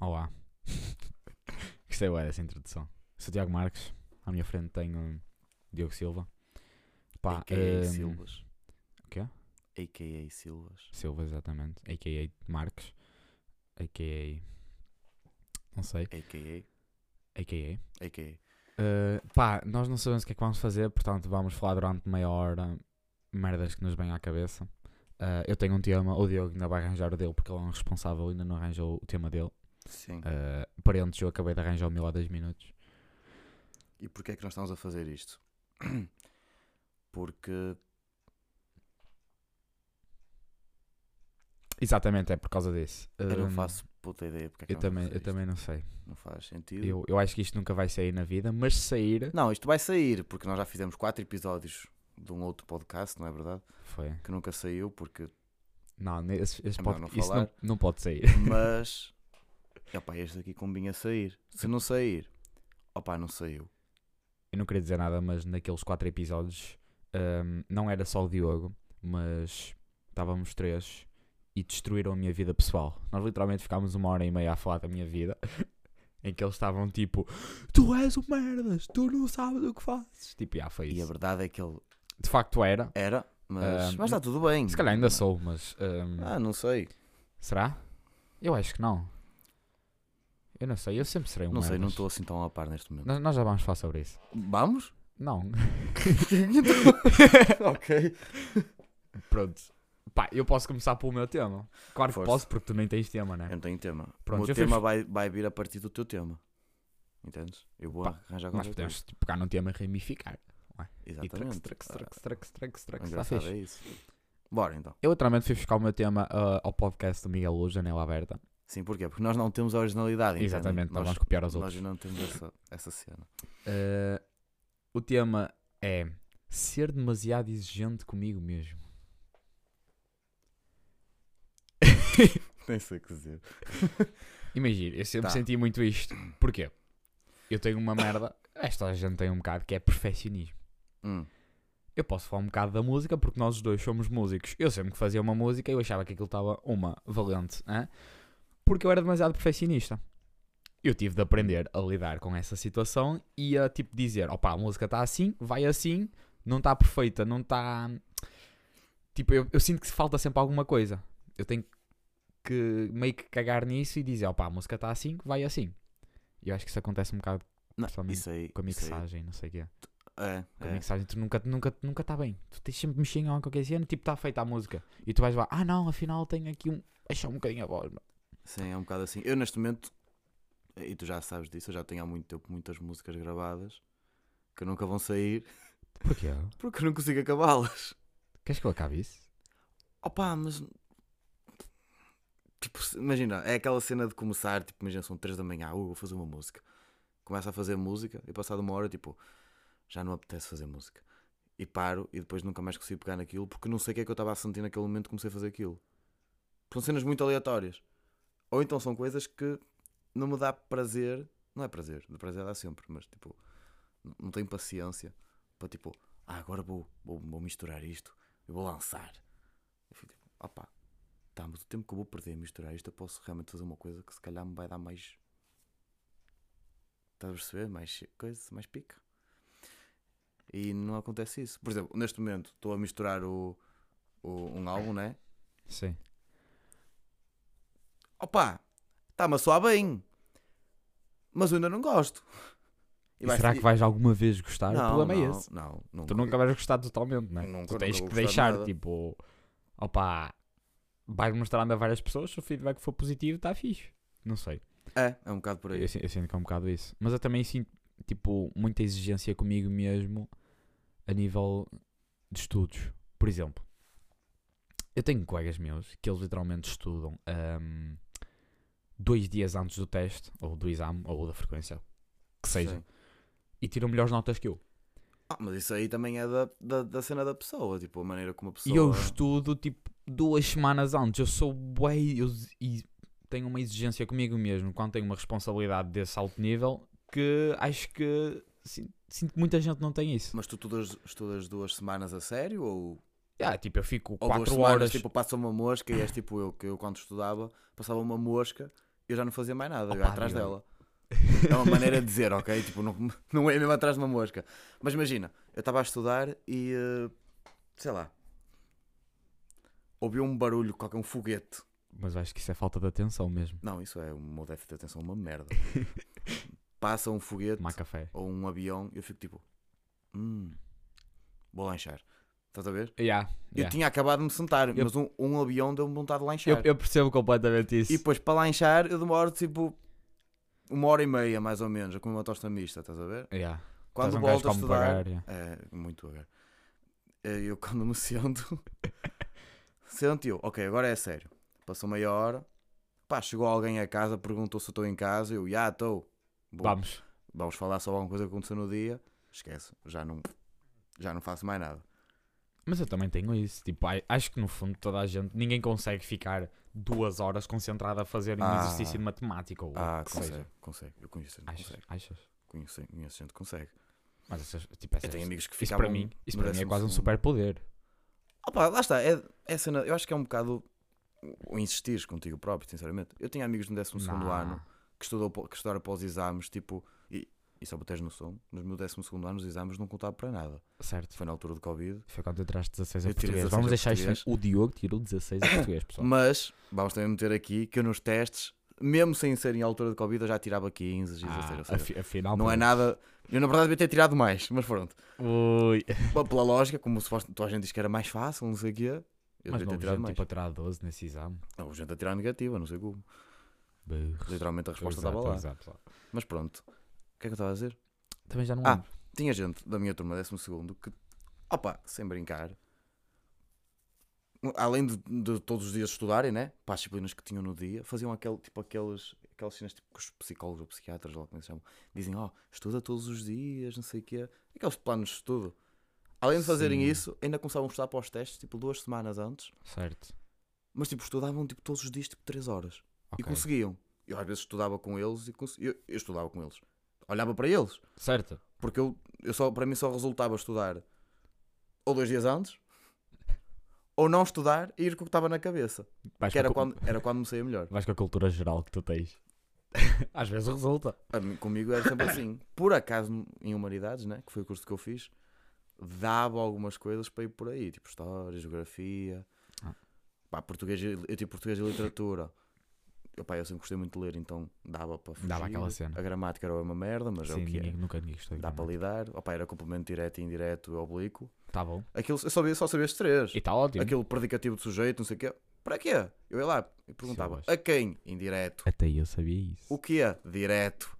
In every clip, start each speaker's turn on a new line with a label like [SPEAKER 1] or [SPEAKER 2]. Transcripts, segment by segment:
[SPEAKER 1] Olá. Gostei bué dessa introdução. Sou Tiago Marques. À minha frente tenho hum, Diogo Silva. Pá,
[SPEAKER 2] AKA
[SPEAKER 1] ehm,
[SPEAKER 2] Silvas.
[SPEAKER 1] o quê?
[SPEAKER 2] AKA Silvas.
[SPEAKER 1] Silva, exatamente. A.K.A. Marques. A.K.A. Não sei.
[SPEAKER 2] AKA.
[SPEAKER 1] A.K.A.
[SPEAKER 2] AKA.
[SPEAKER 1] Eh, pá, nós não sabemos o que é que vamos fazer, portanto vamos falar durante meia hora merdas que nos vêm à cabeça. Eh, eu tenho um tema, o Diogo ainda vai arranjar o dele porque ele é um responsável, ainda não arranjou o tema dele.
[SPEAKER 2] Sim.
[SPEAKER 1] Eh, parentes, eu acabei de arranjar o meu há 10 minutos.
[SPEAKER 2] E porquê é que nós estamos a fazer isto? Porque.
[SPEAKER 1] Exatamente, é por causa disso.
[SPEAKER 2] Eu não
[SPEAKER 1] Hum,
[SPEAKER 2] faço puta ideia porque é que
[SPEAKER 1] Eu
[SPEAKER 2] nós vamos
[SPEAKER 1] também,
[SPEAKER 2] fazer
[SPEAKER 1] eu também não sei.
[SPEAKER 2] isto. Não faz sentido.
[SPEAKER 1] Eu, eu acho que isto nunca vai sair na vida, mas se sair.
[SPEAKER 2] Não, isto vai sair porque nós já fizemos quatro episódios de um outro podcast, não é verdade?
[SPEAKER 1] Foi.
[SPEAKER 2] Que nunca saiu porque.
[SPEAKER 1] Não, esse, esse
[SPEAKER 2] É melhor
[SPEAKER 1] pod-
[SPEAKER 2] não
[SPEAKER 1] isso não,
[SPEAKER 2] falar.
[SPEAKER 1] não pode sair.
[SPEAKER 2] Mas. Opá, este aqui combinha sair. Se não sair. Opá, não saiu.
[SPEAKER 1] Eu não queria dizer nada, mas naqueles quatro episódios hum, não era só o Diogo, mas estávamos três e destruíram a minha vida pessoal. Nós literalmente ficámos uma hora e meia a falar da minha vida, em que eles estavam tipo: Tu és o merdas, tu não sabes o que fazes. Tipo, já foi
[SPEAKER 2] E a
[SPEAKER 1] isso.
[SPEAKER 2] verdade é que ele
[SPEAKER 1] De facto era.
[SPEAKER 2] era, mas.
[SPEAKER 1] Ah,
[SPEAKER 2] mas está tudo bem. é?
[SPEAKER 1] Se calhar ainda sou, mas. hum,
[SPEAKER 2] Ah, não sei.
[SPEAKER 1] Será? Eu acho que não. Eu não sei, eu sempre serei um
[SPEAKER 2] Não sei,
[SPEAKER 1] merdas.
[SPEAKER 2] não estou assim tão a par neste momento.
[SPEAKER 1] Nós, nós já vamos falar sobre isso.
[SPEAKER 2] Vamos?
[SPEAKER 1] Não.
[SPEAKER 2] ok.
[SPEAKER 1] Pronto. Pá, eu posso começar pelo meu tema. Claro que
[SPEAKER 2] Força.
[SPEAKER 1] posso, porque tu nem tens tema,
[SPEAKER 2] Eu
[SPEAKER 1] né?
[SPEAKER 2] não tenho tema.
[SPEAKER 1] Pronto,
[SPEAKER 2] o
[SPEAKER 1] eu
[SPEAKER 2] meu tema
[SPEAKER 1] fiz-
[SPEAKER 2] vai, vai vir a partir do teu tema. Entendes? Eu vou
[SPEAKER 1] Pá,
[SPEAKER 2] arranjar
[SPEAKER 1] Nós
[SPEAKER 2] qualquer
[SPEAKER 1] podemos pegar num tema e ramificar.
[SPEAKER 2] coisa.
[SPEAKER 1] E trux,
[SPEAKER 2] Exatamente.
[SPEAKER 1] trux,
[SPEAKER 2] Ah,
[SPEAKER 1] trux, trux, trux, trux, tá
[SPEAKER 2] engraçado
[SPEAKER 1] fixe.
[SPEAKER 2] é isso. Bora então.
[SPEAKER 1] Eu literalmente fui buscar o meu tema ah, ao podcast do Miguel Luz, Janela Aberta.
[SPEAKER 2] Sim, porquê? Porque nós não temos a originalidade. entendem?
[SPEAKER 1] Exatamente, nós
[SPEAKER 2] Nós,
[SPEAKER 1] vamos copiar aos
[SPEAKER 2] nós
[SPEAKER 1] outros.
[SPEAKER 2] não temos essa, essa cena.
[SPEAKER 1] Ah, o tema é ser demasiado exigente comigo mesmo.
[SPEAKER 2] Nem sei o que dizer.
[SPEAKER 1] Imagina, eu sempre
[SPEAKER 2] Tá.
[SPEAKER 1] senti muito isto. Porquê? Eu tenho uma merda. Esta gente tem um bocado que é perfeccionismo.
[SPEAKER 2] Hum,
[SPEAKER 1] Eu posso falar um bocado da música porque nós os dois somos músicos. Eu sempre que fazia uma música eu achava que aquilo estava uma valente, hã? porque eu era demasiado perfeccionista. Eu tive de aprender a lidar com essa situação e a tipo dizer: opá, a música está assim, vai assim, não está perfeita, não está. Tipo, eu, eu sinto que falta sempre alguma coisa. Eu tenho que meio que cagar nisso e dizer: opá, a música está assim, vai assim. E eu acho que isso acontece um bocado
[SPEAKER 2] não,
[SPEAKER 1] Pessoalmente,
[SPEAKER 2] isso aí.
[SPEAKER 1] com a
[SPEAKER 2] isso aí-
[SPEAKER 1] mixagem, não sei o quê.
[SPEAKER 2] É,
[SPEAKER 1] Com a
[SPEAKER 2] é.
[SPEAKER 1] mixagem, tu nunca está nunca, nunca tá bem. Tu tens sempre mexendo em alguma qualquer cena, tipo, está feita a música. E tu vais lá, ah não, afinal tenho aqui um. Deixa um bocadinho a voz. mano."
[SPEAKER 2] Sim, é um bocado assim. Eu neste momento, e tu já sabes disso, eu já tenho há muito tempo muitas músicas gravadas que nunca vão sair
[SPEAKER 1] Porquê?
[SPEAKER 2] porque eu não consigo acabá-las.
[SPEAKER 1] Queres que eu acabe isso?
[SPEAKER 2] Opa, mas. Tipo, se- imagina, é aquela cena de começar, tipo, imagina, são 3 da manhã, uh, vou fazer uma música. Começa a fazer música e passado uma hora, tipo, já não apetece fazer música. E paro e depois nunca mais consigo pegar naquilo porque não sei o que é que eu estava a sentir naquele momento que comecei a fazer aquilo. São cenas muito aleatórias. Ou então são coisas que não me dá prazer. Não é prazer, de prazer dá sempre, mas tipo, n- não tenho paciência para tipo, ah, agora vou, vou, vou misturar isto e vou lançar. Eu fico tipo, opá, tá, mas o tempo que eu vou perder a misturar isto, eu posso realmente fazer uma coisa que se calhar me vai dar mais. Estás a perceber? Mais coisa, mais pica. E não acontece isso. Por exemplo, neste momento estou a misturar o, o- um álbum, né?
[SPEAKER 1] Sim.
[SPEAKER 2] Opa, está-me a soar bem. Mas eu ainda não gosto.
[SPEAKER 1] E
[SPEAKER 2] vai-
[SPEAKER 1] será que vais alguma vez gostar?
[SPEAKER 2] Não,
[SPEAKER 1] o problema
[SPEAKER 2] não,
[SPEAKER 1] é esse.
[SPEAKER 2] Não, não.
[SPEAKER 1] Tu nunca vais gostar totalmente, não é?
[SPEAKER 2] Nunca,
[SPEAKER 1] tu tens
[SPEAKER 2] nunca vou
[SPEAKER 1] que
[SPEAKER 2] gostar de
[SPEAKER 1] deixar,
[SPEAKER 2] nada.
[SPEAKER 1] tipo, opá, vais mostrando a várias pessoas. Se o feedback for positivo, está fixe. Não sei.
[SPEAKER 2] É, é um bocado por aí.
[SPEAKER 1] Eu, sin- eu sinto que é um bocado isso. Mas eu também sinto, tipo, muita exigência comigo mesmo a nível de estudos. Por exemplo, eu tenho colegas meus que eles literalmente estudam ahm, dois dias antes do teste, ou do exame, ou da frequência, que seja,
[SPEAKER 2] Sim.
[SPEAKER 1] e tiram melhores notas que eu.
[SPEAKER 2] Ah, mas isso aí também é da, da, da cena da pessoa, tipo, a maneira como a pessoa.
[SPEAKER 1] E eu estudo, tipo, duas semanas antes. Eu sou bué eu, e tenho uma exigência comigo mesmo quando tenho uma responsabilidade desse alto nível que acho que sin- sinto que muita gente não tem isso.
[SPEAKER 2] Mas tu estudas, estudas duas semanas a sério ou,
[SPEAKER 1] Ah, tipo, eu fico
[SPEAKER 2] ou duas
[SPEAKER 1] quatro
[SPEAKER 2] semanas
[SPEAKER 1] horas.
[SPEAKER 2] tipo passa uma mosca e és tipo eu que eu quando estudava passava uma mosca eu já não fazia mais nada, eu ia
[SPEAKER 1] Opa,
[SPEAKER 2] atrás
[SPEAKER 1] Diogo.
[SPEAKER 2] dela. É uma maneira de dizer, ok? Tipo, não, não é mesmo atrás de uma mosca. Mas imagina, eu estava a estudar e eh, sei lá, ouvi um barulho, qualquer um foguete.
[SPEAKER 1] Mas acho que isso é falta de atenção mesmo.
[SPEAKER 2] Não, isso é uma déficit de atenção, uma merda. Passa um foguete
[SPEAKER 1] Tomar café.
[SPEAKER 2] ou um avião, eu fico tipo, hum, vou lanchar. Estás a ver?
[SPEAKER 1] Yeah,
[SPEAKER 2] Eu
[SPEAKER 1] yeah.
[SPEAKER 2] tinha acabado de me sentar,
[SPEAKER 1] Eu-
[SPEAKER 2] mas um, um avião deu-me vontade de lanchar.
[SPEAKER 1] Eu, eu percebo completamente isso.
[SPEAKER 2] E depois para lanchar eu demoro tipo uma hora e meia mais ou menos a comer uma tosta mista, estás a ver?
[SPEAKER 1] Yeah.
[SPEAKER 2] Quando
[SPEAKER 1] Estás um gajo
[SPEAKER 2] volto a
[SPEAKER 1] que come
[SPEAKER 2] estudar.
[SPEAKER 1] devagar, yeah.
[SPEAKER 2] É, muito devagar. É, Eu quando me sento. sento eu, ok, agora é sério. Passou meia hora. Pá, chegou alguém a casa, perguntou se eu estou em casa. Eu, já estou. Boa.
[SPEAKER 1] Vamos.
[SPEAKER 2] Vamos falar sobre alguma coisa que aconteceu no dia. Esquece, já não, já não faço mais nada.
[SPEAKER 1] Mas eu também tenho isso. Tipo, ai- acho que no fundo toda a gente, ninguém consegue ficar duas horas concentrada a fazer um
[SPEAKER 2] Ah.
[SPEAKER 1] exercício de matemática ou o
[SPEAKER 2] Ah,
[SPEAKER 1] que
[SPEAKER 2] consegue,
[SPEAKER 1] seja.
[SPEAKER 2] consegue. Eu conheço gente que
[SPEAKER 1] Achas?
[SPEAKER 2] consegue.
[SPEAKER 1] Achas?
[SPEAKER 2] Conheço, conheço gente que consegue.
[SPEAKER 1] Mas essas, tipo,
[SPEAKER 2] Eu
[SPEAKER 1] essas,
[SPEAKER 2] tenho amigos que
[SPEAKER 1] isso
[SPEAKER 2] ficavam
[SPEAKER 1] para mim, isso
[SPEAKER 2] no
[SPEAKER 1] para mim é
[SPEAKER 2] décimo
[SPEAKER 1] quase um
[SPEAKER 2] segundo.
[SPEAKER 1] superpoder.
[SPEAKER 2] Opa, lá está, é, é cena, eu acho que é um bocado o insistir contigo próprio, sinceramente. Eu tinha amigos no 12
[SPEAKER 1] Nah.
[SPEAKER 2] ano que, estudou, po- que estudaram para os exames, tipo, e, e só para teres noção, no meu 12 ano os exames não contavam para nada.
[SPEAKER 1] Certo.
[SPEAKER 2] Foi na altura do Covid.
[SPEAKER 1] Foi quando tu tiraste 16 a
[SPEAKER 2] Eu tirei
[SPEAKER 1] português.
[SPEAKER 2] 16
[SPEAKER 1] Vamos
[SPEAKER 2] a
[SPEAKER 1] deixar
[SPEAKER 2] português.
[SPEAKER 1] isto. O Diogo tirou 16 a português, pessoal.
[SPEAKER 2] Mas vamos também meter aqui que eu nos testes, mesmo sem serem à altura do Covid, eu já tirava 15, 16,
[SPEAKER 1] Ah,
[SPEAKER 2] ou seja,
[SPEAKER 1] afi- afinal,
[SPEAKER 2] não é
[SPEAKER 1] pronto.
[SPEAKER 2] nada. Eu na verdade devia ter tirado mais, mas pronto.
[SPEAKER 1] Ui.
[SPEAKER 2] Pela- Pela lógica, como se fosse, toda a gente diz que era mais fácil, não sei o quê. Eu
[SPEAKER 1] Mas
[SPEAKER 2] devia ter
[SPEAKER 1] não,
[SPEAKER 2] tirado
[SPEAKER 1] gente,
[SPEAKER 2] mais.
[SPEAKER 1] tipo, a tirar 12 nesse exame.
[SPEAKER 2] Não, gente a tirar negativa, não sei como. Literalmente a resposta
[SPEAKER 1] Exato,
[SPEAKER 2] estava lá.
[SPEAKER 1] exato, pessoal.
[SPEAKER 2] Mas pronto, o que é que eu estava a dizer?
[SPEAKER 1] Também já não
[SPEAKER 2] Ah.
[SPEAKER 1] lembro.
[SPEAKER 2] Tinha gente da minha turma, 12 segundo, que, opa, sem brincar, além de, de todos os dias estudarem, né? Para as disciplinas que tinham no dia, faziam aquele, tipo, aqueles, aquelas cenas tipo, que os psicólogos ou psiquiatras, lá como é que se chamam, dizem, ó, estuda todos os dias, não sei o quê. Aqueles planos de estudo. Além de fazerem
[SPEAKER 1] Sim.
[SPEAKER 2] isso, ainda começavam a estudar para os testes, tipo, duas semanas antes,
[SPEAKER 1] Certo.
[SPEAKER 2] mas, tipo, estudavam, tipo, todos os dias, tipo, 3 horas. E
[SPEAKER 1] Ok.
[SPEAKER 2] conseguiam. Eu às vezes estudava com eles e cons- eu, eu estudava com eles. Olhava para eles.
[SPEAKER 1] Certo.
[SPEAKER 2] Porque eu, eu só, para mim só resultava estudar ou dois dias antes, ou não estudar e ir com o que estava na cabeça.
[SPEAKER 1] Vais com,
[SPEAKER 2] Que era
[SPEAKER 1] a cu-
[SPEAKER 2] quando, era quando me saía melhor.
[SPEAKER 1] vais com a cultura geral que tu tens. Às vezes resulta.
[SPEAKER 2] A mim- Comigo era sempre assim. Por acaso, em Humanidades, né, que foi o curso que eu fiz, dava algumas coisas para ir por aí, tipo História, Geografia,
[SPEAKER 1] Ah.
[SPEAKER 2] pá, português, e- eu tive Português e Literatura. Eu, pá, eu sempre gostei muito de ler, então dava para fugir.
[SPEAKER 1] Dava aquela cena.
[SPEAKER 2] A gramática era uma merda, mas é
[SPEAKER 1] Sim,
[SPEAKER 2] o que
[SPEAKER 1] ninguém,
[SPEAKER 2] é.
[SPEAKER 1] nunca ninguém gostou.
[SPEAKER 2] Dá para lidar. Opa, era complemento direto, indireto e oblíquo.
[SPEAKER 1] Tá bom.
[SPEAKER 2] Aquilo, eu só sabia, só sabia estes três.
[SPEAKER 1] E tipo, está ótimo.
[SPEAKER 2] Aquele predicativo de sujeito, não sei o quê. Para quê? Eu ia lá e perguntava.
[SPEAKER 1] gosto.
[SPEAKER 2] A quem? Indireto.
[SPEAKER 1] Até eu sabia isso.
[SPEAKER 2] O quê? Direto.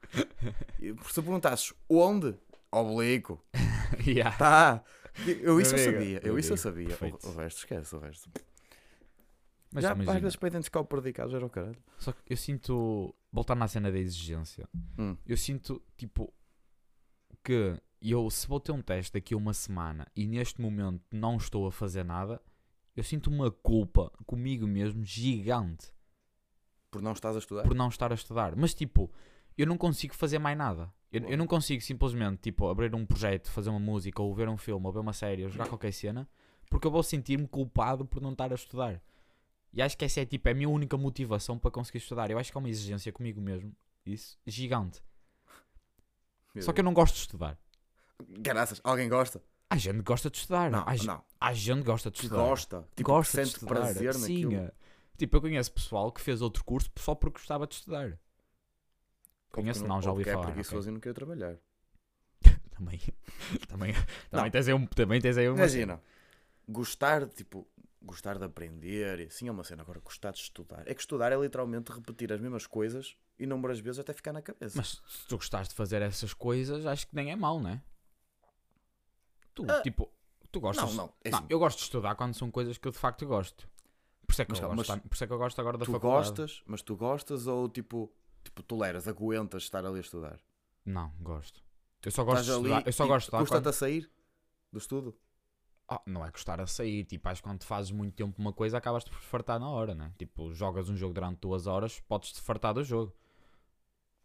[SPEAKER 2] E se tu perguntasses onde? Oblíquo.
[SPEAKER 1] Yeah.
[SPEAKER 2] Tá. Eu isso eu
[SPEAKER 1] Amigo,
[SPEAKER 2] sabia. Eu isso eu
[SPEAKER 1] amigo,
[SPEAKER 2] sabia.
[SPEAKER 1] perfeito.
[SPEAKER 2] O, o resto, esquece o resto.
[SPEAKER 1] Mas
[SPEAKER 2] Já
[SPEAKER 1] imagina,
[SPEAKER 2] às vezes para identificar o predicado já era o caralho.
[SPEAKER 1] só que eu sinto. Voltar na cena da exigência.
[SPEAKER 2] Hum.
[SPEAKER 1] Eu sinto, tipo, que eu, se vou ter um teste daqui a uma semana e neste momento não estou a fazer nada, eu sinto uma culpa comigo mesmo gigante
[SPEAKER 2] Por não estás a estudar.
[SPEAKER 1] por não estar a estudar. Mas, tipo, eu não consigo fazer mais nada. Eu, eu não consigo simplesmente, tipo, abrir um projeto, fazer uma música, ou ver um filme, ou ver uma série, ou jogar qualquer cena, porque eu vou sentir-me culpado por não estar a estudar. E acho que essa é, tipo, a minha única motivação para conseguir estudar. Eu acho que é uma exigência comigo mesmo, isso, gigante. Só que eu não gosto de estudar.
[SPEAKER 2] Graças. Alguém gosta?
[SPEAKER 1] Há gente que gosta de estudar.
[SPEAKER 2] Não,
[SPEAKER 1] há, ge-
[SPEAKER 2] não.
[SPEAKER 1] há gente que gosta de
[SPEAKER 2] Que
[SPEAKER 1] estudar.
[SPEAKER 2] gosta. Tipo, que
[SPEAKER 1] gosta de
[SPEAKER 2] sente
[SPEAKER 1] estudar.
[SPEAKER 2] prazer
[SPEAKER 1] Sim,
[SPEAKER 2] naquilo.
[SPEAKER 1] é. Tipo, eu conheço pessoal que fez outro curso só porque gostava de estudar. Conheço,
[SPEAKER 2] Ou
[SPEAKER 1] não, já
[SPEAKER 2] ou
[SPEAKER 1] ouvi
[SPEAKER 2] porque
[SPEAKER 1] falar,
[SPEAKER 2] É preguiçoso e não quer trabalhar.
[SPEAKER 1] Também. também,
[SPEAKER 2] Não.
[SPEAKER 1] também,
[SPEAKER 2] é
[SPEAKER 1] tens aí um, também tens aí uma.
[SPEAKER 2] Imagina, gostar, tipo, gostar de aprender, e assim é uma cena. Agora, gostar de estudar. É que estudar é literalmente repetir as mesmas coisas inúmeras vezes até ficar na cabeça.
[SPEAKER 1] Mas se tu gostares de fazer essas coisas, acho que nem é mau, né? Tu,
[SPEAKER 2] Ah.
[SPEAKER 1] tipo, tu gostas.
[SPEAKER 2] não, não, é assim,
[SPEAKER 1] eu gosto de estudar quando são coisas que eu de facto gosto. Por isso é que,
[SPEAKER 2] Mas
[SPEAKER 1] eu,
[SPEAKER 2] calma,
[SPEAKER 1] gosto,
[SPEAKER 2] mas
[SPEAKER 1] tam- por isso é que eu gosto agora da
[SPEAKER 2] tu
[SPEAKER 1] faculdade.
[SPEAKER 2] gostas, mas tu gostas ou tipo, tipo, toleras, aguentas estar ali a estudar?
[SPEAKER 1] Não, gosto. Eu só gosto de
[SPEAKER 2] Estás ali
[SPEAKER 1] estudar. Eu só
[SPEAKER 2] e
[SPEAKER 1] gosto de estudar
[SPEAKER 2] Custa-te
[SPEAKER 1] quando-
[SPEAKER 2] a sair do estudo?
[SPEAKER 1] Ah, não é gostar a sair, tipo, acho que quando fazes muito tempo uma coisa acabas-te por fartar na hora, né? Tipo, jogas um jogo durante duas horas, podes-te fartar do jogo.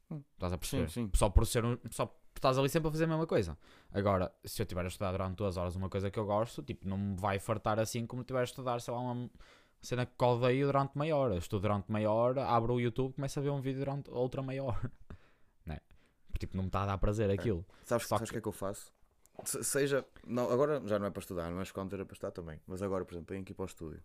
[SPEAKER 2] Hum.
[SPEAKER 1] Estás a perceber?
[SPEAKER 2] sim.
[SPEAKER 1] Só por ser um. Só por estás ali sempre a fazer a mesma coisa. Agora, se eu estiver a estudar durante duas horas uma coisa que eu gosto, tipo, não me vai fartar assim como estiver a estudar, sei lá, uma, Cena que codeio durante meia hora. Estou durante meia hora, abro o YouTube, começo a ver um vídeo durante outra meia hora. Não é? Tipo, não me está a dar prazer aquilo.
[SPEAKER 2] Sabes o
[SPEAKER 1] Só
[SPEAKER 2] que é que eu faço? Se- seja. Não, agora já não é para estudar, mas quando era para estudar também. Mas agora, por exemplo, venho aqui para o estúdio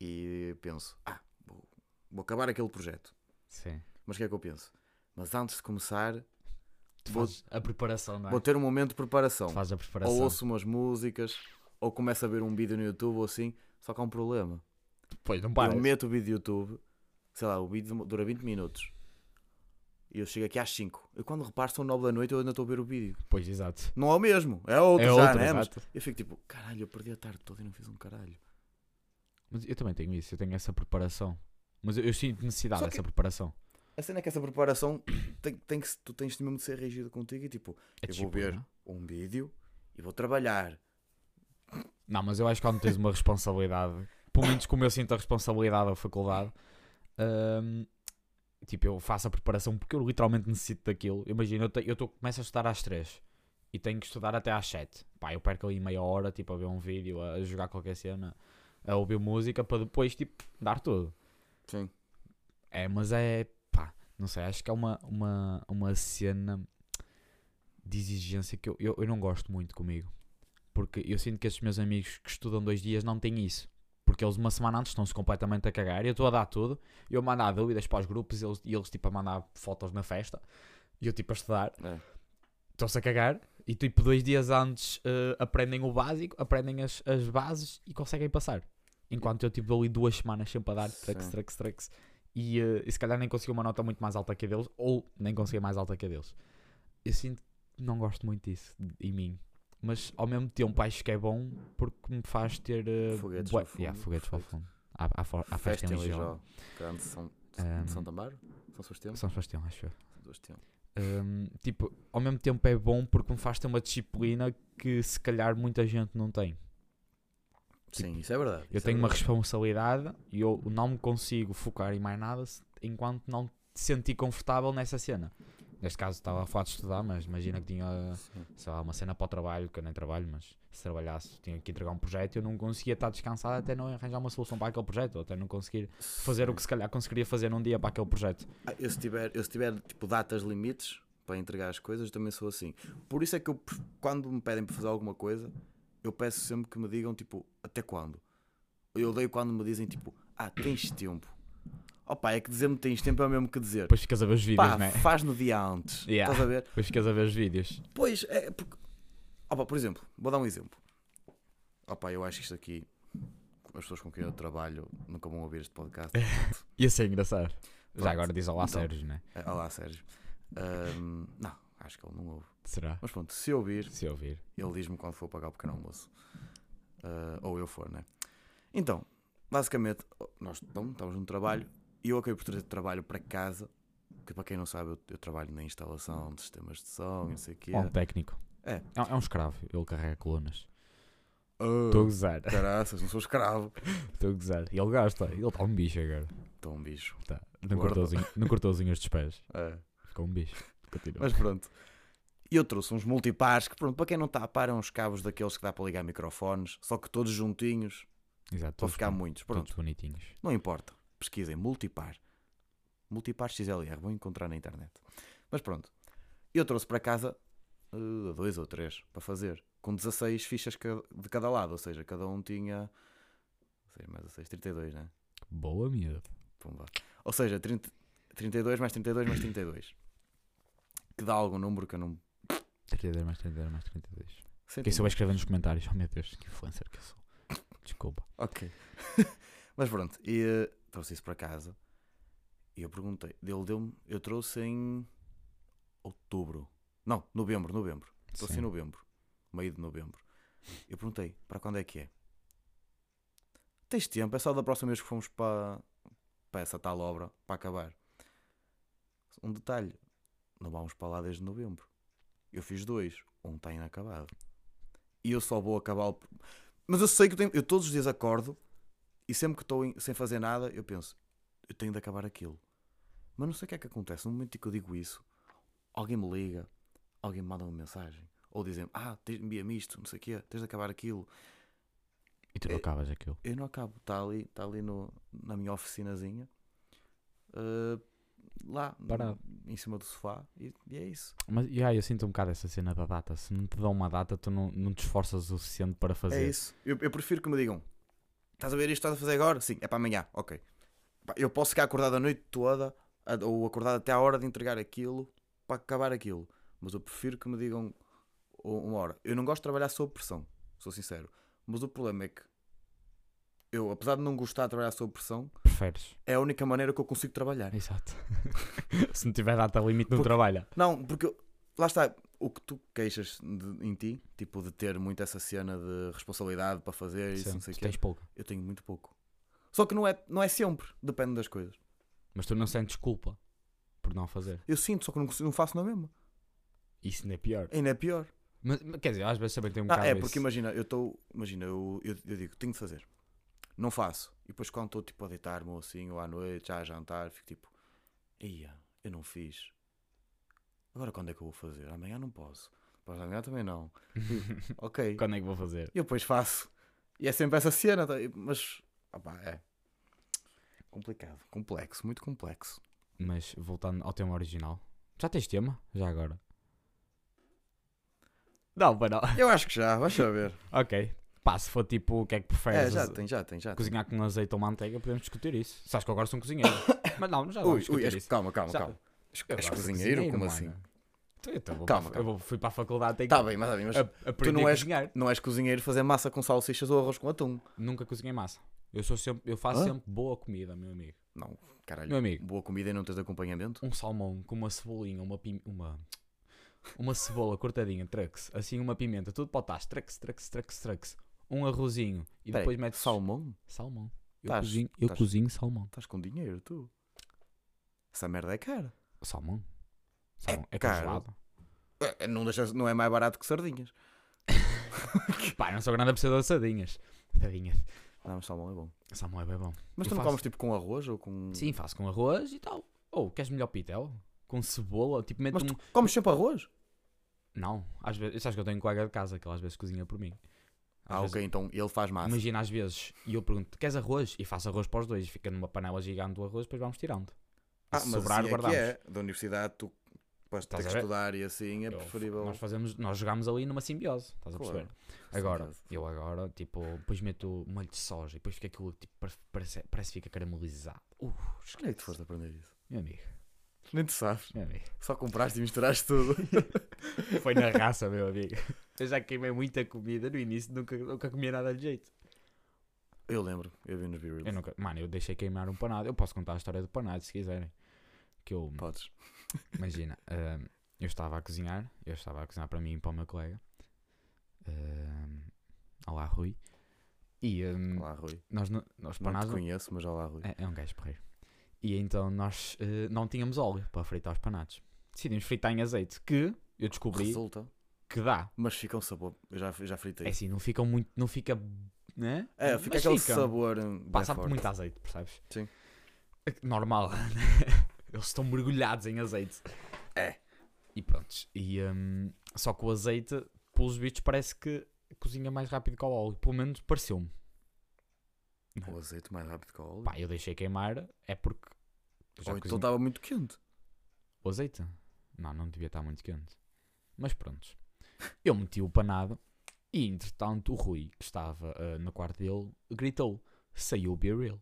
[SPEAKER 2] e penso: ah, vou, vou acabar aquele projeto.
[SPEAKER 1] Sim.
[SPEAKER 2] Mas o que é que eu penso? Mas antes de começar,
[SPEAKER 1] Tu
[SPEAKER 2] Vou-
[SPEAKER 1] fazes a preparação, não é?
[SPEAKER 2] vou ter um momento de preparação.
[SPEAKER 1] Tu fazes a
[SPEAKER 2] Ou
[SPEAKER 1] preparação.
[SPEAKER 2] ouço umas músicas, ou começo a ver um vídeo no YouTube ou assim. Só que há um problema.
[SPEAKER 1] Pois, não paras.
[SPEAKER 2] Eu meto o vídeo do YouTube, sei lá, o vídeo dura 20 minutos. E eu chego aqui às 5. Eu quando reparo são 9 da noite, eu ainda estou a ver o vídeo.
[SPEAKER 1] Pois, exato.
[SPEAKER 2] Não é o mesmo, é outro
[SPEAKER 1] É
[SPEAKER 2] já,
[SPEAKER 1] outro,
[SPEAKER 2] né? Mas
[SPEAKER 1] exato.
[SPEAKER 2] eu fico tipo, caralho, eu perdi a tarde toda e não fiz um caralho.
[SPEAKER 1] Mas eu também tenho isso, eu tenho essa preparação. Mas eu, eu sinto necessidade
[SPEAKER 2] Só
[SPEAKER 1] dessa preparação.
[SPEAKER 2] A cena é que essa preparação tem, tem que, se- tu tens mesmo de ser rígido contigo e tipo,
[SPEAKER 1] É
[SPEAKER 2] eu
[SPEAKER 1] tipo,
[SPEAKER 2] vou ver
[SPEAKER 1] Não?
[SPEAKER 2] um vídeo e vou trabalhar.
[SPEAKER 1] Não, mas eu acho que quando tens uma responsabilidade, pelo menos como eu sinto a responsabilidade da faculdade, hum, tipo, eu faço a preparação porque eu literalmente necessito daquilo. Imagina, eu, te- eu tô- começo a estudar às 3 e tenho que estudar até às 7. Pá, eu perco ali meia hora, tipo, a ver um vídeo, a, a jogar qualquer cena, a ouvir música, para depois, tipo, dar tudo.
[SPEAKER 2] Sim.
[SPEAKER 1] É, mas é. pá, não sei, acho que é uma, uma, uma cena de exigência que eu, eu, eu não gosto muito comigo. Porque eu sinto que esses meus amigos que estudam dois dias não têm isso. Porque eles uma semana antes estão-se completamente a cagar. Eu estou a dar tudo. Eu a mandar dúvidas para os grupos e eles, e eles tipo a mandar fotos na festa. E eu tipo a estudar.
[SPEAKER 2] É.
[SPEAKER 1] Estão-se a cagar. E tipo dois dias antes eh, aprendem o básico, aprendem as, as bases e conseguem passar. Enquanto eu tipo dou ali duas semanas sempre a dar trex,
[SPEAKER 2] Sim.
[SPEAKER 1] trex, trex. E, eh, e se calhar nem consegui uma nota muito mais alta que a deles. Ou nem consegui mais alta que a deles. Eu sinto que não gosto muito disso em mim. Mas ao mesmo tempo acho que é bom porque me faz ter. eh,
[SPEAKER 2] Foguetes
[SPEAKER 1] bué-
[SPEAKER 2] ao fundo,
[SPEAKER 1] Yeah, foguetes ao
[SPEAKER 2] perfeito.
[SPEAKER 1] fundo. Há, há, fo- há festa em Lisboa.
[SPEAKER 2] Grande São,
[SPEAKER 1] Ahm.
[SPEAKER 2] São Tambaro? São Sebastião?
[SPEAKER 1] São Sebastião, acho eu.
[SPEAKER 2] São Sebastião.
[SPEAKER 1] Hum, tipo, ao mesmo tempo é bom porque me faz ter uma disciplina que se calhar muita gente não tem.
[SPEAKER 2] Sim, isso é verdade.
[SPEAKER 1] Tipo, Eu
[SPEAKER 2] isso é
[SPEAKER 1] tenho uma
[SPEAKER 2] verdade.
[SPEAKER 1] responsabilidade e eu não me consigo focar em mais nada se- enquanto não te sentir confortável nessa cena. Neste caso estava a falar de estudar, mas imagina que tinha,
[SPEAKER 2] Sim.
[SPEAKER 1] sei lá, uma cena para o trabalho, que eu nem trabalho, mas se trabalhasse tinha que entregar um projeto e eu não conseguia estar descansado até não arranjar uma solução para aquele projeto, ou até não conseguir fazer o que se calhar conseguiria fazer num dia para aquele projeto.
[SPEAKER 2] Ah, Eu se tiver, eu se tiver tipo datas limites para entregar as coisas, também sou assim. Por isso é que eu, pref- quando me pedem para fazer alguma coisa, eu peço sempre que me digam tipo, até quando? Eu odeio quando me dizem tipo, ah, tens tempo. Opa, é que dizer-me tens tempo é o mesmo que dizer.
[SPEAKER 1] Depois ficas a ver os vídeos,
[SPEAKER 2] Pá,
[SPEAKER 1] né?
[SPEAKER 2] faz no dia antes.
[SPEAKER 1] Yeah.
[SPEAKER 2] Estás a ver?
[SPEAKER 1] Depois ficas a ver os vídeos.
[SPEAKER 2] Pois, é porque. Opa, por exemplo, vou dar um exemplo. Opa, eu acho que isto aqui, as pessoas com quem eu trabalho nunca vão ouvir este podcast.
[SPEAKER 1] Ia ser engraçado.
[SPEAKER 2] Pronto.
[SPEAKER 1] Já agora diz olá
[SPEAKER 2] Então.
[SPEAKER 1] Sérgio, né?
[SPEAKER 2] Ah, Olá, Sérgio. Ahm, não, acho que ele não ouve.
[SPEAKER 1] Será?
[SPEAKER 2] Mas pronto, se ouvir,
[SPEAKER 1] Se ouvir.
[SPEAKER 2] ele diz-me quando for pagar o pequeno almoço. Ah, ou eu for, né? Então, basicamente, nós então, estamos no trabalho e eu acabei por trazer trabalho para casa. Que para quem não sabe, eu, eu trabalho na instalação de sistemas de som, não sei o quê.
[SPEAKER 1] É um técnico.
[SPEAKER 2] É.
[SPEAKER 1] É, um- é um escravo. Ele carrega colunas.
[SPEAKER 2] Ah,
[SPEAKER 1] Estou a gozar.
[SPEAKER 2] Caraças, não sou escravo.
[SPEAKER 1] Estou a gozar. Ele gasta. Ele está um bicho agora.
[SPEAKER 2] Estou um bicho.
[SPEAKER 1] Tá. Não
[SPEAKER 2] Guarda.
[SPEAKER 1] cortou os unhas- não cortou os unhas dos pés.
[SPEAKER 2] É.
[SPEAKER 1] Ficou um bicho. Continua.
[SPEAKER 2] Mas pronto. E eu trouxe uns multipares que, pronto, para quem não está a par, é uns cabos daqueles que dá para ligar microfones, só que todos juntinhos,
[SPEAKER 1] Exato.
[SPEAKER 2] para
[SPEAKER 1] Todos,
[SPEAKER 2] ficar
[SPEAKER 1] boni-
[SPEAKER 2] muitos. Pronto,
[SPEAKER 1] todos bonitinhos.
[SPEAKER 2] Não importa. Pesquisem multipar. Multipar XLR. Vão encontrar na internet. Mas pronto. Eu trouxe para casa eh, dois ou três para fazer. Com 16 fichas ca- de cada lado. Ou seja, cada um tinha. 6 mais 16, 32, né?
[SPEAKER 1] Boa miúda.
[SPEAKER 2] Pumba. Ou seja, 30, 32 mais 32 mais 32. Que dá algum número que eu não.
[SPEAKER 1] 32 mais 32 mais 32.
[SPEAKER 2] Sei
[SPEAKER 1] Quem
[SPEAKER 2] lá.
[SPEAKER 1] souber escrever nos comentários. Oh meu Deus, que influencer que eu sou. Desculpa.
[SPEAKER 2] Ok. Mas pronto, e eh, trouxe isso para casa. E eu perguntei. Ele deu-me. Eu trouxe em outubro. Não, novembro, novembro. Trouxe
[SPEAKER 1] Sim.
[SPEAKER 2] em assim novembro. Meio de novembro. Eu perguntei, para quando é que é? Tens tempo, é só da próxima vez que fomos para, para essa tal obra, para acabar. Um detalhe, não vamos para lá desde novembro. Eu fiz dois, um está inacabado. E eu só vou acabá-lo por- mas eu sei que eu, tenho, eu todos os dias acordo e sempre que estou em- sem fazer nada, eu penso, eu tenho de acabar aquilo. Mas não sei o que é que acontece. No momento em que eu digo isso, alguém me liga, alguém me manda uma mensagem, ou dizem ah, tens- envia-me isto, não sei o quê, tens de acabar aquilo.
[SPEAKER 1] E tu não
[SPEAKER 2] É-
[SPEAKER 1] acabas aquilo.
[SPEAKER 2] Eu não acabo, está ali, está ali no, na minha oficinazinha, ah, lá,
[SPEAKER 1] Parado.
[SPEAKER 2] em cima do sofá, e, e é isso.
[SPEAKER 1] Mas yeah, eu sinto um bocado essa cena da data. Se não te dão uma data, tu não, não te esforças o suficiente para fazer.
[SPEAKER 2] É isso. Eu, eu prefiro que me digam: estás a ver isto que estás a fazer agora? Sim, é para amanhã, ok. Pá, Eu posso ficar acordado a noite toda, a- ou acordado até à hora de entregar aquilo, para acabar aquilo. Mas eu prefiro que me digam u- uma hora. Eu não gosto de trabalhar sob pressão, sou sincero. Mas o problema é que eu, apesar de não gostar de trabalhar sob pressão,
[SPEAKER 1] Preferes.
[SPEAKER 2] é a única maneira que eu consigo trabalhar.
[SPEAKER 1] Exato. Se não tiver data limite, não
[SPEAKER 2] Porque-
[SPEAKER 1] trabalha.
[SPEAKER 2] Não, porque eu- lá está, o que tu queixas de- em ti, tipo de ter muito essa cena de responsabilidade para fazer e é isso,
[SPEAKER 1] Sim,
[SPEAKER 2] não sei o
[SPEAKER 1] tu
[SPEAKER 2] quê.
[SPEAKER 1] tens pouco.
[SPEAKER 2] Eu tenho muito pouco. Só que não é, não é sempre, depende das coisas.
[SPEAKER 1] Mas tu não sentes culpa por não fazer.
[SPEAKER 2] Eu sinto, só que não, consigo- não faço na mesma.
[SPEAKER 1] Isso ainda é pior.
[SPEAKER 2] Ainda é pior.
[SPEAKER 1] Mas, mas, quer dizer, às vezes também tem um
[SPEAKER 2] Ah,
[SPEAKER 1] bocado
[SPEAKER 2] é,
[SPEAKER 1] esse-
[SPEAKER 2] porque imagina, eu estou. Imagina, eu, eu, eu digo, tenho de fazer. Não faço. E depois quando estou tipo a deitar-me ou assim, ou à noite, já a jantar, fico tipo, ia, eu não fiz. Agora quando é que eu vou fazer? Amanhã não posso. Depois amanhã também não. E, ok.
[SPEAKER 1] Quando é que vou fazer?
[SPEAKER 2] E eu depois faço. E é sempre essa cena, tá? E- mas. opá, é. Complicado. Complexo, muito complexo.
[SPEAKER 1] Mas voltando ao tema original. Já tens tema? Já agora? Não, para não.
[SPEAKER 2] Eu acho que já, vais saber.
[SPEAKER 1] Ok. Pá, se for tipo, o que é que
[SPEAKER 2] É,
[SPEAKER 1] preferes?
[SPEAKER 2] já tem, já tem, já tem.
[SPEAKER 1] Cozinhar com azeite ou manteiga, podemos discutir isso. Sabes que eu agora sou um cozinheiro. Mas não, já vamos
[SPEAKER 2] Ui, ui,
[SPEAKER 1] discutir
[SPEAKER 2] és-
[SPEAKER 1] isso.
[SPEAKER 2] calma, calma,
[SPEAKER 1] Já-
[SPEAKER 2] calma. És,
[SPEAKER 1] Eu
[SPEAKER 2] és
[SPEAKER 1] agora sou
[SPEAKER 2] cozinheiro? Como assim?
[SPEAKER 1] mano. Então, eu, então, vou
[SPEAKER 2] Calma,
[SPEAKER 1] para- eu vou- fui para a faculdade, tenho
[SPEAKER 2] Tá bem, mas, tá bem, mas
[SPEAKER 1] que a- aprender
[SPEAKER 2] não
[SPEAKER 1] a
[SPEAKER 2] és-
[SPEAKER 1] cozinhar.
[SPEAKER 2] não és cozinheiro fazer massa com salsichas ou arroz com atum.
[SPEAKER 1] Nunca cozinhei massa. Eu, sou sempre, eu faço
[SPEAKER 2] Hã?
[SPEAKER 1] sempre boa comida, meu amigo.
[SPEAKER 2] Não, caralho.
[SPEAKER 1] Meu amigo.
[SPEAKER 2] Boa comida e não tens acompanhamento?
[SPEAKER 1] um salmão com uma cebolinha, uma pim... uma uma cebola cortadinha, trux, assim uma pimenta, tudo para o tacho, trux, trux, trux, trux, um arrozinho e
[SPEAKER 2] Peraí,
[SPEAKER 1] depois metes
[SPEAKER 2] Salmão?
[SPEAKER 1] salmão. Eu
[SPEAKER 2] Tás-
[SPEAKER 1] cozinho, eu
[SPEAKER 2] tás-
[SPEAKER 1] cozinho salmão.
[SPEAKER 2] Estás com dinheiro, tu. Essa merda é cara.
[SPEAKER 1] Salmão. Salmão é,
[SPEAKER 2] caro.
[SPEAKER 1] congelado.
[SPEAKER 2] É, Não, deixa, não é mais barato que sardinhas.
[SPEAKER 1] Pá, eu não sou grande apreciador de sardinhas. Sardinhas.
[SPEAKER 2] Não, mas salmão é bom.
[SPEAKER 1] Salmão é bem bom.
[SPEAKER 2] Mas
[SPEAKER 1] Eu
[SPEAKER 2] tu não
[SPEAKER 1] faço-
[SPEAKER 2] comes tipo com arroz ou com.
[SPEAKER 1] Sim, faço com arroz e tal. Ou queres melhor pitel? Com cebola, tipo meto
[SPEAKER 2] Mas
[SPEAKER 1] um...
[SPEAKER 2] tu comes sempre arroz?
[SPEAKER 1] Não, às vezes, sabes que eu tenho um colega de casa que ele às vezes cozinha por mim. Às
[SPEAKER 2] Ah,
[SPEAKER 1] vezes
[SPEAKER 2] ok, então ele faz massa.
[SPEAKER 1] Imagina às vezes, e eu pergunto, queres arroz? E faço arroz para os dois, fica numa panela gigante o arroz, depois vamos tirando. E
[SPEAKER 2] Ah,
[SPEAKER 1] se
[SPEAKER 2] mas
[SPEAKER 1] sobrar,
[SPEAKER 2] assim é que
[SPEAKER 1] guardamos.
[SPEAKER 2] é. Da universidade, tu depois
[SPEAKER 1] Estás
[SPEAKER 2] tens
[SPEAKER 1] a
[SPEAKER 2] que
[SPEAKER 1] ver?
[SPEAKER 2] estudar e assim é
[SPEAKER 1] Eu-
[SPEAKER 2] preferível.
[SPEAKER 1] Nós, fazemos, nós jogamos ali numa simbiose, estás a
[SPEAKER 2] Claro.
[SPEAKER 1] perceber? Agora, eu agora, tipo, depois meto molho de soja e depois fica aquilo, tipo, parece- parece, parece que fica caramelizado. Uh,
[SPEAKER 2] Onde é que tu foste aprender isso?
[SPEAKER 1] meu amigo,
[SPEAKER 2] Nem te sabes.
[SPEAKER 1] meu amigo.
[SPEAKER 2] Só compraste e misturaste tudo.
[SPEAKER 1] Foi na raça, meu amigo. Eu já queimei muita comida no início, nunca, nunca comia nada de jeito.
[SPEAKER 2] Eu lembro, eu vi nos B-Reels.
[SPEAKER 1] Eu nunca, mano, eu deixei queimar um panado. Eu posso contar a história do panado se quiserem. Que eu,
[SPEAKER 2] Podes.
[SPEAKER 1] Imagina, ahm, eu estava a cozinhar, eu estava a cozinhar para mim e para o meu colega. Ahm, olá, Rui. E ahm,
[SPEAKER 2] Olá, Rui.
[SPEAKER 1] nós, no- nós para
[SPEAKER 2] Não te
[SPEAKER 1] Hum. nada.
[SPEAKER 2] conheço, mas olá, Rui.
[SPEAKER 1] É, é um gajo porreiro. E então nós eh, não tínhamos óleo para fritar os panados. Decidimos fritar em azeite, que eu descobri
[SPEAKER 2] Resulta,
[SPEAKER 1] que dá.
[SPEAKER 2] mas fica um sabor. Eu já, eu já fritei.
[SPEAKER 1] É assim, não fica muito. Não fica. Né?
[SPEAKER 2] É, fica
[SPEAKER 1] Mas
[SPEAKER 2] aquele sabor. hum, bem
[SPEAKER 1] Passa por
[SPEAKER 2] forte.
[SPEAKER 1] muito azeite, percebes? É
[SPEAKER 2] Sim.
[SPEAKER 1] Normal. né? Eles estão mergulhados em azeite.
[SPEAKER 2] É.
[SPEAKER 1] E pronto. E, hum, só que o azeite, pelos bichos, parece que cozinha mais rápido que o óleo. Pelo menos pareceu-me.
[SPEAKER 2] O azeite mais rápido que o óleo.
[SPEAKER 1] Pá, eu deixei queimar, é porque. eu já
[SPEAKER 2] Ou então
[SPEAKER 1] cozinho-
[SPEAKER 2] estava muito quente.
[SPEAKER 1] O azeite? Não, não devia estar muito quente. Mas pronto. Eu meti o panado e, entretanto, o Rui, que estava ah, no quarto dele, gritou: saiu o beer reel.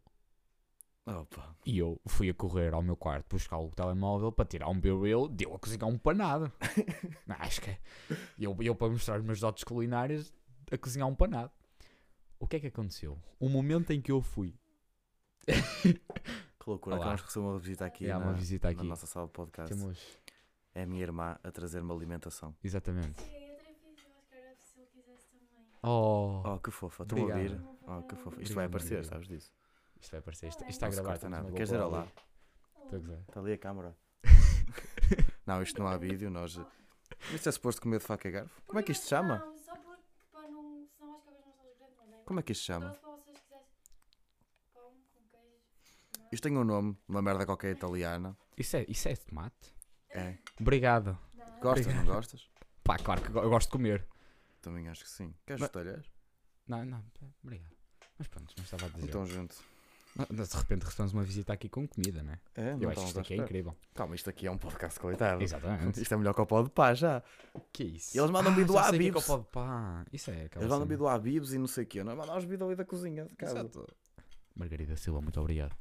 [SPEAKER 2] Opa.
[SPEAKER 1] E eu fui a correr ao meu quarto buscar o telemóvel para tirar um B-Reel, deu a cozinhar um panado. Não, acho que é. Eu, eu para mostrar os meus dotes culinários, a cozinhar um panado. O que é que aconteceu? O momento em que eu fui.
[SPEAKER 2] Que loucura.
[SPEAKER 1] Olá.
[SPEAKER 2] Acabamos de receber uma visita aqui,
[SPEAKER 1] há
[SPEAKER 2] é na,
[SPEAKER 1] é uma visita
[SPEAKER 2] na
[SPEAKER 1] aqui.
[SPEAKER 2] nossa sala de podcast.
[SPEAKER 1] Temos.
[SPEAKER 2] É a minha irmã a trazer-me alimentação.
[SPEAKER 1] Exatamente.
[SPEAKER 3] Sim, outra vez, eu acho que era se ele quisesse também.
[SPEAKER 1] Oh.
[SPEAKER 2] Oh, que fofa. Estou a
[SPEAKER 1] Obrigado.
[SPEAKER 2] ouvir.
[SPEAKER 3] Não vou
[SPEAKER 2] Oh,
[SPEAKER 3] dar
[SPEAKER 2] que
[SPEAKER 3] nada.
[SPEAKER 2] fofa. Isto vai
[SPEAKER 1] Obrigado,
[SPEAKER 2] aparecer,
[SPEAKER 1] amigo.
[SPEAKER 2] sabes disso?
[SPEAKER 1] Isto vai aparecer. Isto, isto está a
[SPEAKER 2] não se
[SPEAKER 1] gravar.
[SPEAKER 2] corta
[SPEAKER 1] temos
[SPEAKER 2] nada.
[SPEAKER 1] uma
[SPEAKER 2] Queres dizer
[SPEAKER 1] GoPro
[SPEAKER 2] olá?
[SPEAKER 1] ali. Estou Tá a gozar.
[SPEAKER 2] Está ali a câmara. não, isto não há vídeo. Nós... Isto é suposto comer de faca e garfo. Como é que isto se chama?
[SPEAKER 3] Não, só porque para não. Senão as cabras não estão grandes, não é?
[SPEAKER 2] Como é que isto se chama?
[SPEAKER 3] Então, se para vocês quisessem pão com queijo. tomate.
[SPEAKER 2] Isto tem um nome, uma merda qualquer italiana.
[SPEAKER 1] Isso é, isso é tomate?
[SPEAKER 2] É.
[SPEAKER 1] Obrigado.
[SPEAKER 3] Não.
[SPEAKER 2] Gostas, não gostas?
[SPEAKER 1] Pá, claro que go- eu gosto de comer.
[SPEAKER 2] Também acho que sim. Queres
[SPEAKER 1] Mas-
[SPEAKER 2] os talheres?
[SPEAKER 1] Não, não, obrigado. Mas pronto, não estava a dizer.
[SPEAKER 2] Então, gente.
[SPEAKER 1] Mas de repente recebemos uma visita aqui com comida, né?
[SPEAKER 2] É,
[SPEAKER 1] Eu acho
[SPEAKER 2] não estávamos
[SPEAKER 1] isto
[SPEAKER 2] à
[SPEAKER 1] aqui é
[SPEAKER 2] espera.
[SPEAKER 1] incrível.
[SPEAKER 2] Calma, isto aqui é um podcast de qualidade.
[SPEAKER 1] Exatamente.
[SPEAKER 2] Isto é melhor que o pó de pá já.
[SPEAKER 1] que isso?
[SPEAKER 2] Eles mandam vir do
[SPEAKER 1] já sei o que é que
[SPEAKER 2] Habib's.
[SPEAKER 1] eu posso- pá, Isso é aquela
[SPEAKER 2] Eles mandam
[SPEAKER 1] cena.
[SPEAKER 2] vir do Habibs e não sei o quê. Não mandam-os vir ali da cozinha de casa.
[SPEAKER 1] Exato. Margarida Silva, muito obrigado.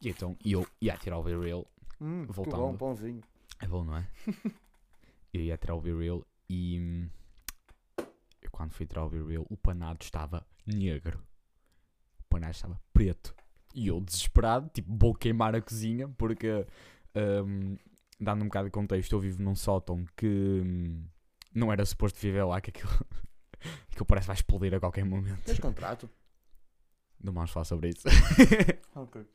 [SPEAKER 1] E então, eu ia tirar o B-Rail.
[SPEAKER 2] Hum, que
[SPEAKER 1] Voltando.
[SPEAKER 2] bom, pãozinho.
[SPEAKER 1] É bom, não é? eu ia tirar o B-Rail e. hum, Eu quando fui tirar o B-Rail, o panado estava negro. O panado estava preto. E eu, desesperado, tipo, vou queimar a cozinha, porque. hum, dando um bocado de contexto, eu vivo num sótão que. hum, não era suposto viver lá, que aquilo. aquilo parece que vai explodir a qualquer momento.
[SPEAKER 2] Tens contrato?
[SPEAKER 1] Não vamos falar sobre isso.
[SPEAKER 2] Ok.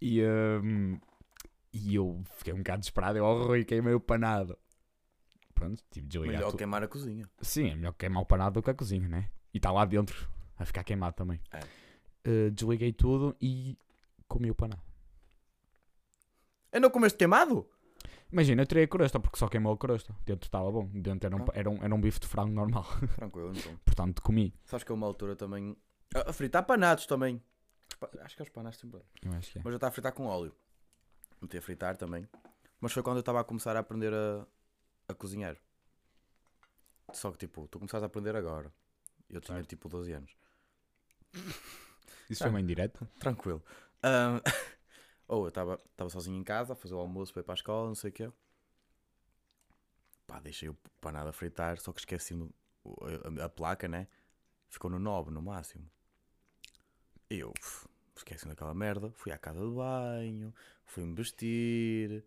[SPEAKER 1] E, hum, e eu fiquei um bocado desesperado. Eu, oh, Rui, queimei o panado. Pronto, tive de desligar
[SPEAKER 2] Melhor
[SPEAKER 1] tudo.
[SPEAKER 2] queimar a cozinha.
[SPEAKER 1] Sim, é melhor queimar o panado do que a cozinha, né? E está lá dentro, a ficar queimado também.
[SPEAKER 2] É.
[SPEAKER 1] Uh, desliguei tudo e comi o panado.
[SPEAKER 2] Eu não comeste queimado?
[SPEAKER 1] Imagina, eu tirei a crosta porque só queimou a crosta. Dentro estava bom. Dentro era um,
[SPEAKER 2] Ah.
[SPEAKER 1] era, um, era um bife de frango normal.
[SPEAKER 2] Tranquilo, então.
[SPEAKER 1] Portanto, comi.
[SPEAKER 2] Sabes que a uma altura também. A a fritar panados também. Pa- Acho que é os panados sempre.
[SPEAKER 1] Eu acho que é.
[SPEAKER 2] Mas eu estava a fritar com óleo. Meti a fritar também. Mas foi quando eu estava a começar a aprender a, a cozinhar. Só que tipo, tu começaste a aprender agora. Eu tinha tipo 12 anos.
[SPEAKER 1] Isso foi
[SPEAKER 2] Ah.
[SPEAKER 1] uma indireta?
[SPEAKER 2] Tranquilo. Ahm, ou eu estava estava sozinho em casa a fazer o almoço para ir para a escola, não sei o quê. Pá, deixei o panado a fritar, só que esqueci-me o- a, a placa, né? Ficou no 9 no máximo. E eu pff, esqueci-me daquela merda, fui à casa de banho, fui-me vestir.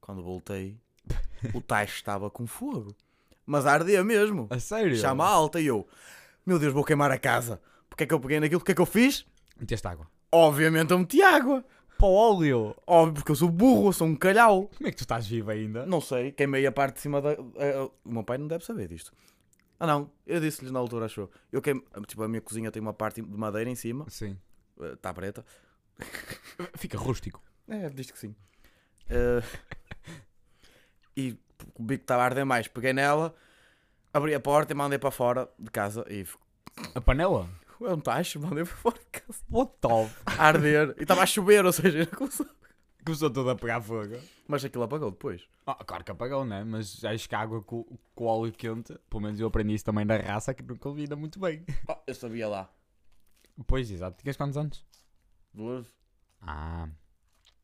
[SPEAKER 2] Quando voltei, o tacho estava com fogo. Mas ardia mesmo.
[SPEAKER 1] A sério?
[SPEAKER 2] Chama a alta e eu, meu Deus, vou queimar a casa. Porque é que eu peguei naquilo? Porque é que eu fiz?
[SPEAKER 1] Meteste água.
[SPEAKER 2] Obviamente eu meti água.
[SPEAKER 1] Pá, óleo!
[SPEAKER 2] Óbvio, porque eu sou burro, eu sou um calhau.
[SPEAKER 1] Como é que tu estás vivo ainda?
[SPEAKER 2] Não sei, queimei a parte de cima da. eh, o meu pai não deve saber disto. Ah não, eu disse-lhes na altura, achou. Eu queimei. Tipo, a minha cozinha tem uma parte de madeira em cima,
[SPEAKER 1] Sim.
[SPEAKER 2] está preta.
[SPEAKER 1] Fica rústico.
[SPEAKER 2] É, diz que sim. Eh, e o bico estava a arder mais. Peguei nela, abri a porta e mandei para fora de casa. E ficou.
[SPEAKER 1] A panela?
[SPEAKER 2] É um tacho, mandei para fora de casa.
[SPEAKER 1] What top?
[SPEAKER 2] A arder. E estava a chover, ou seja, não começou.
[SPEAKER 1] Começou tudo a pegar fogo.
[SPEAKER 2] Mas aquilo apagou depois.
[SPEAKER 1] Ah, claro que apagou, né? Mas acho que a água com, com óleo quente, pelo menos eu aprendi isso também na raça, que não combina muito bem.
[SPEAKER 2] Ah, eu sabia lá.
[SPEAKER 1] Pois, exato. Tinhas quantos anos?
[SPEAKER 2] Duas.
[SPEAKER 1] Ah,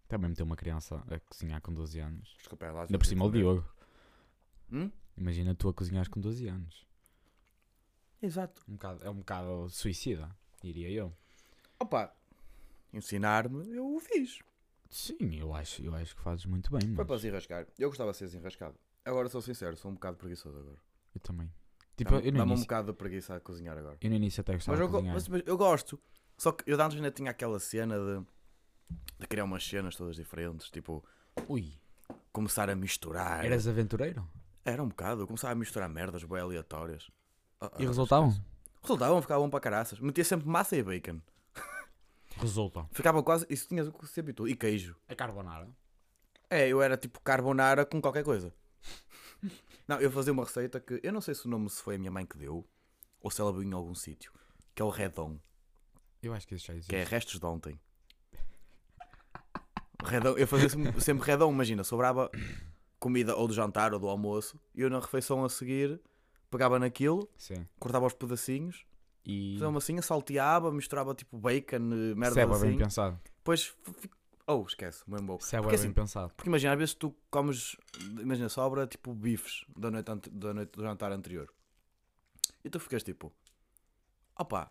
[SPEAKER 1] também meteu uma criança a cozinhar com 12 anos.
[SPEAKER 2] Desculpa, é lá.
[SPEAKER 1] Ainda por cima o Diogo.
[SPEAKER 2] Hum?
[SPEAKER 1] Imagina tu a cozinhares com 12 anos.
[SPEAKER 2] Exato.
[SPEAKER 1] Um bocado- é um bocado suicida, diria eu.
[SPEAKER 2] Opa, ensinar-me, eu o fiz.
[SPEAKER 1] Sim, eu acho, eu acho que fazes muito bem,
[SPEAKER 2] Foi
[SPEAKER 1] mas
[SPEAKER 2] para se enrascar. Eu gostava de ser desenrascado. Agora sou sincero, sou um bocado preguiçoso agora.
[SPEAKER 1] eu também. Tipo, eu,
[SPEAKER 2] Dá-me
[SPEAKER 1] no
[SPEAKER 2] dá-me um
[SPEAKER 1] início,
[SPEAKER 2] bocado de preguiça a cozinhar agora.
[SPEAKER 1] eu no início até
[SPEAKER 2] Mas
[SPEAKER 1] gostava
[SPEAKER 2] eu,
[SPEAKER 1] de
[SPEAKER 2] go-
[SPEAKER 1] cozinhar.
[SPEAKER 2] mas- mas eu gosto. Só que eu de antes ainda tinha aquela cena de, de criar umas cenas todas diferentes, tipo,
[SPEAKER 1] Ui,
[SPEAKER 2] começar a misturar.
[SPEAKER 1] eras aventureiro?
[SPEAKER 2] Era um bocado, eu começava a misturar merdas bem aleatórias. Ah, ah,
[SPEAKER 1] E resultavam?
[SPEAKER 2] Resultavam, ficava bom para caraças. Metia sempre massa e bacon.
[SPEAKER 1] Resultam.
[SPEAKER 2] Ficava quase, isso tinha sempre tudo. E queijo.
[SPEAKER 1] É carbonara?
[SPEAKER 2] É, eu era tipo carbonara com qualquer coisa. Não, eu fazia uma receita que eu não sei se o nome se foi a minha mãe que deu ou se ela viu em algum sítio, que é o redon,
[SPEAKER 1] Eu acho que isso já existe.
[SPEAKER 2] que é restos de ontem. Redon, eu fazia sempre, sempre redon, imagina, sobrava comida ou do jantar ou do almoço e eu na refeição a seguir pegava naquilo,
[SPEAKER 1] Sim.
[SPEAKER 2] cortava aos pedacinhos,
[SPEAKER 1] é E...
[SPEAKER 2] fazia uma massinha, salteava, misturava tipo bacon, eh, merda
[SPEAKER 1] Isso é bué
[SPEAKER 2] assim.
[SPEAKER 1] bem pensado.
[SPEAKER 2] Depois, fi- fi- oh, esquece, mesmo bom.
[SPEAKER 1] Isso é bué
[SPEAKER 2] Porque
[SPEAKER 1] bem
[SPEAKER 2] assim,
[SPEAKER 1] pensado.
[SPEAKER 2] Porque imagina, às vezes tu comes, imagina, sobra tipo bifes da noite, ante- da noite do jantar anterior. E tu ficas tipo, opá,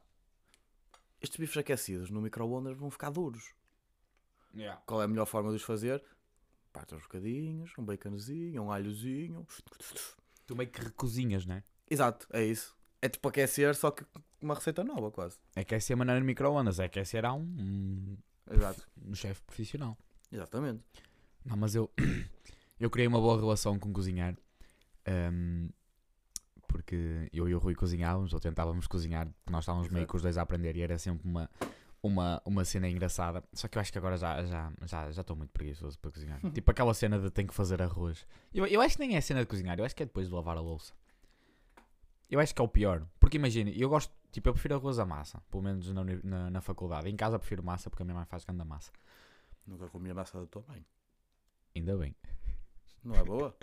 [SPEAKER 2] estes bifes aquecidos no micro-ondas vão ficar duros. Qual é a melhor forma de os fazer? Parte uns bocadinhos, um baconzinho, um alhozinho.
[SPEAKER 1] Tu meio que recozinhas, né?
[SPEAKER 2] Exato, é isso. É tipo aquecer, só que uma receita nova quase.
[SPEAKER 1] Aquecer a maneira de micro-ondas, é aquecer a um, um,
[SPEAKER 2] Exato.
[SPEAKER 1] um chefe profissional.
[SPEAKER 2] Exatamente.
[SPEAKER 1] Não, mas eu, eu criei uma boa relação com cozinhar. ahm, porque eu e o Rui cozinhávamos, ou tentávamos cozinhar, porque nós estávamos meio
[SPEAKER 2] Exato.
[SPEAKER 1] que os dois a aprender e era sempre uma, uma, uma cena engraçada. Só que eu acho que agora já já já, já estou muito preguiçoso para cozinhar. tipo aquela cena de tenho que fazer arroz. Eu, eu acho que nem é cena de cozinhar, eu acho que é depois de lavar a louça. Eu acho que é o pior. Porque imagina, eu gosto, tipo, eu prefiro arroz à massa. Pelo menos na, uni- na, na faculdade. Em casa prefiro massa porque a minha mãe faz grande massa.
[SPEAKER 2] Nunca comi a massa da tua mãe.
[SPEAKER 1] Ainda bem.
[SPEAKER 2] Não é boa?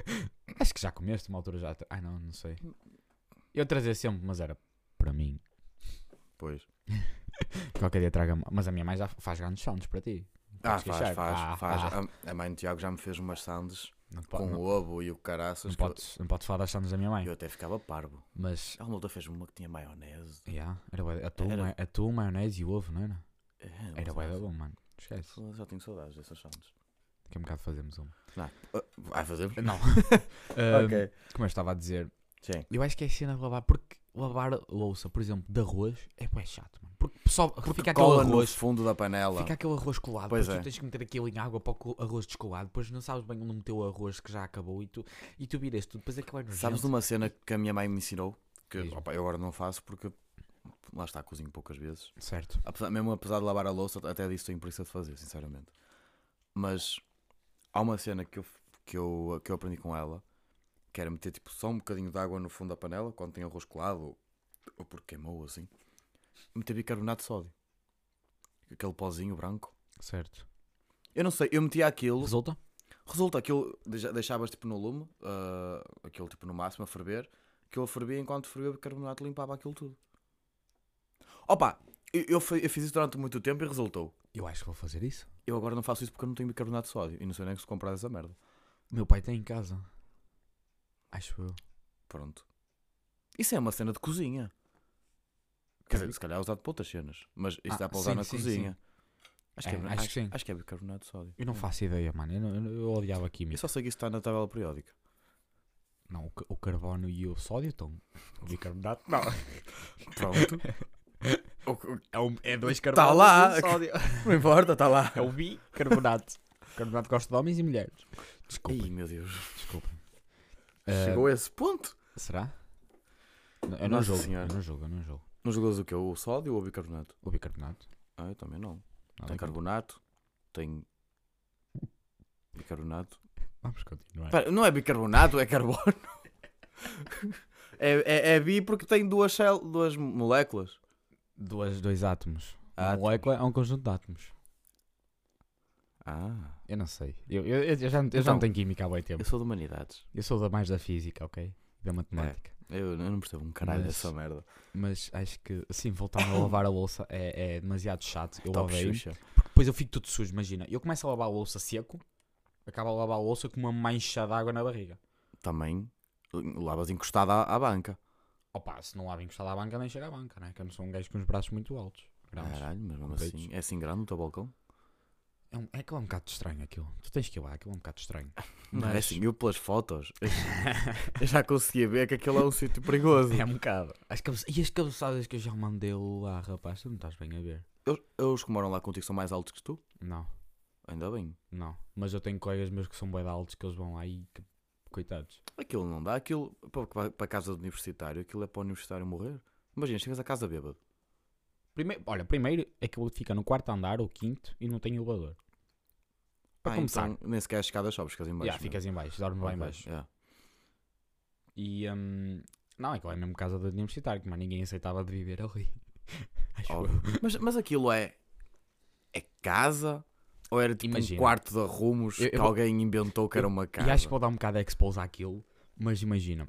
[SPEAKER 1] Acho que já comeste uma altura já. Ai não, não sei. Eu trazia sempre, mas era para mim.
[SPEAKER 2] Pois.
[SPEAKER 1] Qualquer dia traga. Mas a minha mãe já faz grandes sounds para ti.
[SPEAKER 2] Ah,
[SPEAKER 1] Podes queixar.
[SPEAKER 2] faz, faz,
[SPEAKER 1] Ah,
[SPEAKER 2] faz.
[SPEAKER 1] ah.
[SPEAKER 2] A, a mãe do Tiago já me fez umas sandes
[SPEAKER 1] Não, po-
[SPEAKER 2] com
[SPEAKER 1] não,
[SPEAKER 2] ovo e o caraças.
[SPEAKER 1] não,
[SPEAKER 2] que eu-
[SPEAKER 1] podes, não podes falar das sounds da minha mãe.
[SPEAKER 2] Eu até ficava parvo.
[SPEAKER 1] Mas.
[SPEAKER 2] A Almolda fez uma que tinha maionese.
[SPEAKER 1] Yeah, era bué- atum,
[SPEAKER 2] Era-
[SPEAKER 1] ma- atum, maionese e ovo, não era?
[SPEAKER 2] É,
[SPEAKER 1] Era
[SPEAKER 2] mas-
[SPEAKER 1] bué da bom, mano. Esquece.
[SPEAKER 2] Foda-se, Já tenho saudades dessas sandes.
[SPEAKER 1] Daqui a um bocado fazemos uma.
[SPEAKER 2] Ah, Vai fazer?
[SPEAKER 1] Não.
[SPEAKER 2] Ok.
[SPEAKER 1] Um, Como eu estava a dizer,
[SPEAKER 2] Sim.
[SPEAKER 1] eu acho que é a cena de lavar, porque lavar louça, por exemplo, de arroz, é bué chato, mano. Porque só
[SPEAKER 2] Porque
[SPEAKER 1] fica aquele
[SPEAKER 2] cola no
[SPEAKER 1] arroz.
[SPEAKER 2] fundo da panela.
[SPEAKER 1] Fica aquele arroz colado,
[SPEAKER 2] Pois
[SPEAKER 1] depois
[SPEAKER 2] é.
[SPEAKER 1] tu tens que meter aquilo em água para o co- arroz descolado, depois não sabes bem onde meteu o arroz que já acabou e tu, e tu viras tudo, depois aquilo é nojento.
[SPEAKER 2] Sabes um- uma cena que a minha mãe me ensinou? Que
[SPEAKER 1] Diz-me.
[SPEAKER 2] opa, eu agora não faço porque lá está, cozinho poucas vezes.
[SPEAKER 1] Certo.
[SPEAKER 2] Apesar- mesmo apesar de lavar a louça, até disso estou impressa de fazer, sinceramente. Mas há uma cena que eu, que eu, que eu aprendi com ela, que era meter tipo, só um bocadinho de água no fundo da panela, quando tem arroz colado, ou, ou porque queimou ou assim, meter bicarbonato de sódio. Aquele pozinho branco.
[SPEAKER 1] Certo.
[SPEAKER 2] Eu não sei, eu metia aquilo,
[SPEAKER 1] Resulta?
[SPEAKER 2] resulta aquilo, deixa- deixavas tipo no lume, ah, aquilo tipo no máximo a ferver, que eu fervia enquanto fervia o bicarbonato limpava aquilo tudo. Opa, eu- eu fi- eu fiz isso durante muito tempo e resultou.
[SPEAKER 1] Eu acho que vou fazer isso.
[SPEAKER 2] Eu agora não faço isso porque eu não tenho bicarbonato de sódio e não sei nem se comprar essa merda.
[SPEAKER 1] O meu pai tem em casa. Acho eu.
[SPEAKER 2] Pronto. Isso é uma cena de cozinha. Quer dizer, se calhar é usado para outras cenas, mas isto
[SPEAKER 1] Ah,
[SPEAKER 2] dá para usar
[SPEAKER 1] sim,
[SPEAKER 2] na
[SPEAKER 1] sim,
[SPEAKER 2] cozinha. Acho, que
[SPEAKER 1] É,
[SPEAKER 2] é,
[SPEAKER 1] acho que sim.
[SPEAKER 2] acho que é bicarbonato de sódio.
[SPEAKER 1] Eu não faço ideia, mano. Eu, não- eu não- eu odiava
[SPEAKER 2] Eu
[SPEAKER 1] química.
[SPEAKER 2] só sei que isso está na tabela periódica.
[SPEAKER 1] Não, o, ca- o carbono e o sódio estão. O bicarbonato.
[SPEAKER 2] Não. Pronto.
[SPEAKER 1] É, um- é dois um
[SPEAKER 2] Está Tá lá. Não importa, está lá.
[SPEAKER 1] É o bicarbonato. O carbonato gosta de homens e mulheres.
[SPEAKER 2] Ai,
[SPEAKER 1] Desculpem,
[SPEAKER 2] meu Deus.
[SPEAKER 1] desculpem. É.
[SPEAKER 2] Chegou a esse ponto.
[SPEAKER 1] Ah, será? N- Eu não
[SPEAKER 2] Nossa
[SPEAKER 1] jogo.
[SPEAKER 2] Senhora.
[SPEAKER 1] Eu não jogo, eu não jogo.
[SPEAKER 2] Não julgas o que? O sódio ou o bicarbonato?
[SPEAKER 1] O bicarbonato.
[SPEAKER 2] Ah, eu também não.
[SPEAKER 1] Nada
[SPEAKER 2] Tem
[SPEAKER 1] contra.
[SPEAKER 2] carbonato, tem bicarbonato.
[SPEAKER 1] Vamos continuar.
[SPEAKER 2] Pera, não é bicarbonato, é carbono. é, é, é bi porque tem duas, cel- duas moléculas. Ah,
[SPEAKER 1] Duas, dois átomos. Uma
[SPEAKER 2] Átomos.
[SPEAKER 1] molécula é um conjunto de átomos.
[SPEAKER 2] Ah,
[SPEAKER 1] Eu não sei. Eu, eu, eu já, eu já
[SPEAKER 2] Então,
[SPEAKER 1] não tenho química há bem tempo.
[SPEAKER 2] eu sou É. de humanidades.
[SPEAKER 1] Eu sou da mais da física, ok? Da matemática.
[SPEAKER 2] Eu, eu não percebo um caralho
[SPEAKER 1] Mas-
[SPEAKER 2] dessa merda.
[SPEAKER 1] Mas acho que, assim, voltar-me a lavar a louça é, é demasiado chato. Eu
[SPEAKER 2] Top
[SPEAKER 1] odeio.
[SPEAKER 2] Xuxa.
[SPEAKER 1] Depois eu fico tudo sujo, imagina. Eu começo a lavar a louça seco, acabo a lavar a louça com uma mancha de água na barriga.
[SPEAKER 2] Também lavas encostada à, à banca.
[SPEAKER 1] Opa, se não lavo encostado à banca, nem chega à banca, né? Que eu não sou um gajo com os braços muito altos. Grandes.
[SPEAKER 2] Caralho, mas mesmo
[SPEAKER 1] Com peitos.
[SPEAKER 2] assim. É assim grande o teu balcão?
[SPEAKER 1] É, um, é que é um bocado estranho aquilo. Tu tens que ir lá, aquilo é um bocado estranho.
[SPEAKER 2] Não, é
[SPEAKER 1] Mas-
[SPEAKER 2] assim. Eu pelas fotos eu já conseguia ver que aquilo é um sítio perigoso.
[SPEAKER 1] É um bocado. As cabe- E as cabeçadas que eu já mandei lá, rapaz, tu não estás bem a ver.
[SPEAKER 2] Eu, eu, os que moram lá contigo são mais altos que tu?
[SPEAKER 1] Não,
[SPEAKER 2] Ainda bem.
[SPEAKER 1] não. Mas eu tenho colegas meus que são bem altos que eles vão lá e. que- Coitados.
[SPEAKER 2] Aquilo não dá, aquilo pá, para, para a casa do universitário, aquilo é para o universitário morrer. Imagina, chegas a casa bêbado.
[SPEAKER 1] Primeiro, olha, primeiro é que ele fica no quarto andar ou quinto e não tem elevador. Para
[SPEAKER 2] Ah,
[SPEAKER 1] começar.
[SPEAKER 2] então nem sequer as escadas sobres, ficas em
[SPEAKER 1] Já,
[SPEAKER 2] baixo. mesmo.
[SPEAKER 1] ficas em baixo, dorme lá em
[SPEAKER 2] Ok,
[SPEAKER 1] baixo.
[SPEAKER 2] yeah.
[SPEAKER 1] E hum, não, é que lá é mesmo casa do universitário, que mais ninguém aceitava de viver ali. Acho eu.
[SPEAKER 2] Óbvio. Mas, mas aquilo é. É casa? Ou era tipo
[SPEAKER 1] Imagina.
[SPEAKER 2] um quarto de arrumos
[SPEAKER 1] Eu- eu
[SPEAKER 2] que
[SPEAKER 1] vou-
[SPEAKER 2] alguém inventou que era uma casa?
[SPEAKER 1] E acho que vou dar um bocado de expose àquilo, mas imagina,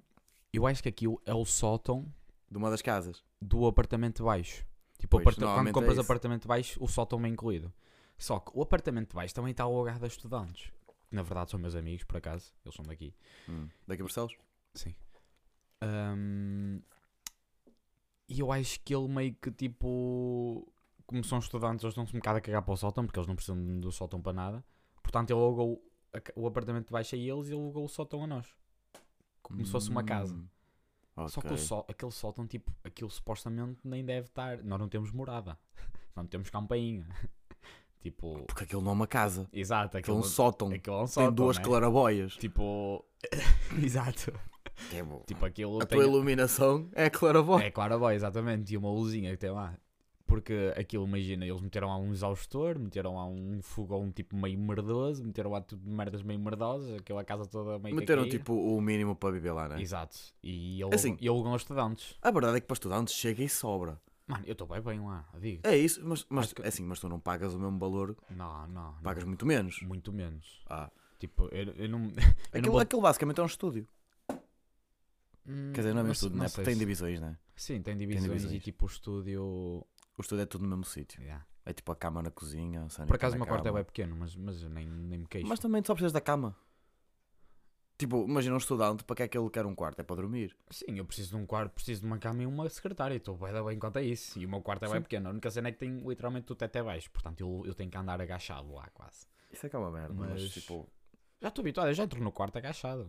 [SPEAKER 1] eu acho que aquilo é o sótão
[SPEAKER 2] De uma das casas.
[SPEAKER 1] do apartamento de baixo. Tipo,
[SPEAKER 2] Pois,
[SPEAKER 1] aparta- quando
[SPEAKER 2] normalmente é
[SPEAKER 1] compras
[SPEAKER 2] isso.
[SPEAKER 1] apartamento de baixo, o sótão é incluído. Só que o apartamento de baixo também está alugado a estudantes. que Na verdade são meus amigos, por acaso, eles são daqui.
[SPEAKER 2] Hum. Daqui a Barcelos?
[SPEAKER 1] Sim. Ahm, E eu acho que ele meio que tipo. Como são estudantes, eles estão-se um bocado a cagar para o sótão, porque eles não precisam do sótão para nada. Portanto, ele alugou a ca- o apartamento de baixo a eles e alugou o sótão a nós. Como se fosse uma casa.
[SPEAKER 2] Hum. Ok.
[SPEAKER 1] Só que o só, aquele sótão, tipo, aquilo supostamente nem deve estar. Nós não temos morada. Não temos campainha. tipo.
[SPEAKER 2] Porque aquilo não é uma casa.
[SPEAKER 1] Exato, aquele
[SPEAKER 2] Aquilo é um sótão.
[SPEAKER 1] Aquilo é um sótão.
[SPEAKER 2] Tem duas
[SPEAKER 1] né?
[SPEAKER 2] claraboias.
[SPEAKER 1] Tipo. exato.
[SPEAKER 2] Que é bom.
[SPEAKER 1] Tipo, aquilo.
[SPEAKER 2] a
[SPEAKER 1] tem-
[SPEAKER 2] tua iluminação é a claraboia.
[SPEAKER 1] É claro, boy, exatamente. E uma luzinha que tem lá. Porque aquilo, imagina, eles meteram lá um exaustor, meteram lá um fogão tipo meio merdoso, meteram lá tudo merdas meio merdosas, aquela casa toda meio é, que
[SPEAKER 2] Meteram
[SPEAKER 1] caía.
[SPEAKER 2] tipo o mínimo para viver lá, né?
[SPEAKER 1] Exato. E ele,
[SPEAKER 2] Assim-
[SPEAKER 1] e alugam aos estudantes.
[SPEAKER 2] A verdade é que para estudantes chega e sobra.
[SPEAKER 1] Mano, eu estou bem bem lá, digo.
[SPEAKER 2] É isso, mas, mas
[SPEAKER 1] Acho que-
[SPEAKER 2] é assim, mas tu não pagas o mesmo valor,
[SPEAKER 1] Não, não. não.
[SPEAKER 2] pagas muito menos.
[SPEAKER 1] Muito menos.
[SPEAKER 2] Ah.
[SPEAKER 1] Tipo, eu, eu não. Eu não
[SPEAKER 2] Aquilo,
[SPEAKER 1] vou-
[SPEAKER 2] aquilo basicamente é um estúdio.
[SPEAKER 1] Hum,
[SPEAKER 2] Quer dizer, não é um
[SPEAKER 1] não
[SPEAKER 2] estúdio,
[SPEAKER 1] sei- Hum,
[SPEAKER 2] né?
[SPEAKER 1] não
[SPEAKER 2] Porque
[SPEAKER 1] sei
[SPEAKER 2] tem
[SPEAKER 1] se-
[SPEAKER 2] divisões, né?
[SPEAKER 1] Sim, tem divisões, e
[SPEAKER 2] divisões.
[SPEAKER 1] tipo o estúdio.
[SPEAKER 2] O estúdio é tudo no mesmo sítio.
[SPEAKER 1] Yeah.
[SPEAKER 2] É tipo a cama na cozinha, a sanita
[SPEAKER 1] Por acaso o
[SPEAKER 2] na
[SPEAKER 1] meu quarto é
[SPEAKER 2] cama.
[SPEAKER 1] bem pequeno, mas, mas eu nem, nem me queixo.
[SPEAKER 2] Mas também tu só precisas da cama. Tipo, imagina um estudante, para que é que ele quer um quarto? É para dormir.
[SPEAKER 1] Sim, eu preciso de um quarto, preciso de uma cama e uma secretária. Estou bem, bem quanto a isso. E o meu quarto é bem
[SPEAKER 2] Sim.
[SPEAKER 1] pequeno. A única cena é que tem literalmente o teto é baixo. Portanto, eu, eu tenho que andar agachado lá quase.
[SPEAKER 2] Isso é que é uma merda, mas,
[SPEAKER 1] Mas-
[SPEAKER 2] tipo.
[SPEAKER 1] Já estou habituado, eu já entro no quarto agachado.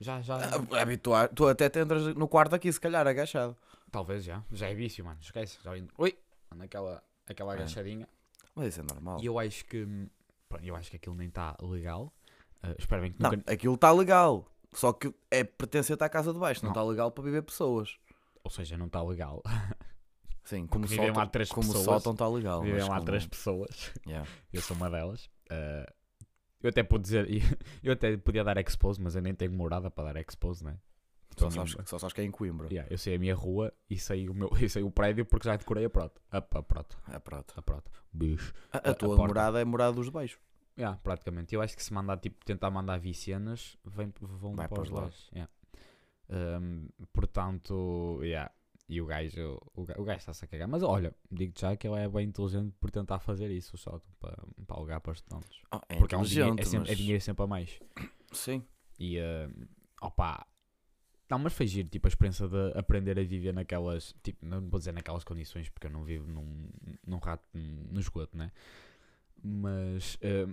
[SPEAKER 1] Já, já.
[SPEAKER 2] a- Habituar. é Tu até te entras no quarto aqui, se calhar, agachado.
[SPEAKER 1] Talvez já. Já é vício, mano. Esquece. Já entro. Ui! Ando aquela, aquela
[SPEAKER 2] É.
[SPEAKER 1] agachadinha.
[SPEAKER 2] Mas isso é normal.
[SPEAKER 1] E eu acho que. hum, pronto, eu acho que aquilo nem está legal. Ah, espero bem que
[SPEAKER 2] Não,
[SPEAKER 1] nunca.
[SPEAKER 2] aquilo está legal. Só que é pertencente à casa de baixo, não
[SPEAKER 1] Não.
[SPEAKER 2] está legal para viver pessoas.
[SPEAKER 1] Ou seja, não está legal.
[SPEAKER 2] Sim, como
[SPEAKER 1] vivem
[SPEAKER 2] sótão-
[SPEAKER 1] lá três
[SPEAKER 2] como
[SPEAKER 1] pessoas.
[SPEAKER 2] sótão está legal.
[SPEAKER 1] Vivem
[SPEAKER 2] mas
[SPEAKER 1] lá
[SPEAKER 2] como-
[SPEAKER 1] três pessoas.
[SPEAKER 2] Yeah.
[SPEAKER 1] Eu sou uma delas. Ah, eu até pude dizer. Eu até podia dar expose, mas eu nem tenho morada para dar expose, né?
[SPEAKER 2] Só,
[SPEAKER 1] Então,
[SPEAKER 2] sabes, só sabes que é em Coimbra.
[SPEAKER 1] yeah, eu sei a minha rua e sei o, meu, e sei o prédio porque já decorei a proto. A, a proto.
[SPEAKER 2] É pronto.
[SPEAKER 1] A proto. Bicho.
[SPEAKER 2] A,
[SPEAKER 1] A-
[SPEAKER 2] a
[SPEAKER 1] a
[SPEAKER 2] tua
[SPEAKER 1] porta.
[SPEAKER 2] morada é a morada dos de baixo.
[SPEAKER 1] Yeah, praticamente. Eu acho que se mandar, tipo, tentar mandar vicenas, vem, vão
[SPEAKER 2] Vai
[SPEAKER 1] para os
[SPEAKER 2] para os
[SPEAKER 1] lados. Yeah. Um, portanto, yeah. E o gajo, o ga- o gajo está-se a cagar. Mas olha, digo-te já que ele é bem inteligente por tentar fazer isso, o salto, para, para alugar para os estudantes.
[SPEAKER 2] Ah, é
[SPEAKER 1] Porque é, um dinheiro, é,
[SPEAKER 2] inteligente,
[SPEAKER 1] sempre, é
[SPEAKER 2] mas-
[SPEAKER 1] dinheiro sempre a mais.
[SPEAKER 2] Sim.
[SPEAKER 1] E, eh, opa, não, mas foi giro, tipo, a experiência de aprender a viver naquelas, tipo, não vou dizer naquelas condições, porque eu não vivo num, num rato, num, no esgoto, né? Mas eh,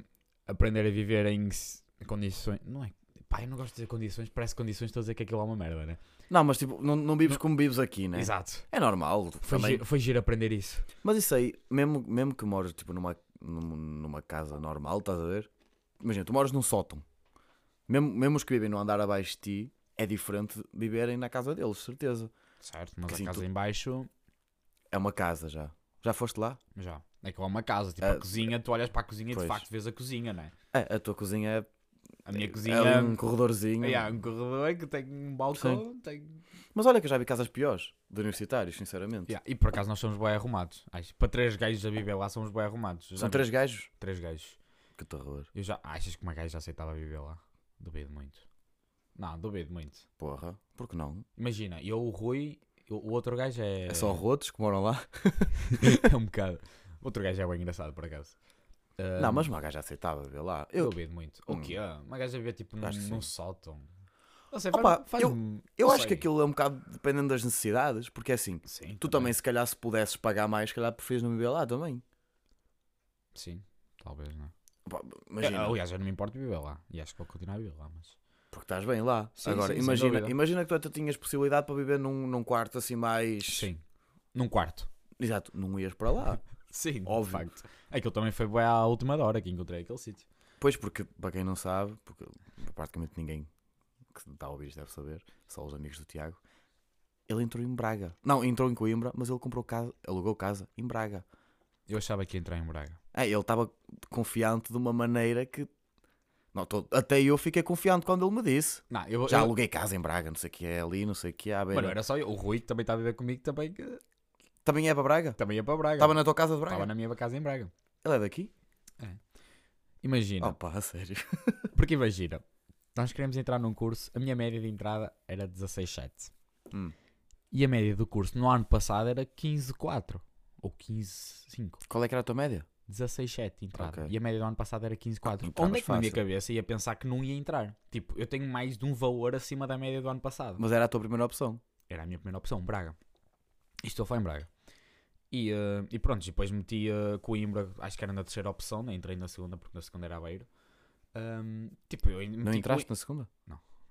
[SPEAKER 1] aprender a viver em s- condições, não é? Pá, eu não gosto de dizer condições, parece condições, estou a dizer que aquilo é uma merda, né?
[SPEAKER 2] Não, mas tipo, não, não vives como vives aqui, né?
[SPEAKER 1] Exato.
[SPEAKER 2] É normal.
[SPEAKER 1] Foi,
[SPEAKER 2] também.
[SPEAKER 1] giro, foi giro aprender isso.
[SPEAKER 2] Mas isso aí, mesmo, mesmo que mores tipo, numa, num- numa casa normal, estás a ver? Imagina, tu moras num sótão. Mesmo, mesmo os que vivem no andar abaixo de ti, é diferente de viverem na casa deles, certeza.
[SPEAKER 1] Certo, mas
[SPEAKER 2] Que sim,
[SPEAKER 1] a casa
[SPEAKER 2] tu-
[SPEAKER 1] em baixo,
[SPEAKER 2] É uma casa já. Já foste lá?
[SPEAKER 1] já. Aquilo é uma casa, tipo,
[SPEAKER 2] Ah,
[SPEAKER 1] a cozinha, tu olhas para a cozinha e de
[SPEAKER 2] pois.
[SPEAKER 1] facto vês a cozinha, né?
[SPEAKER 2] É, a tua cozinha é,
[SPEAKER 1] A minha cozinha...
[SPEAKER 2] é ali um corredorzinho.
[SPEAKER 1] É, há um corredor que tem um balcão, tem...
[SPEAKER 2] Mas olha que eu já vi casas piores, de universitários, sinceramente.
[SPEAKER 1] Yeah, E por acaso nós somos bem arrumados. Acho, para três gajos a viver lá somos bem arrumados. Eu já
[SPEAKER 2] São
[SPEAKER 1] vi-
[SPEAKER 2] três gajos.
[SPEAKER 1] três gajos.
[SPEAKER 2] Que terror.
[SPEAKER 1] Eu já... ah, Achas que uma gaja aceitava viver lá? Duvido muito. Não, duvido muito.
[SPEAKER 2] Porra, por que não?
[SPEAKER 1] Imagina, eu, o Rui, eu- o outro gajo é...
[SPEAKER 2] É, só rotos que moram lá?
[SPEAKER 1] é um bocado. O outro gajo é bem engraçado, por acaso. Ah,
[SPEAKER 2] Não, mas uma gaja aceitava ver lá. Eu,
[SPEAKER 1] Duvido muito. O
[SPEAKER 2] Hum.
[SPEAKER 1] quê? Uma gaja a viver tipo num,
[SPEAKER 2] Acho que
[SPEAKER 1] num
[SPEAKER 2] sim.
[SPEAKER 1] sótão. Não sei,
[SPEAKER 2] Opa,
[SPEAKER 1] faz, faz
[SPEAKER 2] eu-
[SPEAKER 1] um-
[SPEAKER 2] eu
[SPEAKER 1] não
[SPEAKER 2] acho que
[SPEAKER 1] sei.
[SPEAKER 2] aquilo é um bocado dependendo das necessidades, porque é assim,
[SPEAKER 1] Sim,
[SPEAKER 2] Tu também, se calhar, se pudesses pagar mais, se calhar preferias não viver lá também.
[SPEAKER 1] Sim, talvez, não é?
[SPEAKER 2] Pá,
[SPEAKER 1] Eu-
[SPEAKER 2] Imagina,
[SPEAKER 1] Aliás, eu não me importo de viver lá. E acho que vou continuar a viver lá, mas...
[SPEAKER 2] porque estás bem lá.
[SPEAKER 1] Sim,
[SPEAKER 2] Agora,
[SPEAKER 1] sim, sem
[SPEAKER 2] imagina,
[SPEAKER 1] dúvida.
[SPEAKER 2] imagina que tu até tinhas possibilidade para viver num, num quarto assim mais.
[SPEAKER 1] Sim. Num quarto.
[SPEAKER 2] Exato, não ias para lá.
[SPEAKER 1] Sim,
[SPEAKER 2] Óbvio.
[SPEAKER 1] de facto. Aquilo também foi bué à última hora que encontrei aquele sítio.
[SPEAKER 2] Pois, porque, para quem não sabe, porque praticamente ninguém que está a ouvir isto deve saber, só os amigos do Tiago, ele entrou em Braga. Não, entrou em Coimbra, mas ele comprou casa, alugou casa em Braga.
[SPEAKER 1] Eu achava que ia entrar em Braga.
[SPEAKER 2] É, ele estava confiante de uma maneira que. Não, tô- até eu fiquei confiante quando ele me disse.
[SPEAKER 1] Não, eu,
[SPEAKER 2] Já
[SPEAKER 1] eu-
[SPEAKER 2] aluguei casa em Braga, não sei o que é ali, não sei o que é. à beira.
[SPEAKER 1] Mano, era só eu. O Rui que também estava a viver comigo, também, que-
[SPEAKER 2] Também é para Braga?
[SPEAKER 1] também ia para Braga.
[SPEAKER 2] Estava na tua casa de Braga?
[SPEAKER 1] Estava na minha casa em Braga.
[SPEAKER 2] Ele é daqui?
[SPEAKER 1] Imagina,
[SPEAKER 2] Opa, a sério.
[SPEAKER 1] porque imagina, nós queremos entrar num curso, a minha média de entrada era 16,7.
[SPEAKER 2] Hum.
[SPEAKER 1] E a média do curso no ano passado era 15,4 ou 15,5.
[SPEAKER 2] Qual é que era a tua média?
[SPEAKER 1] 16,7 de entrada.
[SPEAKER 2] Ok.
[SPEAKER 1] E a média do ano passado era 15,4.
[SPEAKER 2] Entravas
[SPEAKER 1] Onde é que na minha
[SPEAKER 2] fácil.
[SPEAKER 1] cabeça ia pensar que não ia entrar? Tipo, eu tenho mais de um valor acima da média do ano passado.
[SPEAKER 2] Mas era a tua primeira opção.
[SPEAKER 1] era a minha primeira opção, Braga. E estou foi em Braga. E, eh, e pronto, depois meti eh, Coimbra, acho que era na terceira opção, né? entrei na segunda, porque na segunda era Aveiro. Ahm, tipo, eu ainda
[SPEAKER 2] Não
[SPEAKER 1] meti
[SPEAKER 2] entraste
[SPEAKER 1] Coi-
[SPEAKER 2] na segunda?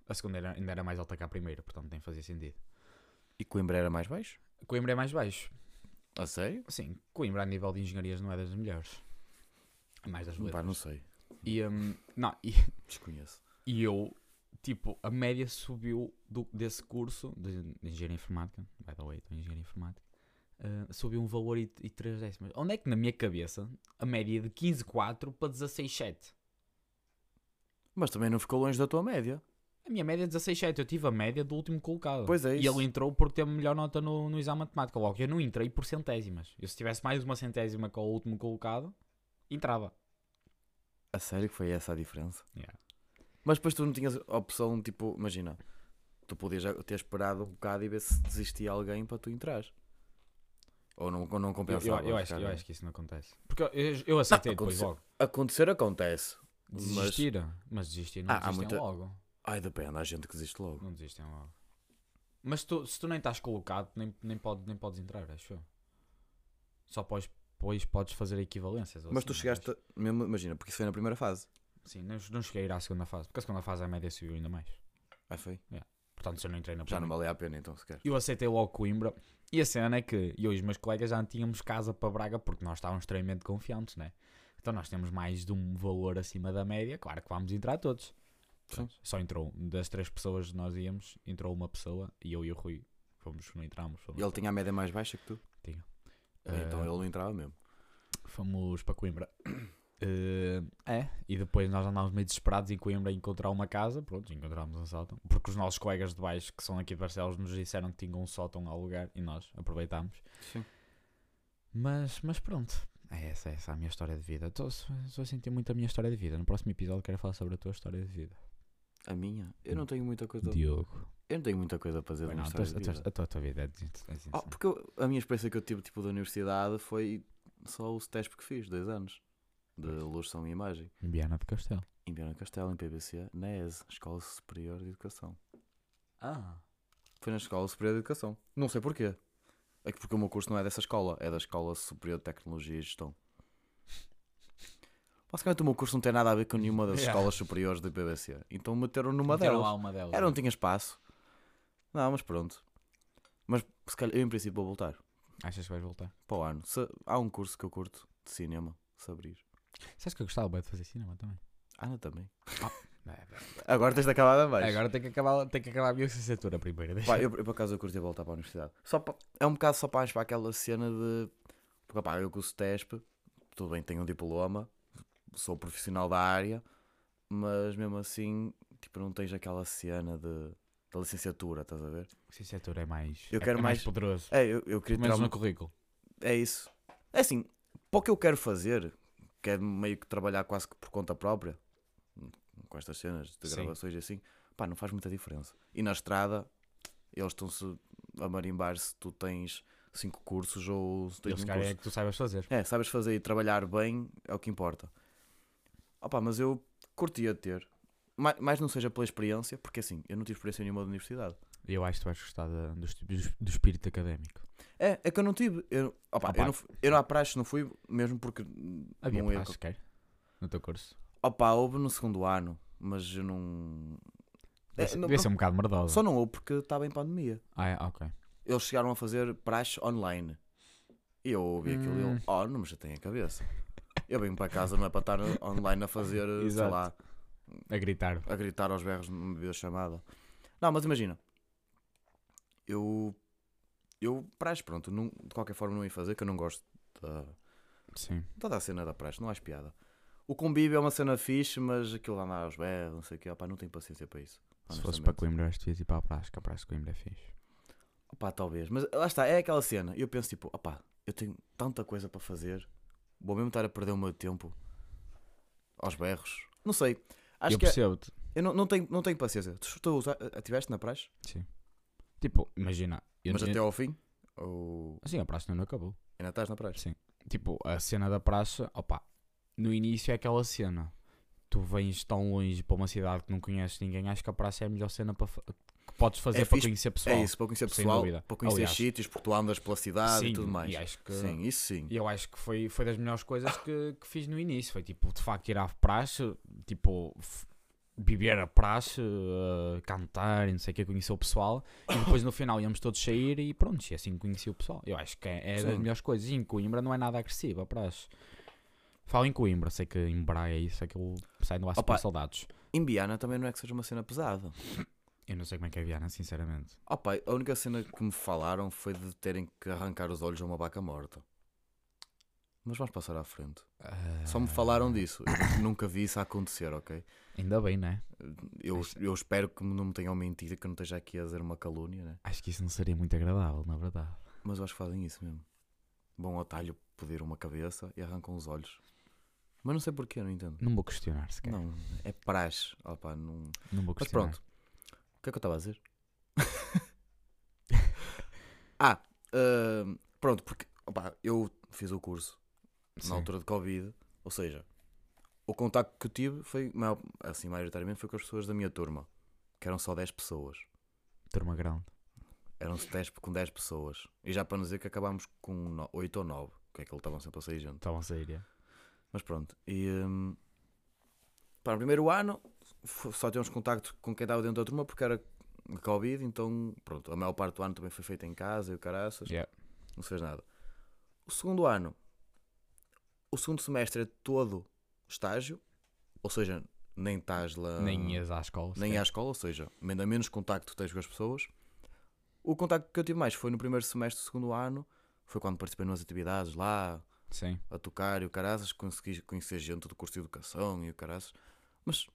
[SPEAKER 1] A segunda era- ainda era mais alta que a primeira, portanto nem fazia sentido.
[SPEAKER 2] E Coimbra era mais baixo?
[SPEAKER 1] Coimbra é mais baixo.
[SPEAKER 2] A sério?
[SPEAKER 1] Sim, Coimbra a nível de engenharias não é das melhores. É mais das
[SPEAKER 2] Pá,
[SPEAKER 1] letras.
[SPEAKER 2] não sei.
[SPEAKER 1] E, ahm, não, e,
[SPEAKER 2] Desconheço.
[SPEAKER 1] E eu, tipo, a média subiu do, desse curso de, de engenharia informática. By the way, estou em engenharia informática. ah, subiu um valor e, e 3 décimas. Onde é que na minha cabeça a média é de 15,4 para 16,7?
[SPEAKER 2] Mas também não ficou longe da tua média.
[SPEAKER 1] A minha média é 16,7. Eu tive a média do último colocado.
[SPEAKER 2] Pois é
[SPEAKER 1] E
[SPEAKER 2] isso.
[SPEAKER 1] ele entrou por ter melhor nota no, no exame de matemática. Logo, eu não entrei por centésimas. Eu se tivesse mais uma centésima com o último colocado, entrava.
[SPEAKER 2] A sério que foi essa a diferença?
[SPEAKER 1] Yeah.
[SPEAKER 2] Mas depois tu não tinhas a opção, tipo, imagina, tu podias já ter esperado um bocado e ver se desistia alguém para tu entrares. Ou não, ou não
[SPEAKER 1] Eu, eu-
[SPEAKER 2] compensava.
[SPEAKER 1] eu acho, eu
[SPEAKER 2] cara.
[SPEAKER 1] acho que isso não acontece. Porque eu, eu, eu aceitei depois
[SPEAKER 2] aconteceu.
[SPEAKER 1] logo.
[SPEAKER 2] Acontecer acontece. Mas-
[SPEAKER 1] Desistir. Mas, desistir não
[SPEAKER 2] Ah, há
[SPEAKER 1] desistem
[SPEAKER 2] muita-
[SPEAKER 1] logo.
[SPEAKER 2] Ai, depende, há gente que desiste logo.
[SPEAKER 1] Não desistem logo. Mas tu- se tu nem estás colocado, nem, nem, pode, nem podes entrar, acho eu. Só podes, pois podes fazer equivalências. ou
[SPEAKER 2] Mas
[SPEAKER 1] assim,
[SPEAKER 2] tu
[SPEAKER 1] não é?
[SPEAKER 2] chegaste, a- mesmo, imagina, porque isso foi na primeira fase.
[SPEAKER 1] Sim, não, não cheguei a ir à segunda fase. Porque a segunda fase é a média subiu ainda mais.
[SPEAKER 2] Ai, Ah, foi?
[SPEAKER 1] Portanto, se eu não entrei na
[SPEAKER 2] Já
[SPEAKER 1] primeira-
[SPEAKER 2] não valia a pena então, sequer.
[SPEAKER 1] Eu aceitei logo Coimbra. E a cena é que eu e os meus colegas já não tínhamos casa para Braga porque nós estávamos extremamente confiantes, né? Então nós temos mais de um valor acima da média. Claro que vamos entrar todos.
[SPEAKER 2] Sim.
[SPEAKER 1] Só entrou das três pessoas que nós íamos, entrou uma pessoa e eu e o Rui fomos, não entramos. Fomos,
[SPEAKER 2] E ele tinha a média mais baixa que tu.
[SPEAKER 1] eh,
[SPEAKER 2] Então ele não entrava mesmo.
[SPEAKER 1] fomos para Coimbra. Eh, é, e depois nós andávamos meio desesperados em Coimbra a encontrar uma casa. Pronto, encontramos um sótão. Porque os nossos colegas de baixo, que são aqui de Barcelos, nos disseram que tinham um sótão a alugar e nós aproveitámos.
[SPEAKER 2] Sim.
[SPEAKER 1] Mas, mas pronto, é essa, é essa a minha história de vida. Estou estou a sentir muito a minha história de vida. No próximo episódio quero falar sobre a tua história de vida.
[SPEAKER 2] A minha? Eu não tenho muita coisa.
[SPEAKER 1] Diogo.
[SPEAKER 2] Eu não tenho muita coisa para dizer da
[SPEAKER 1] Não,
[SPEAKER 2] minha
[SPEAKER 1] a tua,
[SPEAKER 2] história de
[SPEAKER 1] a tua-
[SPEAKER 2] vida.
[SPEAKER 1] a tua- a tua vida é de- é de-
[SPEAKER 2] Oh, porque eu- a minha experiência que eu tive tipo, da universidade foi só o teste que fiz, dois anos, de luz, som e imagem,
[SPEAKER 1] em Viana do Castelo.
[SPEAKER 2] em Viana do Castelo, em PBC, na ESE, Escola Superior de Educação.
[SPEAKER 1] Ah,
[SPEAKER 2] Foi na Escola Superior de Educação. Não sei porquê. É que porque o meu curso não é dessa escola, é da Escola Superior de Tecnologia e Gestão. Basicamente o meu curso não tem nada a ver com nenhuma das
[SPEAKER 1] Yeah.
[SPEAKER 2] escolas superiores do PBC. Então meteram numa delas.
[SPEAKER 1] uma delas.
[SPEAKER 2] Era, um não tinha espaço. Não, mas pronto. Mas se calhar eu em princípio vou voltar.
[SPEAKER 1] Achas que vais voltar?
[SPEAKER 2] para o ano. Se- há um curso que eu curto de cinema, se abrir.
[SPEAKER 1] Sabes que eu gostava bem de fazer cinema também?
[SPEAKER 2] Ana também.
[SPEAKER 1] Não, é, é.
[SPEAKER 2] Agora tens de acabar a mais.
[SPEAKER 1] Agora tem que acabar, tem que acabar a minha licenciatura primeiro. deixa-
[SPEAKER 2] Pá, eu, eu por acaso eu curti voltar para a universidade. Só pa- é um bocado só para, para aquela cena de. Porque pá, eu curso TESP, tudo bem, tenho um diploma, sou profissional da área, mas mesmo assim, tipo, não tens aquela cena de. Da licenciatura, estás a ver?
[SPEAKER 1] Licenciatura é mais.
[SPEAKER 2] Eu
[SPEAKER 1] é-
[SPEAKER 2] quero
[SPEAKER 1] é
[SPEAKER 2] mais-
[SPEAKER 1] poderoso.
[SPEAKER 2] É, eu, eu queria
[SPEAKER 1] Pelo
[SPEAKER 2] tirar
[SPEAKER 1] menos
[SPEAKER 2] uma...
[SPEAKER 1] no currículo.
[SPEAKER 2] É isso. É assim, para o que eu quero fazer, que é meio que trabalhar quase que por conta própria, com estas cenas de
[SPEAKER 1] Sim.
[SPEAKER 2] gravações e assim, pá, não faz muita diferença. E na estrada, eles estão-se a marimbar se tu tens cinco cursos ou se tens
[SPEAKER 1] Eles
[SPEAKER 2] um
[SPEAKER 1] querem é
[SPEAKER 2] curso.
[SPEAKER 1] que tu saibas fazer.
[SPEAKER 2] É, sabes fazer e trabalhar bem é o que importa. Opa, mas eu curtia ter. Ma- Mais não seja pela experiência, porque assim, eu não tive experiência nenhuma da universidade.
[SPEAKER 1] E eu acho que tu vais gostar da- do, esp- do espírito académico.
[SPEAKER 2] É, é que eu não tive. Eu, opa,
[SPEAKER 1] Opa.
[SPEAKER 2] eu, não, fu- eu não à praxe não fui, mesmo porque hum,
[SPEAKER 1] Havia
[SPEAKER 2] não ia
[SPEAKER 1] praxe sequer no teu curso.
[SPEAKER 2] Opa, houve no segundo ano, mas eu não. É,
[SPEAKER 1] Devia ser-
[SPEAKER 2] não-
[SPEAKER 1] devia ser um bocado merdosa.
[SPEAKER 2] Só não houve porque estava em pandemia.
[SPEAKER 1] Ah, é, ok.
[SPEAKER 2] Eles chegaram a fazer praxe online. E eu ouvi aquilo e
[SPEAKER 1] Hum.
[SPEAKER 2] eu, oh, não me tem a cabeça. Eu venho para casa, não é para estar online a fazer, sei
[SPEAKER 1] Exato.
[SPEAKER 2] lá,
[SPEAKER 1] A gritar.
[SPEAKER 2] a gritar aos berros numa videochamada. Não, mas imagina, eu. Eu, praxe, pronto, não- de qualquer forma não ia fazer, que eu não gosto da,
[SPEAKER 1] Sim.
[SPEAKER 2] Toda a cena da praxe, não há piada. O convívio é uma cena fixe, mas aquilo lá andar aos berros, não sei o quê, opá, não tenho paciência para isso.
[SPEAKER 1] Se fosse
[SPEAKER 2] honestamente.
[SPEAKER 1] para Coimbra, acho que devias ir para a praxe, que a praxe de Coimbra é fixe.
[SPEAKER 2] Opá, talvez, mas lá está, é aquela cena. Eu penso tipo, opá, eu tenho tanta coisa para fazer, vou mesmo estar a perder o meu tempo aos berros. Não sei, acho
[SPEAKER 1] eu
[SPEAKER 2] que é-
[SPEAKER 1] percebo-te.
[SPEAKER 2] eu não, não, tenho, não tenho paciência. Tu tu usa- estiveste na praxe,
[SPEAKER 1] Tipo, imagina. Eu,
[SPEAKER 2] mas
[SPEAKER 1] eu-
[SPEAKER 2] até ao fim, ou
[SPEAKER 1] Assim, a praxe ainda não acabou.
[SPEAKER 2] ainda estás na praxe?
[SPEAKER 1] Tipo, a cena da praça, opa, no início é aquela cena. Tu vens tão longe para uma cidade que não conheces ninguém, acho que a praça é a melhor cena para fa- que podes fazer
[SPEAKER 2] É
[SPEAKER 1] para
[SPEAKER 2] fixe,
[SPEAKER 1] conhecer pessoal.
[SPEAKER 2] é isso, para conhecer
[SPEAKER 1] sem
[SPEAKER 2] pessoal,
[SPEAKER 1] dúvida.
[SPEAKER 2] para conhecer
[SPEAKER 1] Aliás.
[SPEAKER 2] sítios, porque tu andas pela cidade
[SPEAKER 1] Sim,
[SPEAKER 2] e tudo mais.
[SPEAKER 1] E acho que,
[SPEAKER 2] Sim, isso sim.
[SPEAKER 1] e eu acho que foi, foi das melhores coisas que, que fiz no início. Foi tipo, de facto, ir à praxe, tipo, f- beber a praxe, eh, cantar e não sei o que, conhecer o pessoal. E depois no final íamos todos sair e pronto, e assim conheci o pessoal. Eu acho que é, é das
[SPEAKER 2] Sim.
[SPEAKER 1] melhores coisas. E em Coimbra não é nada agressiva a praxe. Falo em Coimbra, sei que em Braga é isso, é que eu saio do aço
[SPEAKER 2] Opa.
[SPEAKER 1] para saudades.
[SPEAKER 2] Em Biana também não é que seja uma cena pesada.
[SPEAKER 1] Eu não sei como é que é Viana, sinceramente.
[SPEAKER 2] Oh, pai, a única cena que me falaram foi de terem que arrancar os olhos a uma vaca morta. Mas vamos passar à frente.
[SPEAKER 1] Eh,
[SPEAKER 2] Só me falaram disso. Eu nunca vi isso a acontecer, ok?
[SPEAKER 1] Ainda bem, não é?
[SPEAKER 2] Eu,
[SPEAKER 1] Mas-
[SPEAKER 2] eu espero que não me tenham mentido, que eu não esteja aqui a dizer uma calúnia, né?
[SPEAKER 1] Acho que isso não seria muito agradável, na verdade.
[SPEAKER 2] Mas eu acho que fazem isso mesmo. Vão ao talho pedir uma cabeça e arrancam os olhos. Mas não sei porquê, não entendo.
[SPEAKER 1] Não vou questionar sequer. Não,
[SPEAKER 2] Não, é praxe. Oh, pá, não...
[SPEAKER 1] não vou
[SPEAKER 2] Mas
[SPEAKER 1] questionar.
[SPEAKER 2] pronto. O que é que eu estava a dizer? ah, ahm, pronto, porque opá, eu fiz o curso
[SPEAKER 1] Sim.
[SPEAKER 2] na altura de Covid, ou seja, o contacto que eu tive foi, maior- assim, maioritariamente foi com as pessoas da minha turma, que eram só 10 pessoas.
[SPEAKER 1] Turma grande.
[SPEAKER 2] Eram 10, com 10 pessoas. E já para não dizer que acabámos com 8 ou 9, que é que eles estavam sempre a sair junto.
[SPEAKER 1] Estavam a sair, é?
[SPEAKER 2] Mas pronto, e hum, pá, no primeiro ano f- só tivemos contacto com quem estava dentro da turma porque era Covid, então pronto, a maior parte do ano também foi feita em casa e o caraças,
[SPEAKER 1] Yeah.
[SPEAKER 2] não se fez nada. O segundo ano, o segundo semestre é todo estágio, ou seja, nem estás lá,
[SPEAKER 1] Nem ias à escola.
[SPEAKER 2] Ah, nem
[SPEAKER 1] sequer.
[SPEAKER 2] à escola, ou seja, ainda menos contacto tens com as pessoas. O contacto que eu tive mais foi no primeiro semestre do segundo ano, foi quando participei nas atividades lá,
[SPEAKER 1] Sim.
[SPEAKER 2] a tocar e o caraças, consegui conhecer gente do curso de educação e o caraças, mas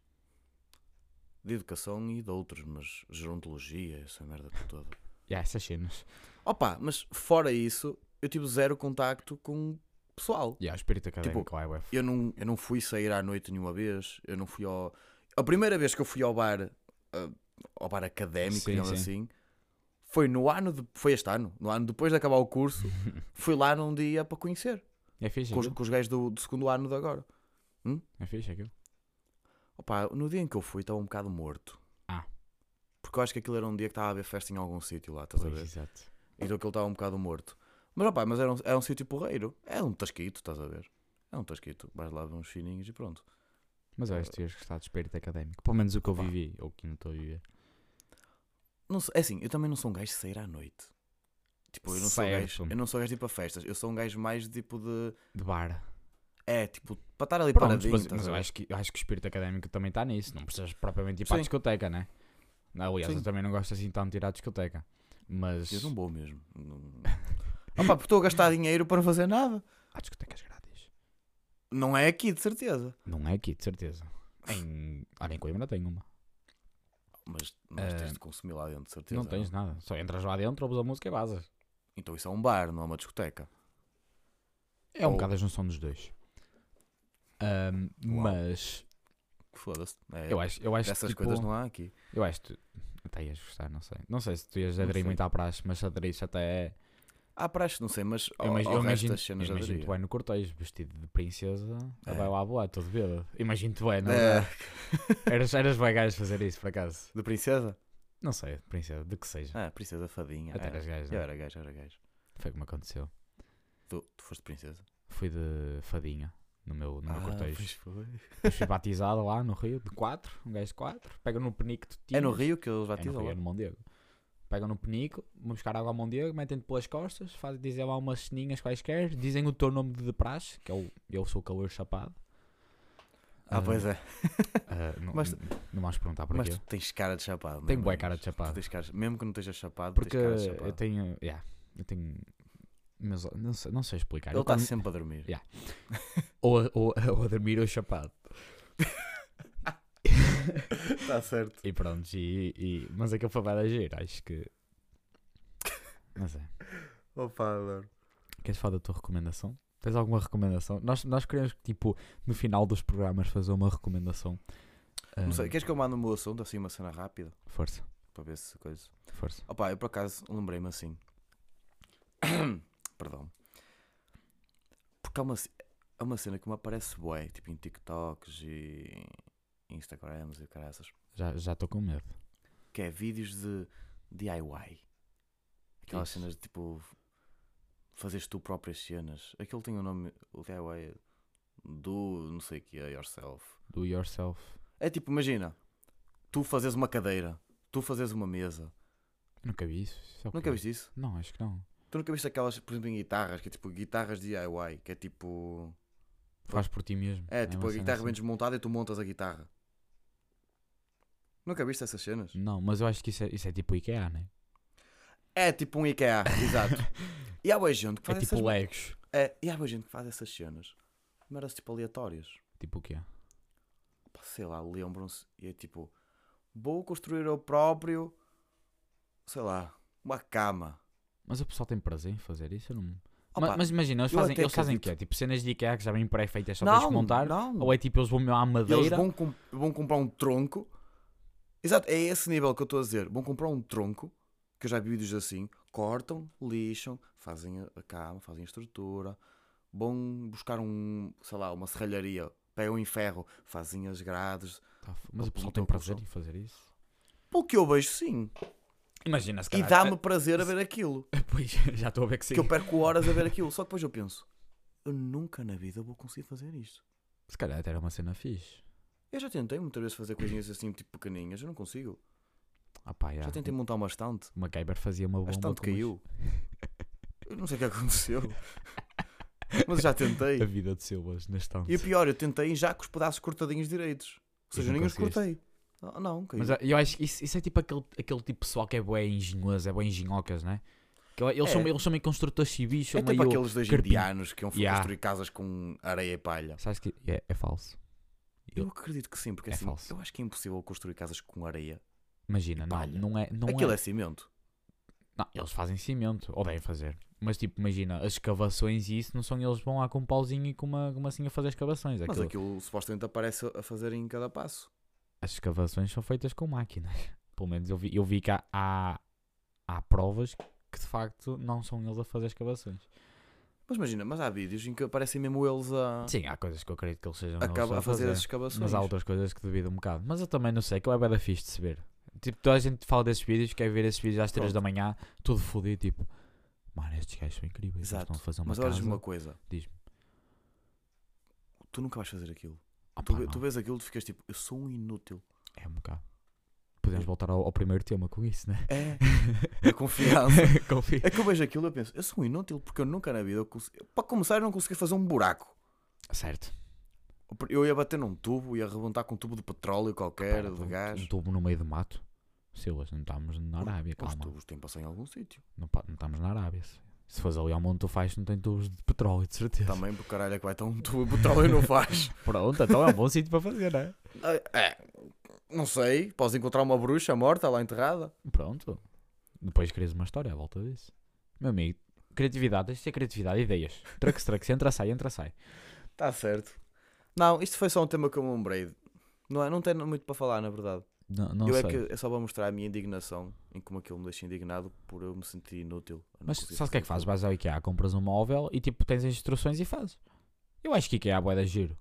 [SPEAKER 2] de educação e de outros, mas gerontologia, essa merda toda.
[SPEAKER 1] Yeah, essas cenas.
[SPEAKER 2] Opa, mas fora isso, eu tive zero contacto com pessoal.
[SPEAKER 1] Yeah, o espírito académico tipo, lá, UF.
[SPEAKER 2] Eu não, eu não fui sair à noite nenhuma vez, eu não fui ao. A primeira vez que eu fui ao bar, ah, ao bar académico,
[SPEAKER 1] Sim,
[SPEAKER 2] digamos
[SPEAKER 1] sim.
[SPEAKER 2] assim, foi no ano, de, foi este ano, no ano depois de acabar o curso, fui lá num dia para conhecer,
[SPEAKER 1] É fixe
[SPEAKER 2] com os,
[SPEAKER 1] aquilo?
[SPEAKER 2] com os gajos do- do segundo ano de agora.
[SPEAKER 1] É fixe aquilo?
[SPEAKER 2] Opa, no dia em que eu fui estava um bocado morto.
[SPEAKER 1] Ah.
[SPEAKER 2] Porque eu acho que aquilo era um dia que estava a haver festa em algum sítio lá, estás
[SPEAKER 1] Pois,
[SPEAKER 2] a ver?
[SPEAKER 1] exato.
[SPEAKER 2] Então aquilo estava um bocado morto. Mas opa, mas era um, era um sítio porreiro. É um tasquito, estás a ver? É um tasquito. Vais lá ver uns fininhos e pronto.
[SPEAKER 1] Mas eu acho que tu ias gostar de espírito académico. Pelo menos o que eu
[SPEAKER 2] Ah. Opa.
[SPEAKER 1] vivi, ou que não estou a viver.
[SPEAKER 2] Não sei- é assim, eu também não sou um gajo de sair à noite. Tipo, eu não sou
[SPEAKER 1] Certo.
[SPEAKER 2] gajo. Eu não sou gajo tipo a festas. Eu sou um gajo mais tipo de.
[SPEAKER 1] De bar.
[SPEAKER 2] É, tipo, para estar ali
[SPEAKER 1] Pronto,
[SPEAKER 2] paradinho.
[SPEAKER 1] mas,
[SPEAKER 2] estás
[SPEAKER 1] mas
[SPEAKER 2] a
[SPEAKER 1] eu
[SPEAKER 2] ver?
[SPEAKER 1] acho que, eu acho que o espírito académico também está nisso. Não precisas propriamente ir para a
[SPEAKER 2] Sim.
[SPEAKER 1] discoteca, né? Aliás,
[SPEAKER 2] Sim.
[SPEAKER 1] eu também não gosto assim tanto de ir à discoteca. Mas
[SPEAKER 2] Eu não vou mesmo. Não... opa, porque estou a gastar dinheiro para não fazer nada.
[SPEAKER 1] há discotecas grátis.
[SPEAKER 2] Não é aqui, de certeza.
[SPEAKER 1] Não é aqui, de certeza. Em... Olha, em Coimbra tem uma.
[SPEAKER 2] Mas, mas
[SPEAKER 1] Eh,
[SPEAKER 2] tens de consumir lá dentro, de certeza.
[SPEAKER 1] não tens né? nada. Só entras lá dentro, ouves a música e vazas.
[SPEAKER 2] Então isso é um bar, não é uma discoteca.
[SPEAKER 1] É um
[SPEAKER 2] Ou-
[SPEAKER 1] bocado a junção dos dois. Ahm,
[SPEAKER 2] Uau.
[SPEAKER 1] mas
[SPEAKER 2] Foda-se. É,
[SPEAKER 1] eu acho, eu acho
[SPEAKER 2] essas
[SPEAKER 1] que, tipo,
[SPEAKER 2] coisas não há aqui.
[SPEAKER 1] Eu acho que tu até ias gostar, não sei. Não sei se tu ias
[SPEAKER 2] Não
[SPEAKER 1] aderir
[SPEAKER 2] sei.
[SPEAKER 1] muito à praxe, mas se aderisse até. é.
[SPEAKER 2] Há praxe, não sei, mas
[SPEAKER 1] Eu
[SPEAKER 2] ao,
[SPEAKER 1] imagi-
[SPEAKER 2] ao
[SPEAKER 1] eu
[SPEAKER 2] resto
[SPEAKER 1] imagino,
[SPEAKER 2] das cenas
[SPEAKER 1] eu
[SPEAKER 2] já
[SPEAKER 1] imagino
[SPEAKER 2] diria.
[SPEAKER 1] tu bem no cortejo, vestido de princesa, a
[SPEAKER 2] É.
[SPEAKER 1] vai lá boa, todo bêbado. Imagino tu bem, não é?
[SPEAKER 2] É,
[SPEAKER 1] Eras, eras bem gajo de fazer isso, por acaso.
[SPEAKER 2] de princesa?
[SPEAKER 1] Não sei, princesa, de que seja.
[SPEAKER 2] Ah, princesa fadinha.
[SPEAKER 1] até
[SPEAKER 2] é.
[SPEAKER 1] eras gajo,
[SPEAKER 2] Eu
[SPEAKER 1] não?
[SPEAKER 2] era gajo, eu era gajo.
[SPEAKER 1] Foi como aconteceu.
[SPEAKER 2] Tu, tu foste princesa? Ah,
[SPEAKER 1] Fui de fadinha no meu, no meu cortejo.
[SPEAKER 2] pois foi.
[SPEAKER 1] Depois Fui batizado lá no Rio, de 4, um gajo de 4. Pega no penico de
[SPEAKER 2] É no
[SPEAKER 1] tiras.
[SPEAKER 2] Rio que eles
[SPEAKER 1] É no
[SPEAKER 2] batizam
[SPEAKER 1] Rio,
[SPEAKER 2] lá?
[SPEAKER 1] é no Mondego. Pegam no penico, vão buscar água ao Mondego, metem-te pelas costas, fazem, dizem lá umas ceninhas quaisquer, dizem o teu nome de praxe, que é o Eu Sou Calor Chapado.
[SPEAKER 2] Ah, pois é.
[SPEAKER 1] Ah, não,
[SPEAKER 2] Mas-
[SPEAKER 1] não vais perguntar para
[SPEAKER 2] Mas
[SPEAKER 1] quê.
[SPEAKER 2] tu tens cara de chapado.
[SPEAKER 1] Tenho
[SPEAKER 2] meu
[SPEAKER 1] boa
[SPEAKER 2] amigo.
[SPEAKER 1] cara de
[SPEAKER 2] Tu
[SPEAKER 1] chapado.
[SPEAKER 2] tens cara- Mesmo que não esteja chapado,
[SPEAKER 1] Porque
[SPEAKER 2] tens cara de chapado.
[SPEAKER 1] eu tenho. yeah, eu tenho. meus ol- não, sei, não sei explicar.
[SPEAKER 2] Ele tá
[SPEAKER 1] Eu
[SPEAKER 2] está
[SPEAKER 1] quando-
[SPEAKER 2] sempre a dormir.
[SPEAKER 1] Yeah. ou, a- ou, a- ou a dormir ou chapado. Tá
[SPEAKER 2] Está certo.
[SPEAKER 1] E pronto, e, e- mas aquilo foi bem agir, acho que. Não sei.
[SPEAKER 2] Opa, adoro.
[SPEAKER 1] Queres falar da tua recomendação? Tens alguma recomendação? Nós, nós queremos que, tipo, no final dos programas fazer uma recomendação.
[SPEAKER 2] Não
[SPEAKER 1] Ah,
[SPEAKER 2] sei, queres que eu mande o meu assunto assim, uma cena rápida?
[SPEAKER 1] Força,
[SPEAKER 2] Para ver se coisa.
[SPEAKER 1] força.
[SPEAKER 2] Opa, eu por acaso lembrei-me assim. Perdão. Porque há uma, ce- há uma cena que me aparece bué, tipo em TikToks e Instagrams e o caraças,
[SPEAKER 1] Já já estou com medo.
[SPEAKER 2] que é vídeos de DIY. Aquelas
[SPEAKER 1] Isso.
[SPEAKER 2] cenas de tipo fazeres tu próprias cenas. Aquilo tem o nome, o DIY é do não sei o que, yourself.
[SPEAKER 1] Do yourself.
[SPEAKER 2] É tipo, imagina, tu fazes uma cadeira, tu fazes uma mesa.
[SPEAKER 1] Nunca vi isso. isso é o
[SPEAKER 2] Nunca
[SPEAKER 1] quê?
[SPEAKER 2] viste isso?
[SPEAKER 1] Não, acho que não.
[SPEAKER 2] Tu nunca viste aquelas, por exemplo, em guitarras, que é tipo guitarras DIY, que é tipo.
[SPEAKER 1] Faz por ti mesmo.
[SPEAKER 2] É, tipo
[SPEAKER 1] uma
[SPEAKER 2] a
[SPEAKER 1] cena
[SPEAKER 2] guitarra
[SPEAKER 1] assim.
[SPEAKER 2] bem desmontada e tu montas a guitarra. Nunca viste essas cenas?
[SPEAKER 1] Não, mas eu acho que isso é, isso é tipo IKEA, né?
[SPEAKER 2] É tipo um IKEA, exato. E há boa gente que
[SPEAKER 1] É
[SPEAKER 2] faz
[SPEAKER 1] tipo
[SPEAKER 2] essas...
[SPEAKER 1] Legos.
[SPEAKER 2] É, e há boa gente que faz essas cenas. Merdas tipo aleatórias.
[SPEAKER 1] Tipo o quê?
[SPEAKER 2] Pá, sei lá, lembram-se e é tipo, vou construir eu próprio, sei lá, uma cama.
[SPEAKER 1] Mas o pessoal tem prazer em fazer isso? Eu não... Ma-
[SPEAKER 2] Opa,
[SPEAKER 1] mas imagina, eles
[SPEAKER 2] eu
[SPEAKER 1] fazem,
[SPEAKER 2] até
[SPEAKER 1] eles fazem o quê?
[SPEAKER 2] acredito.
[SPEAKER 1] Tipo cenas de IKEA que já vêm pré-feitas só
[SPEAKER 2] não,
[SPEAKER 1] tens que montar?
[SPEAKER 2] não.
[SPEAKER 1] Ou é tipo eles vão mesmo à
[SPEAKER 2] Eles
[SPEAKER 1] madeira?
[SPEAKER 2] vão, com- vão comprar um tronco. Exato, é esse nível que eu estou a dizer. Vão comprar um tronco, que eu já vi vídeos assim, cortam, lixam, fazem a- a cama, fazem a estrutura, vão buscar um, sei lá, uma serralharia, pegam em ferro, fazem as grades.
[SPEAKER 1] Tá f- mas o
[SPEAKER 2] Ou
[SPEAKER 1] pessoal
[SPEAKER 2] pintam
[SPEAKER 1] tem
[SPEAKER 2] o
[SPEAKER 1] prazer
[SPEAKER 2] colchão.
[SPEAKER 1] em fazer isso?
[SPEAKER 2] Pelo que eu vejo, sim.
[SPEAKER 1] Imagina, se
[SPEAKER 2] E
[SPEAKER 1] calhar... é-
[SPEAKER 2] dá-me prazer a ver aquilo.
[SPEAKER 1] Pois, já estou a ver que sim.
[SPEAKER 2] que eu perco horas a ver aquilo. Só que depois eu penso, eu nunca na vida vou conseguir fazer isto.
[SPEAKER 1] Se calhar até era uma cena fixe.
[SPEAKER 2] Eu já tentei muitas vezes fazer coisinhas assim, tipo pequeninhas, eu não consigo.
[SPEAKER 1] Ah pá, já.
[SPEAKER 2] Já tentei montar uma estante,
[SPEAKER 1] O MacGyver fazia uma bomba
[SPEAKER 2] a estante
[SPEAKER 1] com umas-
[SPEAKER 2] caiu. Eu não sei o que aconteceu, mas eu já
[SPEAKER 1] A
[SPEAKER 2] tentei.
[SPEAKER 1] vida de Silvas na estante.
[SPEAKER 2] E o pior, eu tentei já com os pedaços cortadinhos direitos. Ou
[SPEAKER 1] E
[SPEAKER 2] seja,
[SPEAKER 1] não
[SPEAKER 2] nem os
[SPEAKER 1] conseguiste?
[SPEAKER 2] cortei. Não, não caiu.
[SPEAKER 1] Mas ah, eu acho que isso, isso é tipo aquele, aquele tipo de pessoal que é bué engenhoso, é bué engenhocas, né? Que ele- eles,
[SPEAKER 2] É.
[SPEAKER 1] são, eles são meio construtores civis, são
[SPEAKER 2] é tipo
[SPEAKER 1] meio...
[SPEAKER 2] aqueles dois
[SPEAKER 1] carpin-
[SPEAKER 2] indianos que iam
[SPEAKER 1] Yeah.
[SPEAKER 2] construir casas com areia e palha.
[SPEAKER 1] Sabes que é, é falso. Eu-
[SPEAKER 2] Eu acredito que sim, porque
[SPEAKER 1] É
[SPEAKER 2] assim,
[SPEAKER 1] falso.
[SPEAKER 2] eu acho que é impossível construir casas com areia.
[SPEAKER 1] Imagina, não,
[SPEAKER 2] palha.
[SPEAKER 1] não é... Não
[SPEAKER 2] Aquilo
[SPEAKER 1] é...
[SPEAKER 2] é cimento.
[SPEAKER 1] Não, eles fazem cimento, ou devem fazer. Mas tipo, imagina, as escavações e isso não são eles vão lá com um pauzinho e com uma, com uma assim a fazer escavações.
[SPEAKER 2] Mas
[SPEAKER 1] Aquilo-
[SPEAKER 2] aquilo supostamente aparece a fazer em cada passo.
[SPEAKER 1] As escavações são feitas com máquinas. Pelo menos eu vi, eu vi que há, há, há provas que de facto não são eles a fazer escavações.
[SPEAKER 2] Mas imagina, mas há vídeos em que aparecem mesmo eles a,
[SPEAKER 1] Sim, há coisas que eu acredito que eles sejam
[SPEAKER 2] a
[SPEAKER 1] eles
[SPEAKER 2] cava-
[SPEAKER 1] a
[SPEAKER 2] a fazer as
[SPEAKER 1] fazer.
[SPEAKER 2] escavações.
[SPEAKER 1] Mas há outras coisas que duvido um bocado. Mas eu também não sei, que eu é bué da fixe de se ver. Tipo, toda a gente fala desses vídeos, quer ver esses vídeos às 3
[SPEAKER 2] Pronto.
[SPEAKER 1] da manhã, tudo fodido, tipo... Mano, estes gajos são incríveis, eles
[SPEAKER 2] Exato.
[SPEAKER 1] estão a fazer uma
[SPEAKER 2] Mas
[SPEAKER 1] casa...
[SPEAKER 2] olha uma coisa.
[SPEAKER 1] Diz-me.
[SPEAKER 2] Tu nunca vais fazer aquilo.
[SPEAKER 1] Ah,
[SPEAKER 2] Tu,
[SPEAKER 1] pá,
[SPEAKER 2] ve-
[SPEAKER 1] não.
[SPEAKER 2] tu vês aquilo e tu ficas tipo, eu sou um inútil.
[SPEAKER 1] É um bocado. Podemos voltar ao, ao primeiro tema com isso, né?
[SPEAKER 2] É. A confiança.
[SPEAKER 1] Confio.
[SPEAKER 2] É que eu vejo aquilo e eu penso, eu sou um inútil porque eu nunca na vida. eu cons- Para começar, eu não consegui fazer um buraco.
[SPEAKER 1] Certo.
[SPEAKER 2] Eu ia bater num tubo, ia arrebentar com um tubo de petróleo qualquer,
[SPEAKER 1] Pá,
[SPEAKER 2] de
[SPEAKER 1] um-
[SPEAKER 2] gás.
[SPEAKER 1] Um tubo no meio do mato. Silas, não estamos na Arábia,
[SPEAKER 2] Os
[SPEAKER 1] calma.
[SPEAKER 2] tubos têm que passar em algum sítio.
[SPEAKER 1] Não, pa- não estamos na Arábia. Se, se fores ali ao monte do Faixa, não tem tubos de petróleo, de certeza.
[SPEAKER 2] Também, porque caralho, é que vai estar um tubo de petróleo no faz.
[SPEAKER 1] Pronto, então é um bom sítio para fazer, não é?
[SPEAKER 2] Ah, É, não sei. Podes encontrar uma bruxa morta lá enterrada.
[SPEAKER 1] Pronto. Depois crias uma história à volta disso. Meu amigo, criatividade, tens de ter criatividade, ideias. Trux, trux, entra, sai, entra, sai.
[SPEAKER 2] Está Tá certo. Não, isto foi só um tema que eu me lembrei. Não, é, não tenho muito para falar, na verdade.
[SPEAKER 1] Não, não
[SPEAKER 2] eu
[SPEAKER 1] sei.
[SPEAKER 2] é que é só para mostrar a minha indignação em como aquilo me deixa indignado por eu me sentir inútil. Eu não
[SPEAKER 1] Mas
[SPEAKER 2] consigo
[SPEAKER 1] sabes o que é que fazes?
[SPEAKER 2] fazer
[SPEAKER 1] Vais ao IKEA, compras um móvel e tipo tens as instruções e fazes. Eu acho que IKEA é da giro.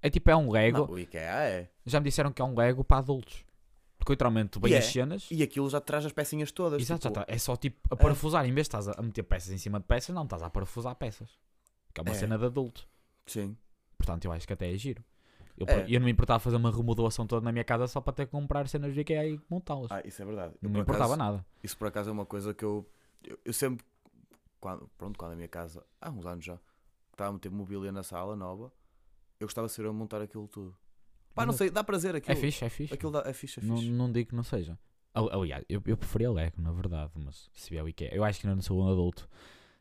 [SPEAKER 1] É tipo, é um
[SPEAKER 2] aquilo.
[SPEAKER 1] Lego.
[SPEAKER 2] Não, o IKEA é.
[SPEAKER 1] Já me disseram que é um Lego para adultos. Porque literalmente tu bem
[SPEAKER 2] E é.
[SPEAKER 1] as cenas.
[SPEAKER 2] E aquilo já traz as pecinhas todas.
[SPEAKER 1] Exato, já tá.
[SPEAKER 2] tipo,
[SPEAKER 1] É só tipo a parafusar. Em vez de estás a a meter peças em cima de peças, não estás a parafusar peças. Que é uma
[SPEAKER 2] É.
[SPEAKER 1] cena de adulto.
[SPEAKER 2] Sim.
[SPEAKER 1] Portanto, eu acho que até é giro. Eu,
[SPEAKER 2] É.
[SPEAKER 1] eu não me importava fazer uma remodelação toda na minha casa só para ter que comprar cenas de IKEA e montá-las.
[SPEAKER 2] Ah, isso é verdade. Eu,
[SPEAKER 1] não me
[SPEAKER 2] por
[SPEAKER 1] importava
[SPEAKER 2] acaso,
[SPEAKER 1] nada.
[SPEAKER 2] Isso por acaso é uma coisa que eu. Eu, eu sempre. Quando, pronto, quando a minha casa. Há uns anos já. Estava a meter mobília na sala nova. Eu gostava de ser eu a montar aquilo tudo. Pá, não
[SPEAKER 1] Mas
[SPEAKER 2] sei, dá prazer
[SPEAKER 1] É
[SPEAKER 2] aquilo.
[SPEAKER 1] fixe, é fixe.
[SPEAKER 2] Aquilo dá, é fixe, é
[SPEAKER 1] Não,
[SPEAKER 2] fixe.
[SPEAKER 1] não digo que não seja. Al- Aliás, eu, eu preferia Lego, na verdade, mas se vier o IKEA, eu acho que ainda não sou um adulto,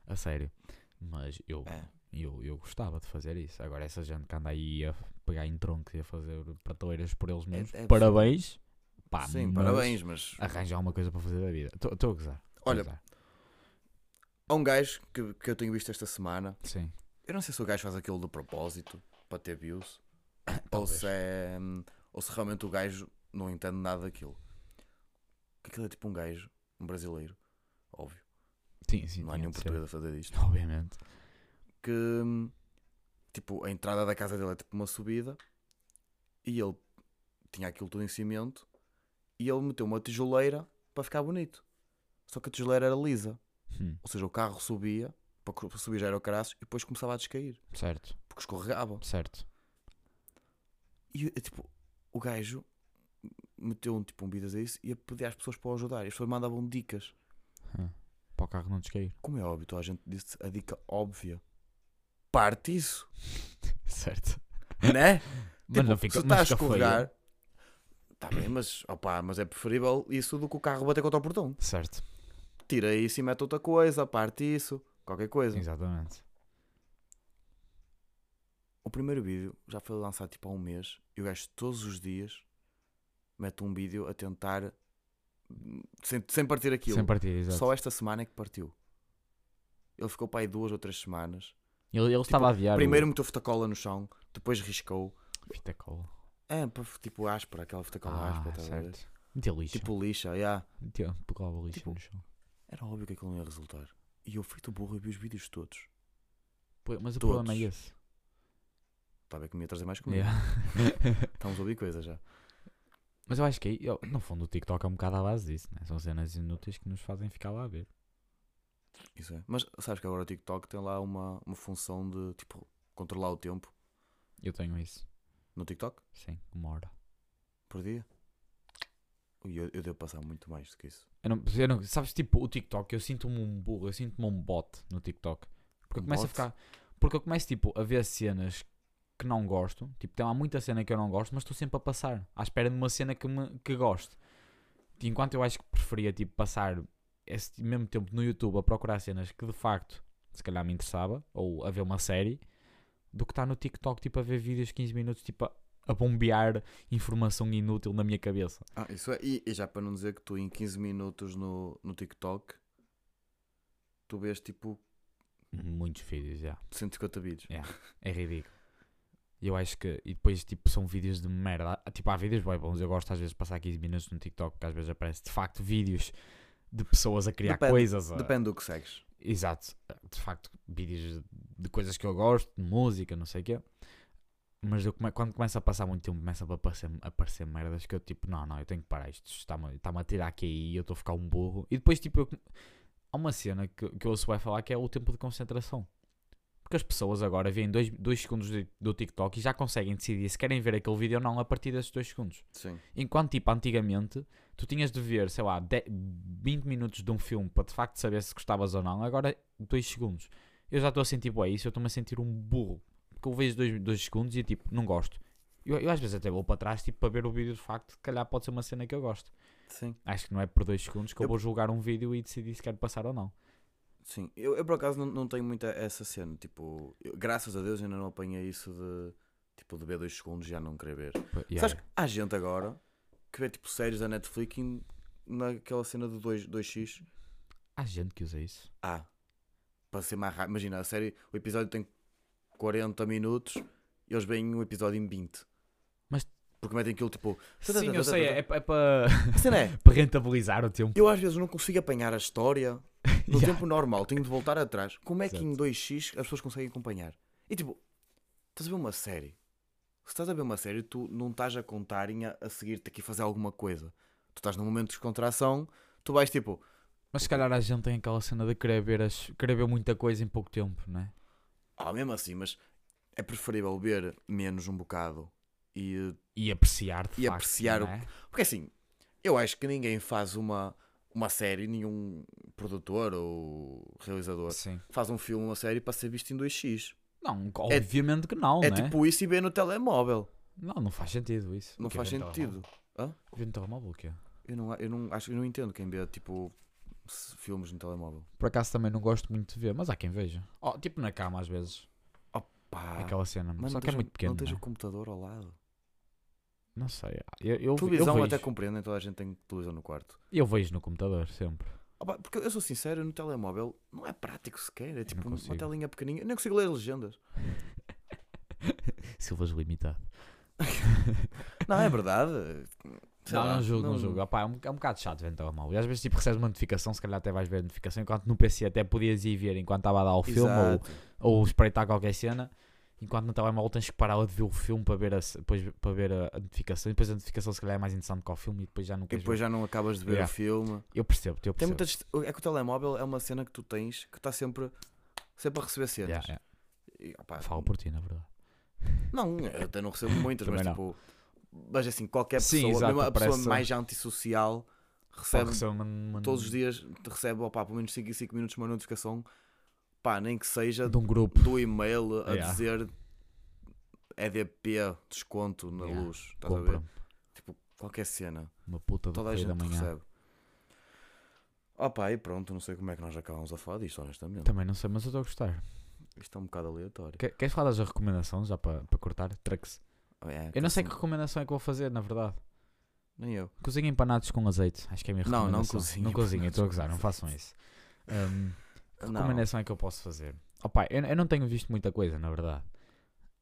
[SPEAKER 1] a sério. Mas eu,
[SPEAKER 2] É.
[SPEAKER 1] eu, eu gostava de fazer isso. Agora, essa gente que anda aí a pegar em troncos e a fazer prateleiras por eles mesmos,
[SPEAKER 2] é absurdo.
[SPEAKER 1] parabéns. Pá,
[SPEAKER 2] Sim,
[SPEAKER 1] mas
[SPEAKER 2] parabéns, mas.
[SPEAKER 1] Arranja alguma coisa para fazer da vida. Estou a gozar. tô a
[SPEAKER 2] Olha,
[SPEAKER 1] gozar.
[SPEAKER 2] Há um gajo que, que eu tenho visto esta semana.
[SPEAKER 1] Sim.
[SPEAKER 2] Eu não sei se o gajo faz aquilo de propósito para ter views. ou,
[SPEAKER 1] Talvez.
[SPEAKER 2] se é, hum, ou se realmente o gajo não entende nada daquilo. Que aquilo é tipo um gajo, um brasileiro, óbvio.
[SPEAKER 1] Sim, sim.
[SPEAKER 2] não há
[SPEAKER 1] tinha
[SPEAKER 2] nenhum
[SPEAKER 1] de ser.
[SPEAKER 2] português a fazer isto.
[SPEAKER 1] Obviamente.
[SPEAKER 2] que hum, tipo, a entrada da casa dele é tipo uma subida e ele tinha aquilo tudo em cimento e ele meteu uma tijoleira para ficar bonito. Só que a tijoleira era lisa,
[SPEAKER 1] Hum,
[SPEAKER 2] ou seja, o carro subia, para cru- para subir já era o caraço e depois começava a descair,
[SPEAKER 1] certo,
[SPEAKER 2] porque escorregava.
[SPEAKER 1] certo.
[SPEAKER 2] E é tipo, o gajo meteu um tipo um vídeo a isso e a pedir às pessoas para o ajudar. E as pessoas mandavam dicas.
[SPEAKER 1] Para o carro não descair.
[SPEAKER 2] Como é óbvio, toda a gente disse a dica óbvia. Parte isso,
[SPEAKER 1] Certo.
[SPEAKER 2] né?
[SPEAKER 1] mas não fica,
[SPEAKER 2] Tipo, se
[SPEAKER 1] mas
[SPEAKER 2] está
[SPEAKER 1] fica
[SPEAKER 2] a
[SPEAKER 1] feio.
[SPEAKER 2] escorregar, Está bem, mas, opá, mas é preferível isso do que o carro bater contra o portão.
[SPEAKER 1] Certo.
[SPEAKER 2] Tira isso e mete outra coisa, parte isso, qualquer coisa.
[SPEAKER 1] Exatamente.
[SPEAKER 2] O primeiro vídeo já foi lançado tipo há um mês e o gajo todos os dias mete um vídeo a tentar hum, sem, sem partir aquilo.
[SPEAKER 1] Sem partida, exato.
[SPEAKER 2] Só esta semana é que partiu. Ele ficou para aí duas ou três semanas.
[SPEAKER 1] Ele, ele estava a aviar. o-
[SPEAKER 2] Primeiro meteu fita cola no chão, depois riscou.
[SPEAKER 1] Fita cola.
[SPEAKER 2] É, pá, tipo áspera, aquela fita cola
[SPEAKER 1] Ah,
[SPEAKER 2] áspera, estás a ver?
[SPEAKER 1] certo. Meteu lixo.
[SPEAKER 2] Tipo lixa, yeah.
[SPEAKER 1] Meteu, colava lixo
[SPEAKER 2] tipo-
[SPEAKER 1] no chão.
[SPEAKER 2] Era óbvio que aquilo não ia resultar. E eu fui do burro e vi os vídeos todos.
[SPEAKER 1] Pô, Mas o
[SPEAKER 2] todos.
[SPEAKER 1] problema é esse.
[SPEAKER 2] Está bem que me ia trazer mais comida.
[SPEAKER 1] Yeah.
[SPEAKER 2] Estamos a ouvir coisas já.
[SPEAKER 1] Mas eu acho que aí, eu- no fundo, o TikTok é um bocado à base disso, né? São cenas inúteis que nos fazem ficar lá a ver.
[SPEAKER 2] Isso é. Mas sabes que agora o TikTok tem lá uma, uma função de tipo controlar o tempo
[SPEAKER 1] Eu tenho isso.
[SPEAKER 2] no TikTok
[SPEAKER 1] Sim, uma hora.
[SPEAKER 2] por dia. Ui, Eu, eu devo passar muito mais do que isso.
[SPEAKER 1] Eu não, eu não- sabes, tipo, o TikTok, eu sinto-me um burro, eu sinto-me um bot no TikTok. Porque eu
[SPEAKER 2] Um
[SPEAKER 1] começo a
[SPEAKER 2] bot?
[SPEAKER 1] ficar. Porque eu começo, tipo, a ver cenas que não gosto. Tipo, tem, há muita cena que eu não gosto, mas estou sempre a passar. À espera de uma cena que, me, que gosto. Enquanto eu acho que preferia, tipo, passar esse mesmo tempo no YouTube a procurar cenas que de facto, se calhar me interessava, ou a ver uma série, do que estar no TikTok, tipo, a ver vídeos de 15 minutos, tipo, a, a bombear informação inútil na minha cabeça.
[SPEAKER 2] Ah, isso é. E, e já para não dizer que tu em 15 minutos no, no TikTok tu vês tipo
[SPEAKER 1] Muitos vídeos, já.
[SPEAKER 2] 150 vídeos.
[SPEAKER 1] É ridículo. Eu acho que. E depois, tipo, são vídeos de merda. Há- Tipo, há vídeos bem bons. Eu gosto às vezes de passar 15 minutos no TikTok, porque às vezes aparece de facto vídeos de pessoas a criar
[SPEAKER 2] Depende-
[SPEAKER 1] coisas. a-
[SPEAKER 2] Depende do que segues.
[SPEAKER 1] Exato. De facto, vídeos de coisas que eu gosto, de música, não sei o quê. Mas eu come- quando começa a passar muito tempo, começa a aparecer, a aparecer merdas que eu tipo, não, não, eu tenho que parar isto. isto Está-me está-me a tirar aqui e eu estou a ficar um burro. E depois, tipo, eu come- há uma cena que, que eu ouço vai falar que é o tempo de concentração. Porque as pessoas agora veem 2 segundos de- do TikTok e já conseguem decidir se querem ver aquele vídeo ou não a partir desses 2 segundos.
[SPEAKER 2] Sim.
[SPEAKER 1] Enquanto, tipo, antigamente, tu tinhas de ver, sei lá, 10, 20 minutos de um filme para de facto saber se gostavas ou não, agora 2 segundos. Eu já estou a sentir, bué, isso eu estou-me a sentir um burro. Porque eu vejo 2 dois, segundos e, tipo, não gosto. Eu, eu às vezes até vou para trás, tipo, para ver o vídeo de facto, se calhar pode ser uma cena que eu gosto.
[SPEAKER 2] Sim.
[SPEAKER 1] Acho que não é por 2 segundos que eu,
[SPEAKER 2] Eu-
[SPEAKER 1] vou julgar um vídeo e decidir se quero passar ou não.
[SPEAKER 2] Sim, eu, eu por acaso não, não tenho muita essa cena. Tipo, eu- graças a Deus ainda não apanhei isso de tipo de ver dois segundos e já não querer ver. Sabes que há gente agora que vê tipo séries da Netflix em- naquela cena de 2, 2x.
[SPEAKER 1] Há gente que usa isso.
[SPEAKER 2] Ah, para ser mais rápido. Imagina, a série, o episódio tem 40 minutos e eles veem um episódio em 20.
[SPEAKER 1] Mas-
[SPEAKER 2] Porque metem aquilo tipo.
[SPEAKER 1] Sim, eu sei, é, é para
[SPEAKER 2] A cena é.
[SPEAKER 1] para rentabilizar o tempo.
[SPEAKER 2] Eu às vezes não consigo apanhar a história no
[SPEAKER 1] Yeah.
[SPEAKER 2] tempo normal, tenho de voltar atrás. Como é que em
[SPEAKER 1] Exato.
[SPEAKER 2] 2x as pessoas conseguem acompanhar? E tipo, estás a ver uma série? Se estás a ver uma série, tu não estás a contar em a, a seguir-te aqui fazer alguma coisa. Tu estás num momento de descontração, tu vais tipo,
[SPEAKER 1] Mas se calhar a gente tem aquela cena de querer ver, as, querer ver muita coisa em pouco tempo, não é?
[SPEAKER 2] ah, mesmo assim, mas é preferível ver menos um bocado e eh,
[SPEAKER 1] e apreciar de
[SPEAKER 2] E
[SPEAKER 1] facto,
[SPEAKER 2] apreciar
[SPEAKER 1] não
[SPEAKER 2] o-
[SPEAKER 1] é?
[SPEAKER 2] Porque assim, eu acho que ninguém faz uma, uma série, nenhum produtor ou realizador
[SPEAKER 1] Sim.
[SPEAKER 2] faz um filme, uma série para ser visto em 2x.
[SPEAKER 1] Não, obviamente que não,
[SPEAKER 2] é
[SPEAKER 1] né?
[SPEAKER 2] tipo isso e ver no telemóvel.
[SPEAKER 1] Não, não faz sentido isso.
[SPEAKER 2] Não
[SPEAKER 1] O quê,
[SPEAKER 2] faz
[SPEAKER 1] ver no
[SPEAKER 2] sentido.
[SPEAKER 1] telemóvel? Ver no telemóvel o quê?
[SPEAKER 2] Eu não, eu não acho, eu não entendo quem vê tipo s- filmes no telemóvel.
[SPEAKER 1] Por acaso também não gosto muito de ver, mas há quem veja. Oh, tipo na cama às vezes,
[SPEAKER 2] Pá,
[SPEAKER 1] aquela cena.
[SPEAKER 2] Ah, mas
[SPEAKER 1] só
[SPEAKER 2] não
[SPEAKER 1] que é
[SPEAKER 2] tens,
[SPEAKER 1] muito pequeno,
[SPEAKER 2] não tens
[SPEAKER 1] né?
[SPEAKER 2] o computador ao lado.
[SPEAKER 1] Não sei. Eu, eu,
[SPEAKER 2] televisão
[SPEAKER 1] eu vejo,
[SPEAKER 2] até compreendem, toda a gente tem televisão no quarto.
[SPEAKER 1] Eu vejo no computador, sempre.
[SPEAKER 2] Ah pá, porque eu sou sincero, no telemóvel não é prático sequer. É tipo uma
[SPEAKER 1] consigo.
[SPEAKER 2] telinha pequeninha. Eu nem consigo ler legendas.
[SPEAKER 1] Silvas limitado.
[SPEAKER 2] Não, é verdade. Sei
[SPEAKER 1] não,
[SPEAKER 2] lá,
[SPEAKER 1] não jogo, não, jogo. Opá, é, um, é um bocado chato ver no telemóvel. E às vezes tipo, recebes uma notificação, se calhar até vais ver a notificação, enquanto no PC até podias ir ver enquanto estava a dar o filme ou
[SPEAKER 2] Exato.
[SPEAKER 1] ou espreitar qualquer cena, enquanto no telemóvel tens que parar de ver o filme para ver a, se- depois, para ver a, a notificação, e depois a notificação se calhar é mais interessante que o filme e depois já não
[SPEAKER 2] E
[SPEAKER 1] queres
[SPEAKER 2] depois
[SPEAKER 1] ver.
[SPEAKER 2] já não acabas de ver
[SPEAKER 1] Yeah.
[SPEAKER 2] o filme.
[SPEAKER 1] Eu percebo, eu percebo.
[SPEAKER 2] Tem muitas. É que o telemóvel é uma cena que tu tens que está sempre, sempre a receber cenas.
[SPEAKER 1] Yeah, yeah. um
[SPEAKER 2] E, opá,
[SPEAKER 1] Falo por ti, na verdade.
[SPEAKER 2] Não, eu até não recebo muitas, mas
[SPEAKER 1] Também
[SPEAKER 2] tipo. Mas assim, qualquer
[SPEAKER 1] Sim,
[SPEAKER 2] pessoa, mesmo
[SPEAKER 1] exato,
[SPEAKER 2] a pessoa
[SPEAKER 1] parece-
[SPEAKER 2] mais antissocial,
[SPEAKER 1] Só
[SPEAKER 2] recebe
[SPEAKER 1] recebo uma- uma-
[SPEAKER 2] todos os dias, recebe opá, pelo menos 5 em 5 minutos uma notificação, pá, nem que seja
[SPEAKER 1] de um grupo.
[SPEAKER 2] do e-mail a
[SPEAKER 1] Yeah.
[SPEAKER 2] dizer EDP desconto na
[SPEAKER 1] Yeah.
[SPEAKER 2] luz. Estás a ver?
[SPEAKER 1] Compra.
[SPEAKER 2] Tipo, qualquer cena,
[SPEAKER 1] Uma puta de
[SPEAKER 2] toda a
[SPEAKER 1] corrida
[SPEAKER 2] gente
[SPEAKER 1] amanhã.
[SPEAKER 2] recebe. Opa, e pronto, não sei como é que nós acabamos a falar disto, honestamente.
[SPEAKER 1] Também não sei, mas eu estou a gostar.
[SPEAKER 2] Isto é um bocado aleatório.
[SPEAKER 1] Tá. Que- Queres falar das recomendações já para para cortar? Trux.
[SPEAKER 2] É,
[SPEAKER 1] Eu não sei que
[SPEAKER 2] assim,
[SPEAKER 1] recomendação é que vou fazer, na verdade.
[SPEAKER 2] Nem eu.
[SPEAKER 1] Cozinha empanados com azeite. Acho que é a minha
[SPEAKER 2] Não, não
[SPEAKER 1] recomendação.
[SPEAKER 2] cozinhem
[SPEAKER 1] Não cozinhem,
[SPEAKER 2] empanados
[SPEAKER 1] estou a gozar,
[SPEAKER 2] com
[SPEAKER 1] não façam isso. Ahm, que
[SPEAKER 2] Não.
[SPEAKER 1] recomendação é que eu posso fazer? Opa, eu, eu não tenho visto muita coisa, na verdade.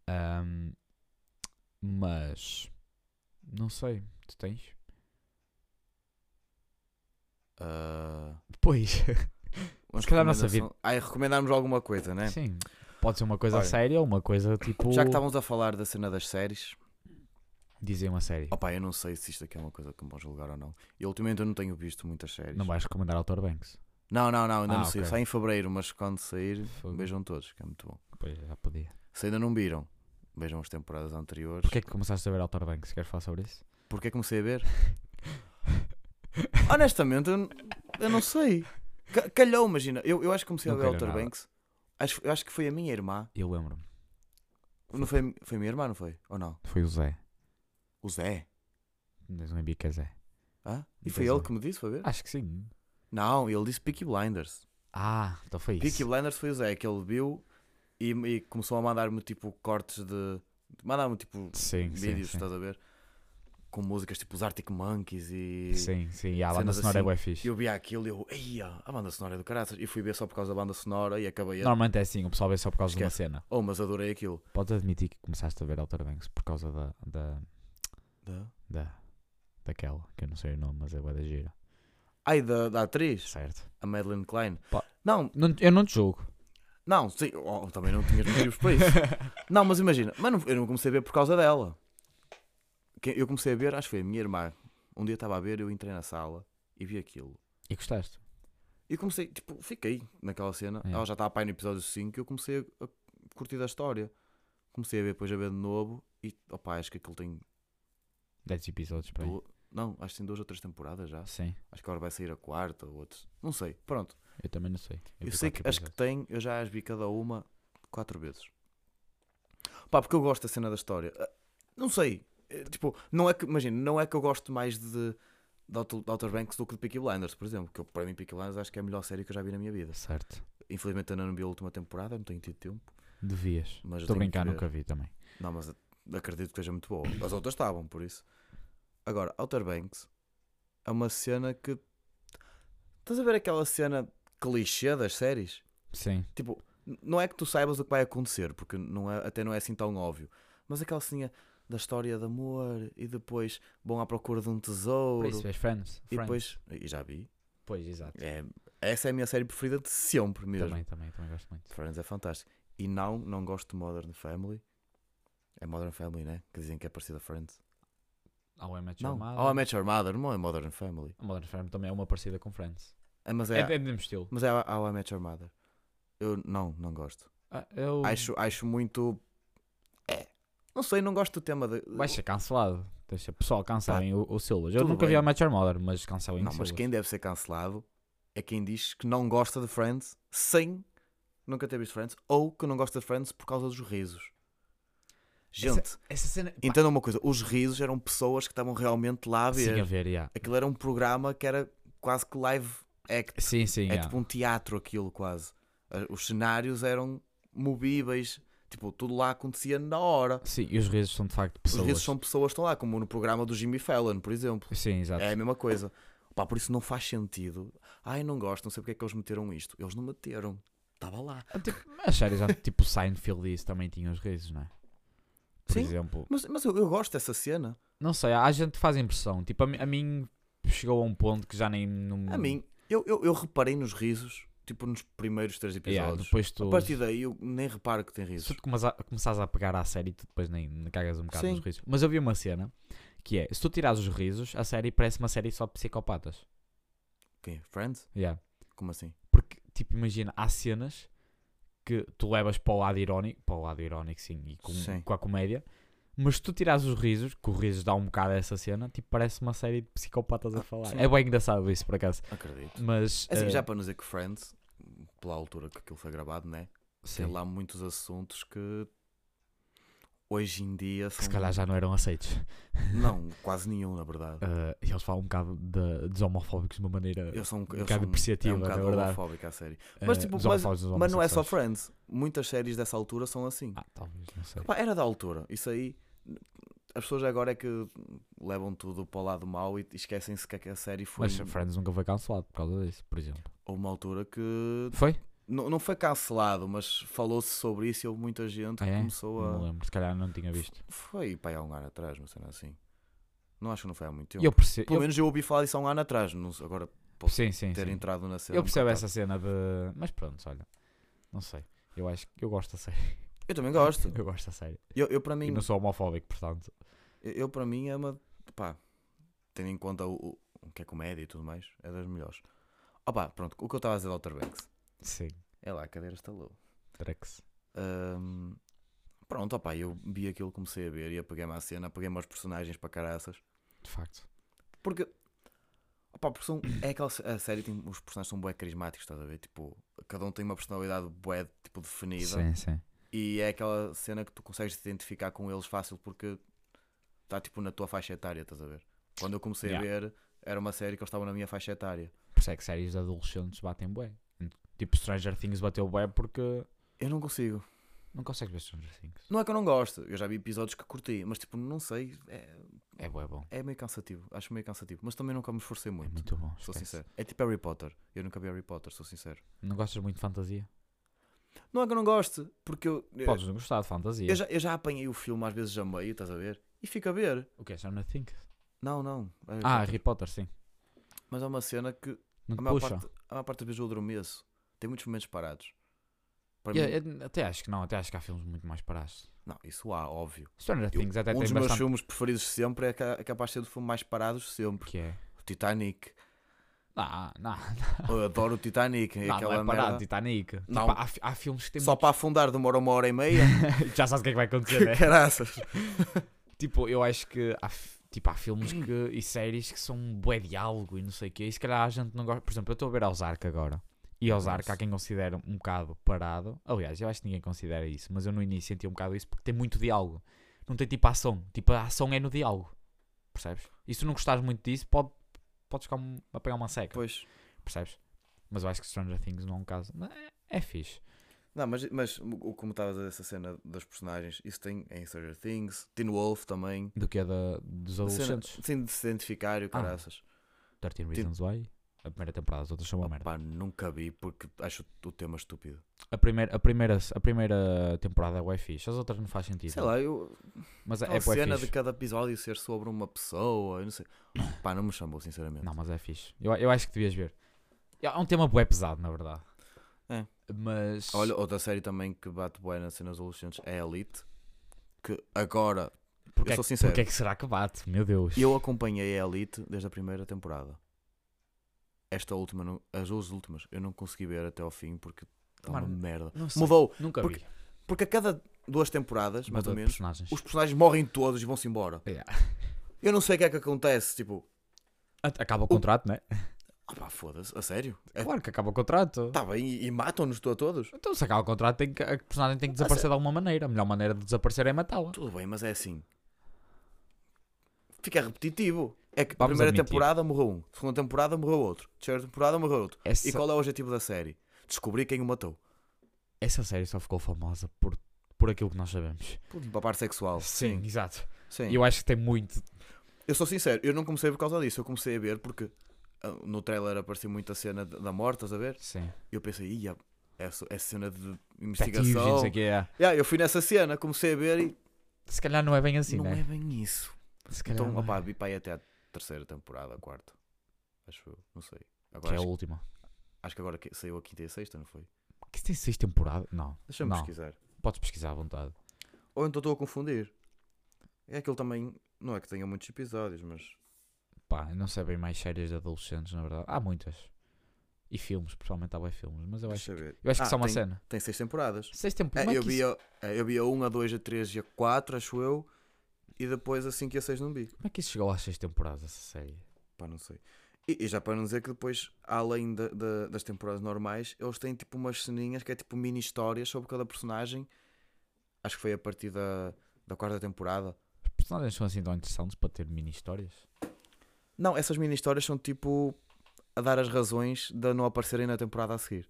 [SPEAKER 1] Ahm, mas. Não sei. Tu tens?
[SPEAKER 2] Ah,
[SPEAKER 1] Pois.
[SPEAKER 2] mas
[SPEAKER 1] Se calhar a nossa
[SPEAKER 2] recomendação- Ah, é recomendarmos alguma coisa, né?
[SPEAKER 1] Sim. Pode ser uma coisa
[SPEAKER 2] Olha.
[SPEAKER 1] séria ou uma coisa tipo.
[SPEAKER 2] Já que estávamos a falar da cena das séries,
[SPEAKER 1] Dizer uma série.
[SPEAKER 2] opa, eu não sei se isto aqui é uma coisa que me vão julgar ou não. E ultimamente eu não tenho visto muitas séries.
[SPEAKER 1] Não vais recomendar Autor Banks.
[SPEAKER 2] Não, não, não, ainda
[SPEAKER 1] Ah,
[SPEAKER 2] não sei.
[SPEAKER 1] ok.
[SPEAKER 2] Sai em fevereiro, mas quando sair,
[SPEAKER 1] Fogo.
[SPEAKER 2] vejam todos, que é muito bom.
[SPEAKER 1] Pois já podia.
[SPEAKER 2] Se ainda não viram, vejam as temporadas anteriores.
[SPEAKER 1] Porquê é que começaste a ver Autor Banks? Queres falar sobre isso?
[SPEAKER 2] Porquê comecei a ver? Honestamente, eu, n- eu não sei. Ca- Calhou, imagina. Eu, eu acho que comecei
[SPEAKER 1] Não
[SPEAKER 2] a ver
[SPEAKER 1] calhou
[SPEAKER 2] Outer
[SPEAKER 1] nada.
[SPEAKER 2] Banks. Acho, eu acho que foi a minha irmã.
[SPEAKER 1] Eu lembro-me.
[SPEAKER 2] Não foi, a mi- foi a minha irmã, não foi? Ou não?
[SPEAKER 1] Foi o Zé.
[SPEAKER 2] O Zé.
[SPEAKER 1] Mas Não lembro que é Zé.
[SPEAKER 2] Hã? E
[SPEAKER 1] Não
[SPEAKER 2] foi
[SPEAKER 1] tens
[SPEAKER 2] ele
[SPEAKER 1] a-
[SPEAKER 2] que me disse para ver?
[SPEAKER 1] Acho que sim.
[SPEAKER 2] Não, ele disse Peaky Blinders.
[SPEAKER 1] Ah, então foi
[SPEAKER 2] Peaky
[SPEAKER 1] isso.
[SPEAKER 2] Blinders foi o Zé que ele viu e, e começou a mandar-me tipo cortes de. Mandar-me tipo
[SPEAKER 1] Sim, sim.
[SPEAKER 2] vídeos,
[SPEAKER 1] Sim,
[SPEAKER 2] estás a ver? Com músicas tipo os Arctic Monkeys e.
[SPEAKER 1] sim, sim. E a banda
[SPEAKER 2] cenas
[SPEAKER 1] sonora é
[SPEAKER 2] assim.
[SPEAKER 1] bué fixe.
[SPEAKER 2] E eu vi aquilo e eu, eia, a banda sonora é do caraças. E fui ver só por causa da banda sonora e acabei a.
[SPEAKER 1] Normalmente é assim, o pessoal vê só por causa de uma cena.
[SPEAKER 2] Oh, mas adorei aquilo.
[SPEAKER 1] Podes admitir que começaste a ver Outer Banks por causa da, da, da, daquela, que eu não sei o nome, mas é bué da gira.
[SPEAKER 2] Ai, da, da atriz,
[SPEAKER 1] Certo.
[SPEAKER 2] a Madeleine Klein.
[SPEAKER 1] Pa-
[SPEAKER 2] Não,
[SPEAKER 1] Não- eu não te julgo.
[SPEAKER 2] não, sim, oh, também não tinha motivos para isso. Não, mas imagina, mas não- eu não comecei a ver por causa dela. Que- Eu comecei a ver, acho que foi a minha irmã. Um dia estava a ver, eu entrei na sala e vi aquilo.
[SPEAKER 1] E gostaste?
[SPEAKER 2] E comecei, tipo, fiquei naquela cena.
[SPEAKER 1] É.
[SPEAKER 2] Ela já estava a pai no episódio 5 e eu comecei a, a curtir da história. Comecei a ver, depois a ver de novo e, opá, acho que aquilo tem
[SPEAKER 1] 10 episódios para aí.
[SPEAKER 2] Du- Não, acho que tem duas ou três temporadas já.
[SPEAKER 1] Sim,
[SPEAKER 2] Acho que agora vai sair a quarta ou outros. Não sei. Pronto.
[SPEAKER 1] eu também não sei.
[SPEAKER 2] Eu,
[SPEAKER 1] vi
[SPEAKER 2] sei
[SPEAKER 1] quatro
[SPEAKER 2] que as que
[SPEAKER 1] episódios.
[SPEAKER 2] tem, eu já as vi cada uma quatro vezes. Pá, porque eu gosto da cena da história. Ah, Não sei. Eh, Tipo, não é que, imagina, não é que eu gosto mais de, de Outer de Outer Banks do que de Peaky Blinders, por exemplo. Que eu, para mim, Peaky Blinders acho que é a melhor série que eu já vi na minha vida.
[SPEAKER 1] Certo.
[SPEAKER 2] Infelizmente, ainda não vi a última temporada, não tenho tido tempo.
[SPEAKER 1] Devias.
[SPEAKER 2] Mas eu
[SPEAKER 1] Estou a
[SPEAKER 2] tenho que
[SPEAKER 1] brincar,
[SPEAKER 2] ver.
[SPEAKER 1] nunca vi também.
[SPEAKER 2] Não, mas acredito que seja muito boa. As outras estavam, por isso. Agora, Outer Banks é uma cena que. Estás a ver aquela cena clichê das séries?
[SPEAKER 1] Sim,
[SPEAKER 2] Tipo, n- não é que tu saibas o que vai acontecer, porque não é, até não é assim tão óbvio. Mas aquela cena da história de amor e depois vão à procura de um
[SPEAKER 1] por
[SPEAKER 2] tesouro.
[SPEAKER 1] isso vês Friends.
[SPEAKER 2] e
[SPEAKER 1] Friends.
[SPEAKER 2] depois. E já vi.
[SPEAKER 1] Pois, exato.
[SPEAKER 2] É, essa é a minha série preferida de sempre mesmo.
[SPEAKER 1] Também, também, também gosto muito.
[SPEAKER 2] Friends é fantástico. E não, não gosto de Modern Family. É Modern Family, né? Que dizem que é parecida a Friends.
[SPEAKER 1] How I Met Your
[SPEAKER 2] Não,
[SPEAKER 1] Mother.
[SPEAKER 2] How I Met Your Mother, não é Modern Family.
[SPEAKER 1] A Modern Family também é uma parecida com Friends.
[SPEAKER 2] É, mas,
[SPEAKER 1] É,
[SPEAKER 2] é,
[SPEAKER 1] é do mesmo estilo.
[SPEAKER 2] mas é How I Met Your Mother. Eu não, não gosto.
[SPEAKER 1] Ah, eu...
[SPEAKER 2] Acho, acho muito. É. Não sei, não gosto do tema de.
[SPEAKER 1] Vai ser cancelado. Deixa, pessoal, cancelem o, o Silas. Eu
[SPEAKER 2] tudo
[SPEAKER 1] nunca vi
[SPEAKER 2] bem.
[SPEAKER 1] a Match Your Mother, mas cancelem
[SPEAKER 2] Não,
[SPEAKER 1] o
[SPEAKER 2] mas
[SPEAKER 1] Silas.
[SPEAKER 2] quem deve ser cancelado é quem diz que não gosta de Friends sem nunca ter visto Friends ou que não gosta de Friends por causa dos risos. Gente,
[SPEAKER 1] Essa cena. pá,
[SPEAKER 2] entendam uma coisa: os risos eram pessoas que estavam realmente lá a ver.
[SPEAKER 1] sim, a ver, yeah.
[SPEAKER 2] Aquilo era um programa que era quase que live act.
[SPEAKER 1] Sim, sim.
[SPEAKER 2] É
[SPEAKER 1] yeah.
[SPEAKER 2] tipo um teatro aquilo quase. Ah, Os cenários eram movíveis, tipo, tudo lá acontecia na hora.
[SPEAKER 1] Sim, e os risos são de facto pessoas.
[SPEAKER 2] um- Os vezes são pessoas que estão lá, como no programa do Jimmy Fallon, por exemplo.
[SPEAKER 1] Sim, exato.
[SPEAKER 2] É a mesma coisa. Pá, por isso não faz sentido. Ai, não gosto, não sei porque é que eles meteram isto. Eles não meteram. Estava lá.
[SPEAKER 1] Ah, Tipo, as séries antes, tipo Seinfeld e isso também tinham os risos, não é? Por
[SPEAKER 2] Sim.
[SPEAKER 1] exemplo,
[SPEAKER 2] Mas, mas eu, eu gosto dessa cena.
[SPEAKER 1] não sei, há gente que faz impressão. Tipo, a, mi- a mim chegou a um ponto que já nem. Não...
[SPEAKER 2] A mim, eu, eu, eu reparei nos risos, tipo, nos primeiros três
[SPEAKER 1] Yeah,
[SPEAKER 2] episódios.
[SPEAKER 1] depois tu.
[SPEAKER 2] A partir daí eu nem reparo que tem risos.
[SPEAKER 1] Se tu começas a, começares a pegar à série, tu depois nem, nem cagas um bocado
[SPEAKER 2] Sim.
[SPEAKER 1] nos risos. Mas eu vi uma cena que é: se tu tirares os risos, a série parece uma série só de psicopatas.
[SPEAKER 2] Quem? Friends?
[SPEAKER 1] Yeah.
[SPEAKER 2] Como assim?
[SPEAKER 1] Porque, tipo, imagina, há cenas que tu levas para o lado irónico, para o lado irónico, sim, e com,
[SPEAKER 2] Sim.
[SPEAKER 1] com a comédia, mas se tu tirares os risos, que o risos dá um bocado a essa cena, tipo, parece uma série de psicopatas a
[SPEAKER 2] Ah,
[SPEAKER 1] falar.
[SPEAKER 2] sim.
[SPEAKER 1] É bem engraçado isso, por acaso.
[SPEAKER 2] Acredito.
[SPEAKER 1] Mas.
[SPEAKER 2] Assim,
[SPEAKER 1] eh,
[SPEAKER 2] já para não dizer que Friends, pela altura que aquilo foi gravado, né?
[SPEAKER 1] sim.
[SPEAKER 2] Tem lá muitos assuntos que hoje em dia são.
[SPEAKER 1] Que se calhar já não eram aceitos.
[SPEAKER 2] Não, quase nenhum, na verdade.
[SPEAKER 1] Ah, eles falam um bocado de, dos homofóbicos de uma maneira.
[SPEAKER 2] Eu sou um, eu sou
[SPEAKER 1] bocado
[SPEAKER 2] um, é
[SPEAKER 1] depreciativa,
[SPEAKER 2] um bocado
[SPEAKER 1] na verdade.
[SPEAKER 2] homofóbico à série.
[SPEAKER 1] ah,
[SPEAKER 2] Mas, tipo,
[SPEAKER 1] dos
[SPEAKER 2] mas,
[SPEAKER 1] homofóbicos e dos
[SPEAKER 2] mas não é só
[SPEAKER 1] homossexuais.
[SPEAKER 2] Friends. Muitas séries dessa altura são assim.
[SPEAKER 1] Ah, talvez, não sei.
[SPEAKER 2] Pá, era da altura. Isso aí. As pessoas agora é que levam tudo para o lado mau e esquecem-se que a série foi
[SPEAKER 1] Mas Friends nunca foi cancelado por causa disso, por exemplo.
[SPEAKER 2] houve uma altura que
[SPEAKER 1] Foi?
[SPEAKER 2] não, não foi cancelado, mas falou-se sobre isso e houve muita gente que
[SPEAKER 1] Ah, é?
[SPEAKER 2] começou
[SPEAKER 1] Não me
[SPEAKER 2] a.
[SPEAKER 1] lembro, se calhar não tinha visto.
[SPEAKER 2] Foi pá, há um ano atrás, não sei não é assim. Não acho que não foi há muito tempo.
[SPEAKER 1] Eu percebo.
[SPEAKER 2] Pelo menos eu ouvi falar disso há um ano atrás, não sei- agora
[SPEAKER 1] eu, sim, sim.
[SPEAKER 2] ter
[SPEAKER 1] sim.
[SPEAKER 2] entrado na cena.
[SPEAKER 1] Eu
[SPEAKER 2] um
[SPEAKER 1] percebo
[SPEAKER 2] bocado
[SPEAKER 1] essa cena de. Mas pronto, olha. Não sei. Eu acho que eu gosto da série.
[SPEAKER 2] tarde. Eu também gosto.
[SPEAKER 1] Eu gosto da série.
[SPEAKER 2] Eu, eu para
[SPEAKER 1] E
[SPEAKER 2] mim,
[SPEAKER 1] não sou homofóbico, portanto.
[SPEAKER 2] eu, eu para mim é uma. Pá, tendo em conta o, o- o que é comédia e tudo mais, é das melhores. Opá, pronto, o que eu estava a dizer do Outer Banks.
[SPEAKER 1] Sim.
[SPEAKER 2] É lá, a cadeira estalou.
[SPEAKER 1] Drex.
[SPEAKER 2] Ahm, pronto, opá, eu vi aquilo, comecei a ver e apaguei-me à cena, apaguei-me aos personagens para caraças.
[SPEAKER 1] De facto.
[SPEAKER 2] Porque, opá, porque são, é aquela sé- a série, tem, os personagens são bué carismáticos, estás a ver? Tipo, cada um tem uma personalidade bué, tipo, definida.
[SPEAKER 1] Sim, sim.
[SPEAKER 2] E é aquela cena que tu consegues te identificar com eles fácil porque está tipo na tua faixa etária, estás a ver? Quando eu comecei a ver, era uma série que eles estavam na minha faixa etária.
[SPEAKER 1] Por isso é que séries de adolescentes batem bué. Tipo, Stranger Things bateu bué porque
[SPEAKER 2] Eu não consigo.
[SPEAKER 1] não consegues ver Stranger Things.
[SPEAKER 2] Não é que eu não gosto, eu já vi episódios que curti, mas tipo, não sei, é,
[SPEAKER 1] É bué bom.
[SPEAKER 2] é meio cansativo, acho meio cansativo, mas também nunca me esforcei
[SPEAKER 1] É
[SPEAKER 2] muito.
[SPEAKER 1] muito bom.
[SPEAKER 2] Sou
[SPEAKER 1] esquece.
[SPEAKER 2] sincero. É tipo Harry Potter. Eu nunca vi Harry Potter, sou sincero.
[SPEAKER 1] Não gostas muito de fantasia?
[SPEAKER 2] Não é que eu não gosto, porque eu. eu-
[SPEAKER 1] Podes não gostar de fantasia.
[SPEAKER 2] Eu já, eu já apanhei o filme às vezes a meio, estás a ver? E fico a ver.
[SPEAKER 1] O que é? Stranger Things?
[SPEAKER 2] Não, não. é Harry
[SPEAKER 1] Ah,
[SPEAKER 2] Potter.
[SPEAKER 1] Harry Potter, sim.
[SPEAKER 2] Mas é uma cena que
[SPEAKER 1] Não
[SPEAKER 2] a
[SPEAKER 1] te
[SPEAKER 2] maior,
[SPEAKER 1] puxa.
[SPEAKER 2] parte, a maior parte das vezes eu adormeço. Tem muitos momentos parados. Para
[SPEAKER 1] E
[SPEAKER 2] mim,
[SPEAKER 1] eu- eu é, até acho que não, até acho que há filmes muito mais parados.
[SPEAKER 2] Não, isso há, óbvio.
[SPEAKER 1] Stranger
[SPEAKER 2] Eu-
[SPEAKER 1] Things é- até
[SPEAKER 2] um
[SPEAKER 1] tem
[SPEAKER 2] dos
[SPEAKER 1] bastante.
[SPEAKER 2] meus filmes preferidos sempre é, ca- é capaz de ser do filme mais parados sempre.
[SPEAKER 1] Que é?
[SPEAKER 2] O Titanic.
[SPEAKER 1] Não, não,
[SPEAKER 2] Eu adoro o Titanic. É
[SPEAKER 1] não, não
[SPEAKER 2] aquela
[SPEAKER 1] é parado,
[SPEAKER 2] merda.
[SPEAKER 1] Titanic. Tipo,
[SPEAKER 2] Não.
[SPEAKER 1] há, fi- há filmes que têm.
[SPEAKER 2] Só para afundar demora uma hora e meia.
[SPEAKER 1] Já sabes o que é que vai acontecer, né?
[SPEAKER 2] Caraças.
[SPEAKER 1] tipo, eu acho que há, fi- tipo, há filmes que, e séries que são um bué diálogo e não sei o quê. E se calhar a gente não gosta. Por exemplo, eu estou a ver Ozark agora. E Ozark há
[SPEAKER 2] Nossa.
[SPEAKER 1] quem considera um bocado parado. Aliás, eu acho que ninguém considera isso, mas eu no início senti um bocado isso porque tem muito diálogo. Não tem tipo ação. Tipo, a ação é no diálogo. Percebes? E se tu não gostares muito disso, pode, podes ficar um- a pegar uma seca.
[SPEAKER 2] Pois.
[SPEAKER 1] Percebes? Mas eu acho que Stranger Things não é um caso. Mas é- É fixe.
[SPEAKER 2] Não, mas, mas o- como estavas a dizer, essa cena das personagens, isso tem em Stranger Things, Teen Wolf também.
[SPEAKER 1] Do que é da, dos
[SPEAKER 2] A cena-
[SPEAKER 1] adolescentes. Ah,
[SPEAKER 2] Sim, de se identificar e o caraças.
[SPEAKER 1] 13 Reasons Why. A primeira temporada, as outras são uma merda.
[SPEAKER 2] Pá, nunca vi porque acho o tema estúpido.
[SPEAKER 1] A primeira, a, primeira, a primeira temporada é bué fixe, as outras não faz sentido.
[SPEAKER 2] Sei lá, eu,
[SPEAKER 1] Mas é
[SPEAKER 2] Aquela
[SPEAKER 1] bué
[SPEAKER 2] cena
[SPEAKER 1] fixe.
[SPEAKER 2] de cada episódio ser sobre uma pessoa, eu não sei. Pá, não me chamou, sinceramente.
[SPEAKER 1] Não, mas é fixe. Eu, eu acho que devias ver. É um tema bué pesado, na verdade.
[SPEAKER 2] É.
[SPEAKER 1] Mas.
[SPEAKER 2] Olha, outra série também que bate bué nas cenas adolescentes é Elite. Que agora,
[SPEAKER 1] porque,
[SPEAKER 2] eu
[SPEAKER 1] é
[SPEAKER 2] sou
[SPEAKER 1] que-
[SPEAKER 2] sincero.
[SPEAKER 1] porque é que será que bate? Meu Deus.
[SPEAKER 2] eu acompanhei a Elite desde a primeira temporada. Esta última, não- as duas últimas, eu não consegui ver até ao fim porque está uma
[SPEAKER 1] Mano,
[SPEAKER 2] merda.
[SPEAKER 1] Não sei.
[SPEAKER 2] Mudou,
[SPEAKER 1] Nunca
[SPEAKER 2] Porque-
[SPEAKER 1] vi.
[SPEAKER 2] porque a cada duas temporadas, mais
[SPEAKER 1] Muda
[SPEAKER 2] ou
[SPEAKER 1] de
[SPEAKER 2] menos,
[SPEAKER 1] Personagens.
[SPEAKER 2] os personagens morrem todos e vão-se embora.
[SPEAKER 1] Yeah.
[SPEAKER 2] Eu não sei o que é que acontece, tipo,
[SPEAKER 1] Acaba o contrato, não é?
[SPEAKER 2] ah pá, foda-se, a sério? É,
[SPEAKER 1] Claro que acaba o contrato.
[SPEAKER 2] tá bem, e, e matam-nos to- a todos?
[SPEAKER 1] Então, se acaba o contrato, tem que, a personagem
[SPEAKER 2] Ah,
[SPEAKER 1] tem que desaparecer de alguma maneira. A melhor maneira de desaparecer é matá-la.
[SPEAKER 2] Tudo bem, mas é assim. Fica repetitivo. É que
[SPEAKER 1] Vamos
[SPEAKER 2] primeira
[SPEAKER 1] admitir.
[SPEAKER 2] temporada morreu um, segunda temporada morreu outro, terceira temporada morreu outro.
[SPEAKER 1] Essa,
[SPEAKER 2] E qual é o objetivo da série? Descobrir quem o matou.
[SPEAKER 1] essa série só ficou famosa por, por aquilo que nós sabemos.
[SPEAKER 2] Para a parte sexual.
[SPEAKER 1] exato.
[SPEAKER 2] Sim.
[SPEAKER 1] E eu acho que tem muito.
[SPEAKER 2] Eu sou sincero, eu não comecei por causa disso. Eu comecei a ver porque ah, no trailer apareceu muita cena da da morte, estás a ver?
[SPEAKER 1] Sim.
[SPEAKER 2] Eu pensei, ia, essa, essa cena de
[SPEAKER 1] Detetives e não
[SPEAKER 2] investigação.
[SPEAKER 1] sei o que é.
[SPEAKER 2] Yeah, eu fui nessa cena, comecei a ver e
[SPEAKER 1] Se calhar não é bem assim,
[SPEAKER 2] não
[SPEAKER 1] né?
[SPEAKER 2] é bem isso.
[SPEAKER 1] Se calhar
[SPEAKER 2] Então,
[SPEAKER 1] não é.
[SPEAKER 2] opá, vi para aí até a terceira temporada, a quarta. Acho eu, não sei.
[SPEAKER 1] que
[SPEAKER 2] Agora
[SPEAKER 1] é a
[SPEAKER 2] acho,
[SPEAKER 1] última.
[SPEAKER 2] acho que agora que- saiu a quinta e a sexta, não foi?
[SPEAKER 1] Que tem seis temporadas? Não.
[SPEAKER 2] Deixa-me
[SPEAKER 1] Não.
[SPEAKER 2] pesquisar.
[SPEAKER 1] Podes pesquisar à vontade.
[SPEAKER 2] Ou então estou a confundir. É aquele também. Não é que tenha muitos episódios, mas.
[SPEAKER 1] Pá, eu não sei bem mais séries de adolescentes, na verdade. Há muitas. E filmes, principalmente há bem filmes. Mas eu acho,
[SPEAKER 2] Deixa ver.
[SPEAKER 1] eu acho que
[SPEAKER 2] Ah,
[SPEAKER 1] só uma
[SPEAKER 2] tem,
[SPEAKER 1] cena.
[SPEAKER 2] Tem seis temporadas.
[SPEAKER 1] Seis
[SPEAKER 2] É,
[SPEAKER 1] temporadas.
[SPEAKER 2] eu, vi a, é, eu vi a 1, a 2, a 3 e a 4, acho eu. E depois a 5 e a 6 não vi.
[SPEAKER 1] Como é que isso chegou às seis temporadas, essa série?
[SPEAKER 2] Pá, não sei. E, e já para não dizer que depois, além da- da- das temporadas normais, eles têm tipo umas ceninhas que é tipo mini histórias sobre cada personagem. Acho que foi a partir da, da quarta temporada.
[SPEAKER 1] Os personagens são assim tão interessantes para ter mini histórias.
[SPEAKER 2] Não, essas mini histórias são tipo a dar as razões de não aparecerem na temporada a seguir.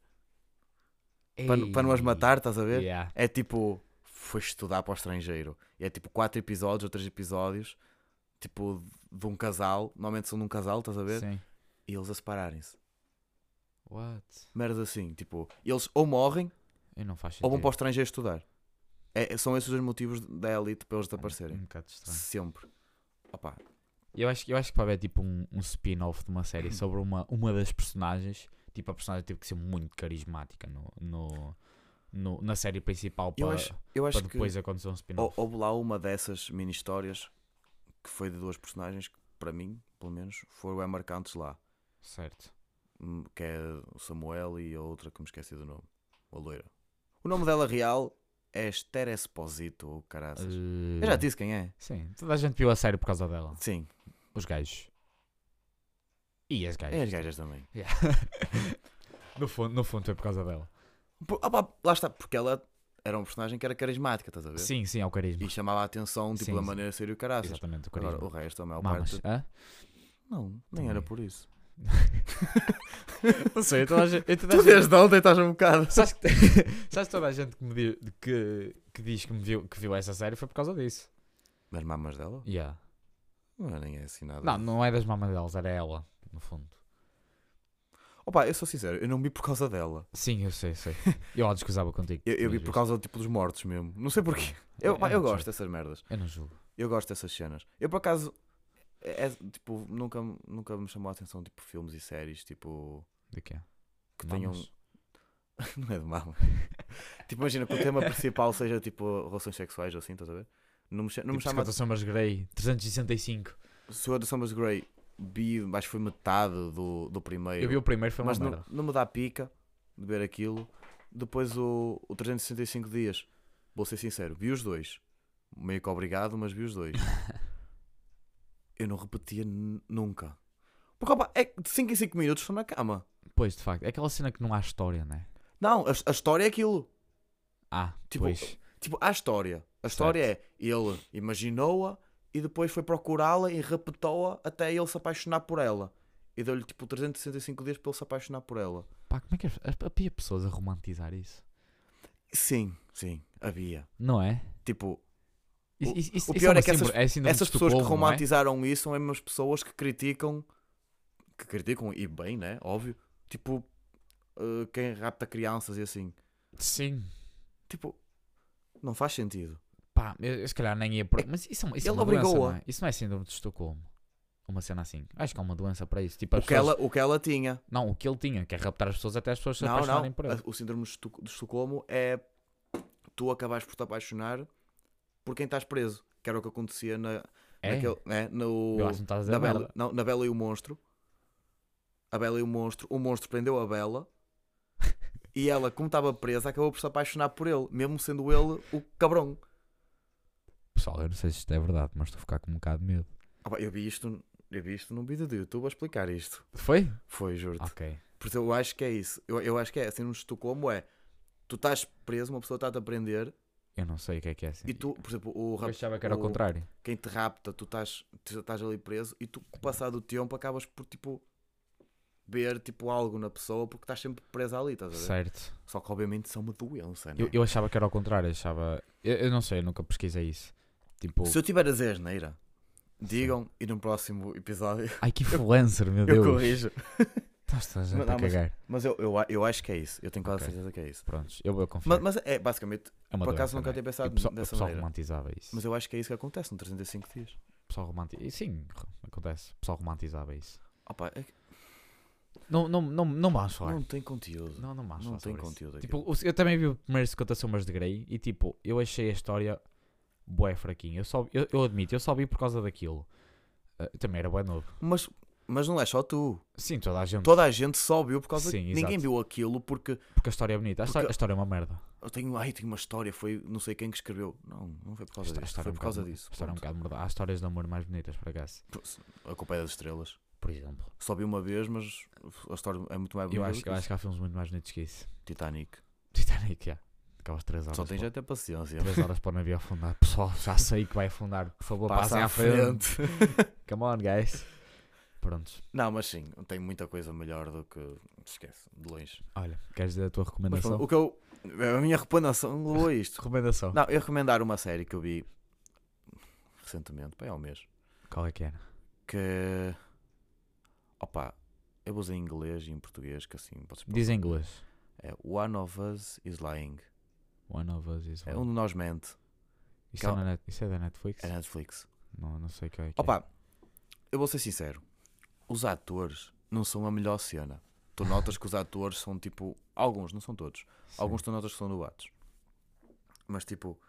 [SPEAKER 2] Para, para não as matar, estás a ver?
[SPEAKER 1] Yeah.
[SPEAKER 2] É tipo, foi estudar para o estrangeiro. E é tipo quatro episódios ou três episódios, tipo de um casal, normalmente são de um casal, estás a ver?
[SPEAKER 1] Sim.
[SPEAKER 2] E eles a separarem-se.
[SPEAKER 1] What?
[SPEAKER 2] Merdas assim, tipo, eles ou morrem
[SPEAKER 1] Eu não faço
[SPEAKER 2] ou vão
[SPEAKER 1] sentido.
[SPEAKER 2] para o estrangeiro estudar. É- são esses os motivos da elite para eles desaparecerem.
[SPEAKER 1] Um bocado estranho.
[SPEAKER 2] Sempre. Opa,
[SPEAKER 1] Eu acho, eu acho que vai haver tipo um, um spin-off de uma série sobre uma, uma das personagens. Tipo, a personagem teve que ser muito carismática no, no, no- na série principal
[SPEAKER 2] Eu
[SPEAKER 1] para,
[SPEAKER 2] acho- eu acho
[SPEAKER 1] para
[SPEAKER 2] que
[SPEAKER 1] depois acontecer um
[SPEAKER 2] Hou-
[SPEAKER 1] spin-off.
[SPEAKER 2] houve lá uma dessas mini histórias que foi de duas personagens que, para mim, pelo menos, foram bem marcantes
[SPEAKER 1] oh.
[SPEAKER 2] lá.
[SPEAKER 1] Certo.
[SPEAKER 2] Hum, Que é o Samuel e a outra que me esqueci do nome. A loira. O nome dela real é Esther Esposito, ou caraças. Eu já
[SPEAKER 1] Eh,
[SPEAKER 2] te disse quem é.
[SPEAKER 1] Sim, toda a gente viu a série por causa dela.
[SPEAKER 2] Sim,
[SPEAKER 1] Os gajos. E as gajas.
[SPEAKER 2] é as gajas também.
[SPEAKER 1] Yeah. no, fundo, no fundo foi por causa dela.
[SPEAKER 2] Por- opa, lá está, porque ela era um personagem que era carismática, estás a ver?
[SPEAKER 1] Sim, sim, é o carisma.
[SPEAKER 2] E chamava a atenção, tipo,
[SPEAKER 1] Sim,
[SPEAKER 2] da
[SPEAKER 1] sim.
[SPEAKER 2] maneira séria o caraças.
[SPEAKER 1] Exatamente, o
[SPEAKER 2] Agora, o
[SPEAKER 1] carisma.
[SPEAKER 2] resto, a maior
[SPEAKER 1] Mamas.
[SPEAKER 2] parte.
[SPEAKER 1] Hã?
[SPEAKER 2] Não, nem era
[SPEAKER 1] Também.
[SPEAKER 2] por isso. então,
[SPEAKER 1] Não sei, eu toda a gente- eu toda a
[SPEAKER 2] Tu
[SPEAKER 1] gente-
[SPEAKER 2] desde ontem estás um bocado.
[SPEAKER 1] Sabes, que, sabes toda a gente que, me di- que, que diz que, me viu, que viu essa série foi por causa disso.
[SPEAKER 2] Das mamas dela?
[SPEAKER 1] Yeah.
[SPEAKER 2] Não, nem é assim nada.
[SPEAKER 1] Não, não é das mamas delas, era ela, no fundo.
[SPEAKER 2] Opa, eu sou sincero, eu não vi por causa dela.
[SPEAKER 1] Sim, eu sei, sei. Eu a descusava contigo.
[SPEAKER 2] Eu, eu vi
[SPEAKER 1] mas
[SPEAKER 2] por
[SPEAKER 1] isto-
[SPEAKER 2] causa tipo, dos mortos mesmo. Não sei porquê. Eu, pá, eu
[SPEAKER 1] não
[SPEAKER 2] gosto
[SPEAKER 1] sei.
[SPEAKER 2] dessas merdas.
[SPEAKER 1] Eu não julgo.
[SPEAKER 2] Eu gosto dessas cenas. Eu por acaso. É, é, tipo, nunca, me- nunca me chamou a atenção tipo filmes e séries tipo.
[SPEAKER 1] De quê?
[SPEAKER 2] Que
[SPEAKER 1] Mamas? Tipo,
[SPEAKER 2] tenham. um não é de mal. tipo, imagina que o tema principal seja tipo relações sexuais ou assim, estás a ver? Não me, cha- não me
[SPEAKER 1] Tipo,
[SPEAKER 2] chama.
[SPEAKER 1] 50 Sombras Grey, 365.
[SPEAKER 2] Se o The Summers Grey vi, acho que foi metade do, do primeiro.
[SPEAKER 1] Eu vi o primeiro, foi uma
[SPEAKER 2] mas
[SPEAKER 1] merda.
[SPEAKER 2] não, não me dá pica de ver aquilo. Depois o, o 365 dias, vou ser sincero, vi os dois. Meio que obrigado, mas vi os dois. Eu não repetia n- nunca. Porque opa, é que de 5 em 5 minutos estou na cama.
[SPEAKER 1] Pois, de facto. É aquela cena que não há história, né?
[SPEAKER 2] Não, a, a história é aquilo.
[SPEAKER 1] Ah,
[SPEAKER 2] Tipo,
[SPEAKER 1] pois.
[SPEAKER 2] Tipo, há história. A história é ele imaginou-a e depois foi procurá-la e repetou-a até ele se apaixonar por ela. E deu-lhe tipo 365 dias para ele se apaixonar por ela.
[SPEAKER 1] Pá, como é que as- havia pessoas a romantizar isso?
[SPEAKER 2] Sim, sim, havia.
[SPEAKER 1] Não é?
[SPEAKER 2] Tipo,
[SPEAKER 1] Isso,
[SPEAKER 2] O-
[SPEAKER 1] isso- isso-
[SPEAKER 2] o
[SPEAKER 1] isso
[SPEAKER 2] pior
[SPEAKER 1] uma
[SPEAKER 2] é que essas-
[SPEAKER 1] síndrome- síndrome de
[SPEAKER 2] essas pessoas que
[SPEAKER 1] Estocolmo, não é?
[SPEAKER 2] romantizaram isso são as mesmas pessoas que criticam, que criticam, e bem, né? Óbvio, tipo, eh, quem rapta crianças e assim.
[SPEAKER 1] Sim.
[SPEAKER 2] Tipo, não faz sentido.
[SPEAKER 1] Pá, eu, eu se calhar nem ia por. Mas isso, é uma- isso é
[SPEAKER 2] Ele
[SPEAKER 1] uma doença,
[SPEAKER 2] obrigou-a.
[SPEAKER 1] não é? Isso não é síndrome de Estocolmo. Uma cena assim. Acho que há uma doença para isso. Tipo,
[SPEAKER 2] O
[SPEAKER 1] as
[SPEAKER 2] que,
[SPEAKER 1] pessoas...
[SPEAKER 2] ela, o que ela tinha.
[SPEAKER 1] Não, o que ele tinha, que é raptar as pessoas até as pessoas se
[SPEAKER 2] Não, não.
[SPEAKER 1] apaixonarem por ele.
[SPEAKER 2] a- O síndrome de Esto- de Estocolmo é tu acabas por te apaixonar por quem estás preso. Que era o que acontecia na,
[SPEAKER 1] É?
[SPEAKER 2] naquele- né, no,
[SPEAKER 1] Eu acho que não estás a dizer
[SPEAKER 2] na Bela,
[SPEAKER 1] merda.
[SPEAKER 2] não, na Bela e o Monstro. A Bela e o Monstro. O monstro prendeu a Bela. e ela, como estava presa, acabou por se apaixonar por ele, mesmo sendo ele o cabrão.
[SPEAKER 1] Pessoal, eu não sei se isto é verdade, mas estou a ficar com um bocado de medo.
[SPEAKER 2] Ah pá, eu vi isto, eu vi isto num vídeo do YouTube a explicar isto.
[SPEAKER 1] Foi?
[SPEAKER 2] Foi, juro-te.
[SPEAKER 1] Ok.
[SPEAKER 2] Por isso eu acho que é isso. Eu, eu acho que é assim, no Estocolmo é. Tu estás preso, uma pessoa está-te a prender
[SPEAKER 1] Eu não sei o que é que é assim.
[SPEAKER 2] e tu, por exemplo, o
[SPEAKER 1] Eu
[SPEAKER 2] rap,
[SPEAKER 1] achava que era o
[SPEAKER 2] o-
[SPEAKER 1] contrário.
[SPEAKER 2] quem te rapta, tu estás, tu estás ali preso e tu, com o passar do tempo, acabas por tipo ver tipo algo na pessoa porque estás sempre presa ali, estás a ver?
[SPEAKER 1] Certo.
[SPEAKER 2] Só que obviamente são uma doença, né?
[SPEAKER 1] Eu, eu achava que era o contrário. eu Achava. Eu, eu não sei, eu nunca pesquisei isso. Tipo.
[SPEAKER 2] Se eu tiver a dizer asneira, digam e no próximo episódio
[SPEAKER 1] Ai que influencer, meu
[SPEAKER 2] eu
[SPEAKER 1] Deus.
[SPEAKER 2] corrijo.
[SPEAKER 1] Estás toda a gente
[SPEAKER 2] Não,
[SPEAKER 1] a
[SPEAKER 2] mas-
[SPEAKER 1] cagar.
[SPEAKER 2] Mas eu, eu, a- eu acho que é isso. Eu tenho quase
[SPEAKER 1] Ok.
[SPEAKER 2] certeza que é isso.
[SPEAKER 1] Prontos, eu vou
[SPEAKER 2] Mas,
[SPEAKER 1] confiar.
[SPEAKER 2] mas é basicamente,
[SPEAKER 1] é uma
[SPEAKER 2] por acaso
[SPEAKER 1] doença,
[SPEAKER 2] nunca
[SPEAKER 1] não é?
[SPEAKER 2] tinha
[SPEAKER 1] E
[SPEAKER 2] pensado
[SPEAKER 1] o pessoal, o
[SPEAKER 2] dessa
[SPEAKER 1] pessoal
[SPEAKER 2] maneira.
[SPEAKER 1] romantizava isso.
[SPEAKER 2] Mas eu acho que é isso que acontece no 305 dias.
[SPEAKER 1] O pessoal romanti... Sim, ro- acontece. O pessoal romantizava isso.
[SPEAKER 2] Opa, é que
[SPEAKER 1] Não, não, não, não vamos falar.
[SPEAKER 2] não tem conteúdo.
[SPEAKER 1] Não, não vamos
[SPEAKER 2] Não
[SPEAKER 1] falar
[SPEAKER 2] tem
[SPEAKER 1] sobre isso.
[SPEAKER 2] conteúdo aqui.
[SPEAKER 1] Tipo, o- eu também vi o primeiro 50 Sombras de Grey e tipo, eu achei a história bué fraquinha. Eu, só, eu, eu admito, eu só vi por causa daquilo. Ah, também era bué novo.
[SPEAKER 2] Mas, mas não é só tu.
[SPEAKER 1] Sim, toda a gente,
[SPEAKER 2] Toda a gente só viu por causa.
[SPEAKER 1] Sim,
[SPEAKER 2] Ninguém
[SPEAKER 1] exato.
[SPEAKER 2] viu aquilo porque
[SPEAKER 1] porque a história é bonita. A,
[SPEAKER 2] Porque-
[SPEAKER 1] histó- a história é uma merda.
[SPEAKER 2] eu tenho, ai, tenho uma história, foi não sei quem que escreveu. Não, não foi por
[SPEAKER 1] A
[SPEAKER 2] causa
[SPEAKER 1] histó- a história é
[SPEAKER 2] disso. Foi
[SPEAKER 1] um
[SPEAKER 2] por causa
[SPEAKER 1] bocado-
[SPEAKER 2] disso.
[SPEAKER 1] A história é um
[SPEAKER 2] ponto.
[SPEAKER 1] bocado merda. Há histórias de amor mais bonitas, por acaso.
[SPEAKER 2] A culpa é das estrelas.
[SPEAKER 1] Por exemplo,
[SPEAKER 2] Só vi uma vez, mas a história é muito mais
[SPEAKER 1] eu
[SPEAKER 2] bonita. do
[SPEAKER 1] acho,
[SPEAKER 2] que
[SPEAKER 1] eu
[SPEAKER 2] isso.
[SPEAKER 1] acho que há filmes muito mais bonitos que isso.
[SPEAKER 2] Titanic.
[SPEAKER 1] Titanic, yeah. Aquelas 3 horas.
[SPEAKER 2] Só tens
[SPEAKER 1] pá.
[SPEAKER 2] já ter paciência.
[SPEAKER 1] 3 horas para o navio afundar. Pessoal, já sei que vai afundar. Por favor,
[SPEAKER 2] Passa
[SPEAKER 1] passem
[SPEAKER 2] à frente.
[SPEAKER 1] Come on, guys. Prontos.
[SPEAKER 2] Não, mas sim, tem muita coisa melhor do que. Esquece, de longe.
[SPEAKER 1] Olha, queres dizer a tua
[SPEAKER 2] Mas
[SPEAKER 1] recomendação?
[SPEAKER 2] pronto, o que eu. é A minha recomendação levou a isto.
[SPEAKER 1] Recomendação.
[SPEAKER 2] Não, eu recomendar uma série que eu vi recentemente, bem ao mês.
[SPEAKER 1] Qual é que era?
[SPEAKER 2] Que. Opa, eu vou dizer em inglês e em português, que assim. vocês
[SPEAKER 1] Diz em
[SPEAKER 2] procuram.
[SPEAKER 1] inglês.
[SPEAKER 2] É One of Us is Lying.
[SPEAKER 1] One of Us is
[SPEAKER 2] É
[SPEAKER 1] One.
[SPEAKER 2] um de nós mente.
[SPEAKER 1] Isso, é
[SPEAKER 2] Cal-
[SPEAKER 1] na net- isso é da Netflix?
[SPEAKER 2] É Netflix.
[SPEAKER 1] Não, não sei qual é que é.
[SPEAKER 2] Opa, eu vou ser sincero. Os atores não são a melhor cena. Tu notas que os atores são tipo. Alguns, não são todos.
[SPEAKER 1] Sim.
[SPEAKER 2] Alguns tu notas que são novatos. Mas tipo.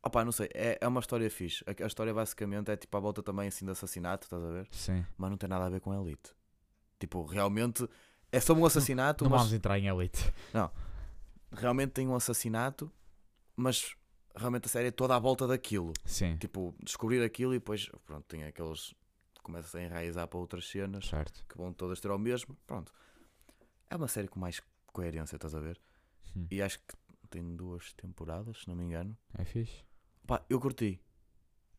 [SPEAKER 2] Opá, não sei, é, é uma história fixe. A, a história basicamente é tipo à volta também assim de assassinato, estás a ver?
[SPEAKER 1] Sim.
[SPEAKER 2] Mas não tem nada a ver com Elite. Tipo, realmente é só um assassinato,
[SPEAKER 1] Não
[SPEAKER 2] mas
[SPEAKER 1] vamos entrar em Elite.
[SPEAKER 2] realmente tem um assassinato, mas realmente a série é toda à volta daquilo.
[SPEAKER 1] Sim.
[SPEAKER 2] Tipo, descobrir aquilo e depois, pronto, tem aqueles. começa a enraizar para outras cenas
[SPEAKER 1] certo.
[SPEAKER 2] que vão todas ter ao mesmo. Pronto. É uma série com mais coerência, estás a ver?
[SPEAKER 1] Hum.
[SPEAKER 2] E acho que tem duas temporadas, se não me engano.
[SPEAKER 1] É fixe.
[SPEAKER 2] Pá, eu curti.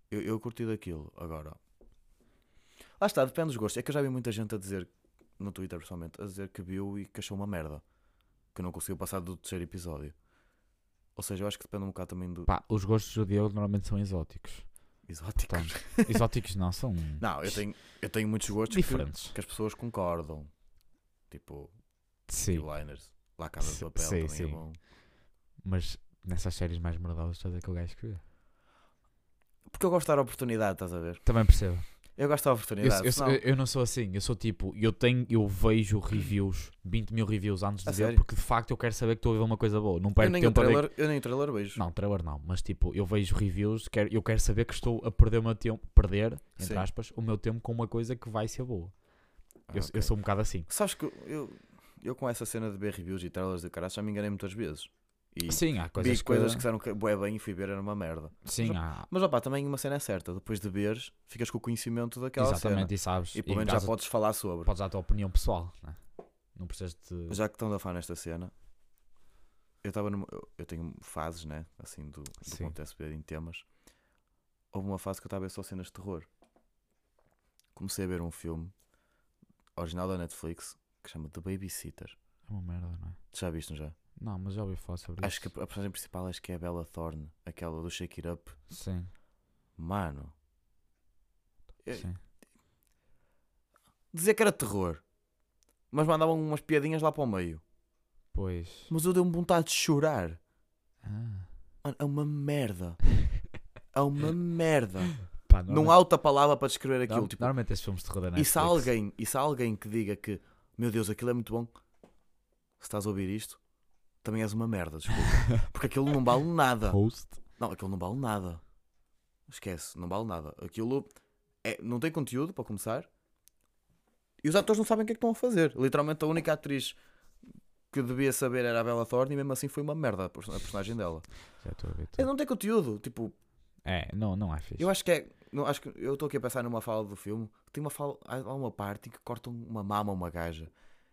[SPEAKER 2] Eu, eu curti daquilo. Agora. Lá está, depende dos gostos. É que eu já vi muita gente a dizer, no Twitter pessoalmente, a dizer que viu e que achou uma merda. Que não conseguiu passar do terceiro episódio. Ou seja, eu acho que depende um bocado também do.
[SPEAKER 1] Pá, os gostos do Diogo normalmente são exóticos.
[SPEAKER 2] Exótico.
[SPEAKER 1] Portanto, exóticos não, são
[SPEAKER 2] Não, eu tenho, eu tenho muitos gostos que-
[SPEAKER 1] diferentes.
[SPEAKER 2] Que, as pessoas concordam. Tipo,
[SPEAKER 1] Sim,
[SPEAKER 2] liners. Lá a casa de
[SPEAKER 1] Sim,
[SPEAKER 2] papel
[SPEAKER 1] sim,
[SPEAKER 2] também é
[SPEAKER 1] sim.
[SPEAKER 2] bom.
[SPEAKER 1] mas nessas séries mais merdosas estás a dizer que o gajo que vê.
[SPEAKER 2] Porque eu gosto de dar oportunidade, estás a ver?
[SPEAKER 1] Também percebo.
[SPEAKER 2] Eu gosto da
[SPEAKER 1] Eu,
[SPEAKER 2] oportunidade.
[SPEAKER 1] eu-
[SPEAKER 2] senão-
[SPEAKER 1] eu- eu não sou assim, eu sou tipo, eu tenho, eu vejo reviews, 20 mil reviews antes de
[SPEAKER 2] A
[SPEAKER 1] ver,
[SPEAKER 2] sério?
[SPEAKER 1] porque de facto eu quero saber que estou a ver uma coisa boa. Não
[SPEAKER 2] eu
[SPEAKER 1] perco
[SPEAKER 2] nem o
[SPEAKER 1] tempo a ver.
[SPEAKER 2] trailer, eu nem o trailer vejo.
[SPEAKER 1] um Não, trailer não, mas tipo, eu vejo reviews, quero, eu quero saber que estou a perder o meu tempo, perder, entre
[SPEAKER 2] Sim.
[SPEAKER 1] aspas, o meu tempo com uma coisa que vai ser boa.
[SPEAKER 2] Ah,
[SPEAKER 1] Eu,
[SPEAKER 2] ok.
[SPEAKER 1] eu sou um bocado assim.
[SPEAKER 2] Sabes que eu, eu com essa cena de ver reviews e trailers de caralho já me enganei muitas vezes. E
[SPEAKER 1] Ah, Sim, há
[SPEAKER 2] vi
[SPEAKER 1] coisas que,
[SPEAKER 2] coisas que saíram bué bem e fui ver era uma merda.
[SPEAKER 1] Sim, há.
[SPEAKER 2] Mas opá, também uma cena é certa. Depois de veres, ficas com o conhecimento daquela
[SPEAKER 1] Exatamente,
[SPEAKER 2] cena.
[SPEAKER 1] e sabes.
[SPEAKER 2] E pelo menos já
[SPEAKER 1] dás a-
[SPEAKER 2] podes falar sobre.
[SPEAKER 1] podes dar a tua opinião pessoal, né? não precisas de.
[SPEAKER 2] Já que estão a falar nesta cena, eu estava numa. Eu, eu tenho fases, né? Assim, do, do
[SPEAKER 1] Sim.
[SPEAKER 2] ponto SB em temas. Houve uma fase que eu estava a ver só cenas de terror. Comecei a ver um filme original da Netflix que chama The Babysitter.
[SPEAKER 1] É uma merda, não é?
[SPEAKER 2] Tu já viste, não já?
[SPEAKER 1] Não, mas já ouvi falar sobre
[SPEAKER 2] Acho que
[SPEAKER 1] isso.
[SPEAKER 2] a personagem principal acho que é a Bella Thorne, aquela do Shake It Up.
[SPEAKER 1] Sim,
[SPEAKER 2] Mano, É-
[SPEAKER 1] sim.
[SPEAKER 2] dizer que era terror, mas mandavam umas piadinhas lá para o meio.
[SPEAKER 1] Pois.
[SPEAKER 2] Mas eu dei-me vontade de chorar.
[SPEAKER 1] Ah.
[SPEAKER 2] Mano, é uma merda. É uma merda.
[SPEAKER 1] Pá,
[SPEAKER 2] Não há outra palavra para descrever aquilo.
[SPEAKER 1] norma-
[SPEAKER 2] tipo,
[SPEAKER 1] Normalmente esses filmes de terror da
[SPEAKER 2] e,
[SPEAKER 1] é Netflix.
[SPEAKER 2] se há alguém, e se há alguém que diga que, meu Deus, aquilo é muito bom, se estás a ouvir isto, também és uma merda, desculpa. Porque aquilo não vale nada.
[SPEAKER 1] Host.
[SPEAKER 2] Não, aquilo não vale nada. Esquece, não vale nada. Aquilo é- não tem conteúdo para começar. E os atores não sabem o que é que estão a fazer. Literalmente a única atriz que devia saber era a Bella Thorne e mesmo assim foi uma merda a person- a personagem dela.
[SPEAKER 1] Já estou a ver
[SPEAKER 2] É,
[SPEAKER 1] tudo.
[SPEAKER 2] não tem conteúdo. Tipo,
[SPEAKER 1] É, não, não é fixe.
[SPEAKER 2] eu acho que é. Não, acho que eu estou aqui a pensar numa fala do filme. Tem uma fala, há lá uma parte em que cortam uma mama a uma gaja.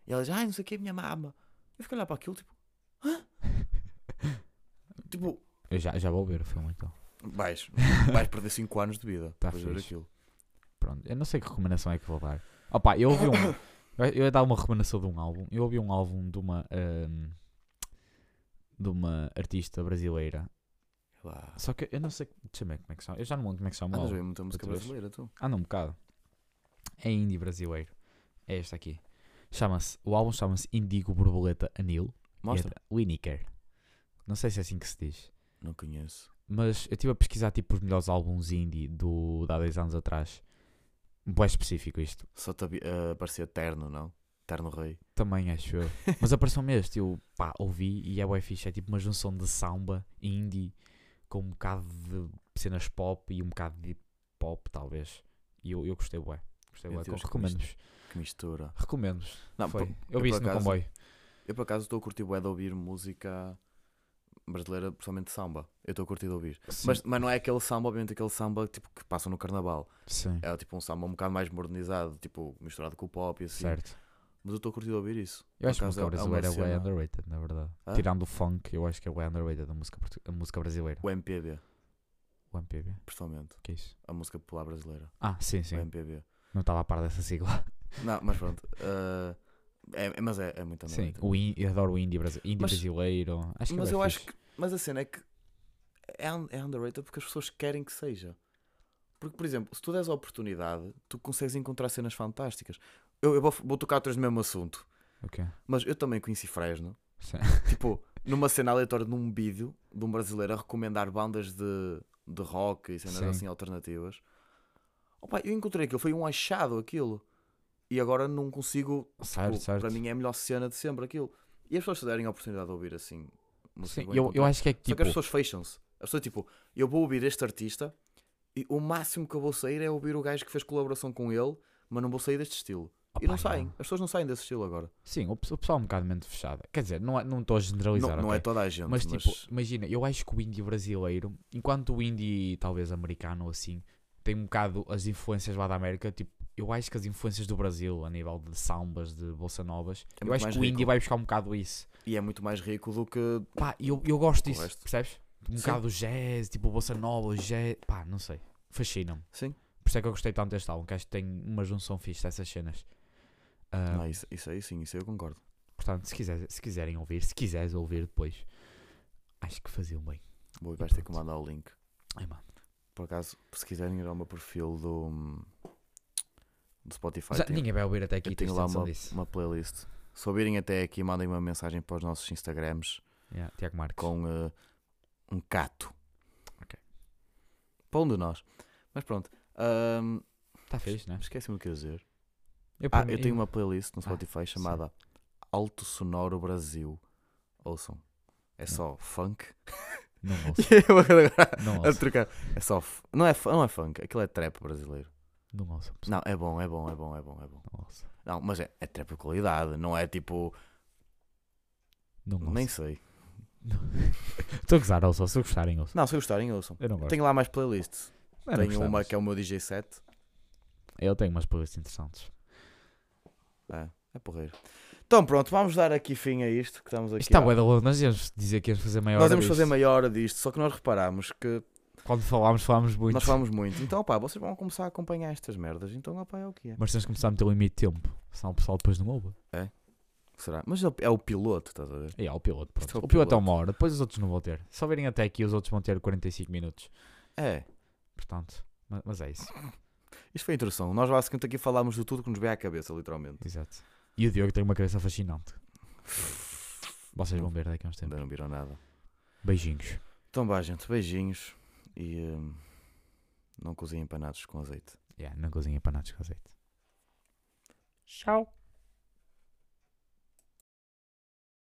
[SPEAKER 2] E ela diz, ai, não sei o que é a minha mama. Eu fico a olhar para aquilo, tipo, hã? tipo,
[SPEAKER 1] Eu já, já vou ver o filme então.
[SPEAKER 2] vais, vais perder 5 anos de vida.
[SPEAKER 1] Tá
[SPEAKER 2] depois de ver
[SPEAKER 1] fixe.
[SPEAKER 2] aquilo.
[SPEAKER 1] Pronto, eu não sei que recomendação é que vou dar. Opa, eu ouvi um. eu- Eu ia dar uma recomendação de um álbum. Eu ouvi um álbum de uma. ahm, de uma artista brasileira.
[SPEAKER 2] Lá.
[SPEAKER 1] Só que eu não sei. Deixa-me ver como é que chama. Eu já não lembro como é que chama. o
[SPEAKER 2] Andas
[SPEAKER 1] álbum.
[SPEAKER 2] bem Ah, muita música
[SPEAKER 1] outra vez.
[SPEAKER 2] brasileira, tu.
[SPEAKER 1] Ah, não, um bocado. É indie brasileiro. É este aqui. Chama-se. O álbum chama-se Indigo Borboleta Anil. e é
[SPEAKER 2] Mostra.
[SPEAKER 1] da Lineker. Não sei se é assim que se diz.
[SPEAKER 2] Não conheço.
[SPEAKER 1] Mas eu estive a pesquisar tipo os melhores álbuns indie do, de há 10 anos atrás. Bem específico isto.
[SPEAKER 2] Só te habi- ah, parecia Terno, não? Terno Rei.
[SPEAKER 1] Também acho eu. Mas apareceu-me este, eu pá, ouvi e é bué fixe. É tipo uma junção de samba indie com um bocado de cenas pop e um bocado de pop, talvez. E eu, eu gostei bué. Gostei
[SPEAKER 2] Meu
[SPEAKER 1] bué.
[SPEAKER 2] Deus, que
[SPEAKER 1] Recomendo-vos.
[SPEAKER 2] Que mistura.
[SPEAKER 1] Recomendo-vos.
[SPEAKER 2] Não,
[SPEAKER 1] Foi.
[SPEAKER 2] por-
[SPEAKER 1] eu
[SPEAKER 2] eu
[SPEAKER 1] vi
[SPEAKER 2] por
[SPEAKER 1] isso no
[SPEAKER 2] acaso-
[SPEAKER 1] comboio.
[SPEAKER 2] eu por acaso estou a curtir bué de ouvir música brasileira, principalmente samba. Eu estou a curtir de ouvir.
[SPEAKER 1] Sim.
[SPEAKER 2] Mas, mas não é aquele samba, obviamente, aquele samba tipo, que passa no carnaval.
[SPEAKER 1] Sim.
[SPEAKER 2] É tipo um samba um bocado mais modernizado, tipo misturado com o pop e assim.
[SPEAKER 1] Certo.
[SPEAKER 2] Mas eu estou a curtir ouvir isso.
[SPEAKER 1] Eu acho
[SPEAKER 2] Por
[SPEAKER 1] que a
[SPEAKER 2] acaso é-
[SPEAKER 1] música
[SPEAKER 2] é uma
[SPEAKER 1] brasileira é bem
[SPEAKER 2] cena- Ah?
[SPEAKER 1] underrated, na verdade.
[SPEAKER 2] Hã?
[SPEAKER 1] Tirando o funk, eu acho que é bem underrated a música, portu- a música brasileira.
[SPEAKER 2] O MPB,
[SPEAKER 1] O MPB.
[SPEAKER 2] pessoalmente.
[SPEAKER 1] O que é isso?
[SPEAKER 2] A música popular brasileira.
[SPEAKER 1] Ah, sim,
[SPEAKER 2] O
[SPEAKER 1] sim.
[SPEAKER 2] MPB.
[SPEAKER 1] Não estava a par dessa sigla.
[SPEAKER 2] Não, mas pronto. ah, é, é- mas é, é muito
[SPEAKER 1] Sim,
[SPEAKER 2] underrated.
[SPEAKER 1] o in, eu adoro o indie, brasi- indie
[SPEAKER 2] Mas-
[SPEAKER 1] brasileiro. Acho que é
[SPEAKER 2] Mas
[SPEAKER 1] bué
[SPEAKER 2] eu acho
[SPEAKER 1] fixe.
[SPEAKER 2] que. Mas a cena é que é, un- é underrated porque as pessoas querem que seja. Porque, por exemplo, se tu deres a oportunidade, tu consegues encontrar cenas fantásticas. Eu, eu vou, vou tocar atrás no mesmo assunto.
[SPEAKER 1] Ok.
[SPEAKER 2] Mas eu também conheci Fresno.
[SPEAKER 1] Sim.
[SPEAKER 2] Tipo, numa cena aleatória de um vídeo de um brasileiro a recomendar bandas de, de rock e cenas
[SPEAKER 1] Sim.
[SPEAKER 2] assim alternativas. Opa, eu encontrei aquilo, foi um achado aquilo. E agora não consigo.
[SPEAKER 1] Certo,
[SPEAKER 2] tipo,
[SPEAKER 1] certo.
[SPEAKER 2] Para mim é a melhor cena de sempre aquilo. E as pessoas se derem a oportunidade de ouvir assim. música,
[SPEAKER 1] Sim,
[SPEAKER 2] vão
[SPEAKER 1] eu, eu
[SPEAKER 2] encontrar.
[SPEAKER 1] acho que é
[SPEAKER 2] Só
[SPEAKER 1] tipo.
[SPEAKER 2] que as pessoas fecham-se. As pessoas, tipo, eu vou ouvir este artista e o máximo que eu vou sair é ouvir o gajo que fez colaboração com ele, mas não vou sair deste estilo. e
[SPEAKER 1] Opa,
[SPEAKER 2] não saem. As pessoas não saem desse estilo agora.
[SPEAKER 1] Sim, o, pe- o pessoal é um bocado mente fechada. Quer dizer, não é- não estou a
[SPEAKER 2] Não,
[SPEAKER 1] generalizar.
[SPEAKER 2] não é
[SPEAKER 1] ok?
[SPEAKER 2] toda a gente,
[SPEAKER 1] mas,
[SPEAKER 2] mas,
[SPEAKER 1] tipo, imagina, eu acho que o indie brasileiro, enquanto o indie talvez americano ou assim, tem um bocado as influências lá da América, tipo, eu acho que as influências do Brasil, a nível de sambas, de bolsa novas,
[SPEAKER 2] É
[SPEAKER 1] eu
[SPEAKER 2] muito
[SPEAKER 1] acho
[SPEAKER 2] mais
[SPEAKER 1] que o indie
[SPEAKER 2] rico.
[SPEAKER 1] vai buscar um bocado isso.
[SPEAKER 2] E é muito mais rico do que.
[SPEAKER 1] Pá, eu, eu gosto disso,
[SPEAKER 2] resto.
[SPEAKER 1] percebes? Um
[SPEAKER 2] Sim.
[SPEAKER 1] bocado do jazz, tipo, bolsa nova, jazz, pá, não sei, fascina-me.
[SPEAKER 2] Sim.
[SPEAKER 1] Por isso é que eu gostei tanto deste álbum, que acho que tem uma junção fixe dessas cenas. Ah,
[SPEAKER 2] Não, é? isso, isso aí sim, isso aí eu concordo.
[SPEAKER 1] Portanto, se, quiser, se quiserem ouvir, se quiseres ouvir depois, acho que faziam bem.
[SPEAKER 2] Vou
[SPEAKER 1] E
[SPEAKER 2] vais ter que
[SPEAKER 1] pronto.
[SPEAKER 2] mandar o link.
[SPEAKER 1] Ai, mano.
[SPEAKER 2] Por acaso, se quiserem ir ao meu perfil do, do Spotify,
[SPEAKER 1] Já,
[SPEAKER 2] tenho-
[SPEAKER 1] ninguém vai ouvir até aqui,
[SPEAKER 2] eu
[SPEAKER 1] tens
[SPEAKER 2] tenho lá
[SPEAKER 1] noção
[SPEAKER 2] uma,
[SPEAKER 1] disso.
[SPEAKER 2] uma playlist. Se ouvirem até aqui, mandem uma mensagem para os nossos Instagrams.
[SPEAKER 1] Yeah, Tiago Marques.
[SPEAKER 2] com eh, um cato.
[SPEAKER 1] Ok.
[SPEAKER 2] Para um de nós. Mas pronto. ahm,
[SPEAKER 1] Está fixe, né?
[SPEAKER 2] Esqueci-me o que ia dizer.
[SPEAKER 1] Eu,
[SPEAKER 2] Ah,
[SPEAKER 1] por
[SPEAKER 2] eu
[SPEAKER 1] mim-
[SPEAKER 2] tenho uma playlist no
[SPEAKER 1] Ah,
[SPEAKER 2] Spotify chamada Alto Sonoro Brasil. Ouçam. É só funk.
[SPEAKER 1] Não ouço.
[SPEAKER 2] Eu É agora
[SPEAKER 1] Não
[SPEAKER 2] a
[SPEAKER 1] ouço.
[SPEAKER 2] trocar. É só. f- Não é, fu- não é funk, aquilo é trap brasileiro.
[SPEAKER 1] Não ouço. pessoal,
[SPEAKER 2] Não, é bom, é bom, é bom, é bom, é bom.
[SPEAKER 1] Não ouço.
[SPEAKER 2] Não, mas é, é trap de qualidade, não é tipo.
[SPEAKER 1] Não ouço.
[SPEAKER 2] Nem sei.
[SPEAKER 1] Estou a gozar, ouço. Se gostarem, ouço.
[SPEAKER 2] Não, se gostarem, ouçam.
[SPEAKER 1] Eu não gosto.
[SPEAKER 2] Tenho lá mais playlists.
[SPEAKER 1] Eu não
[SPEAKER 2] Tenho
[SPEAKER 1] gostava,
[SPEAKER 2] uma
[SPEAKER 1] mas-
[SPEAKER 2] que é o meu DJ set.
[SPEAKER 1] Eu tenho umas playlists interessantes.
[SPEAKER 2] É, é porreiro. Então pronto, vamos dar aqui fim a isto tá que estamos aqui.
[SPEAKER 1] Isto está
[SPEAKER 2] a-
[SPEAKER 1] bué da louco. Nós íamos dizer que íamos fazer maior.
[SPEAKER 2] Nós íamos
[SPEAKER 1] disto.
[SPEAKER 2] fazer meia hora disto, só que nós reparámos que
[SPEAKER 1] Quando falámos, falámos muito.
[SPEAKER 2] nós falámos muito. Então opá, vocês vão começar a acompanhar estas merdas. Então opá, é o que é.
[SPEAKER 1] Mas tens de começar a meter um limite de tempo. Senão o pessoal depois não ouve.
[SPEAKER 2] Será? Mas é o- é o piloto, estás a ver?
[SPEAKER 1] E é o piloto, pronto.
[SPEAKER 2] Isto é o
[SPEAKER 1] o piloto é
[SPEAKER 2] piloto.
[SPEAKER 1] uma hora. Depois os outros não vão ter. Se só virem até aqui, os outros vão ter 45 minutos.
[SPEAKER 2] É.
[SPEAKER 1] Portanto, ma- mas é isso.
[SPEAKER 2] Isto foi a introdução. Nós basicamente aqui falámos de tudo que nos veio à cabeça, literalmente.
[SPEAKER 1] Exato. E o Diogo tem uma cabeça fascinante. Vocês vão ver daqui a uns tempos.
[SPEAKER 2] Ainda não viram nada.
[SPEAKER 1] Beijinhos.
[SPEAKER 2] Então vá, gente, beijinhos e hum, não cozinhem empanados com azeite.
[SPEAKER 1] Yeah, não cozinha panados com azeite.
[SPEAKER 3] Tchau.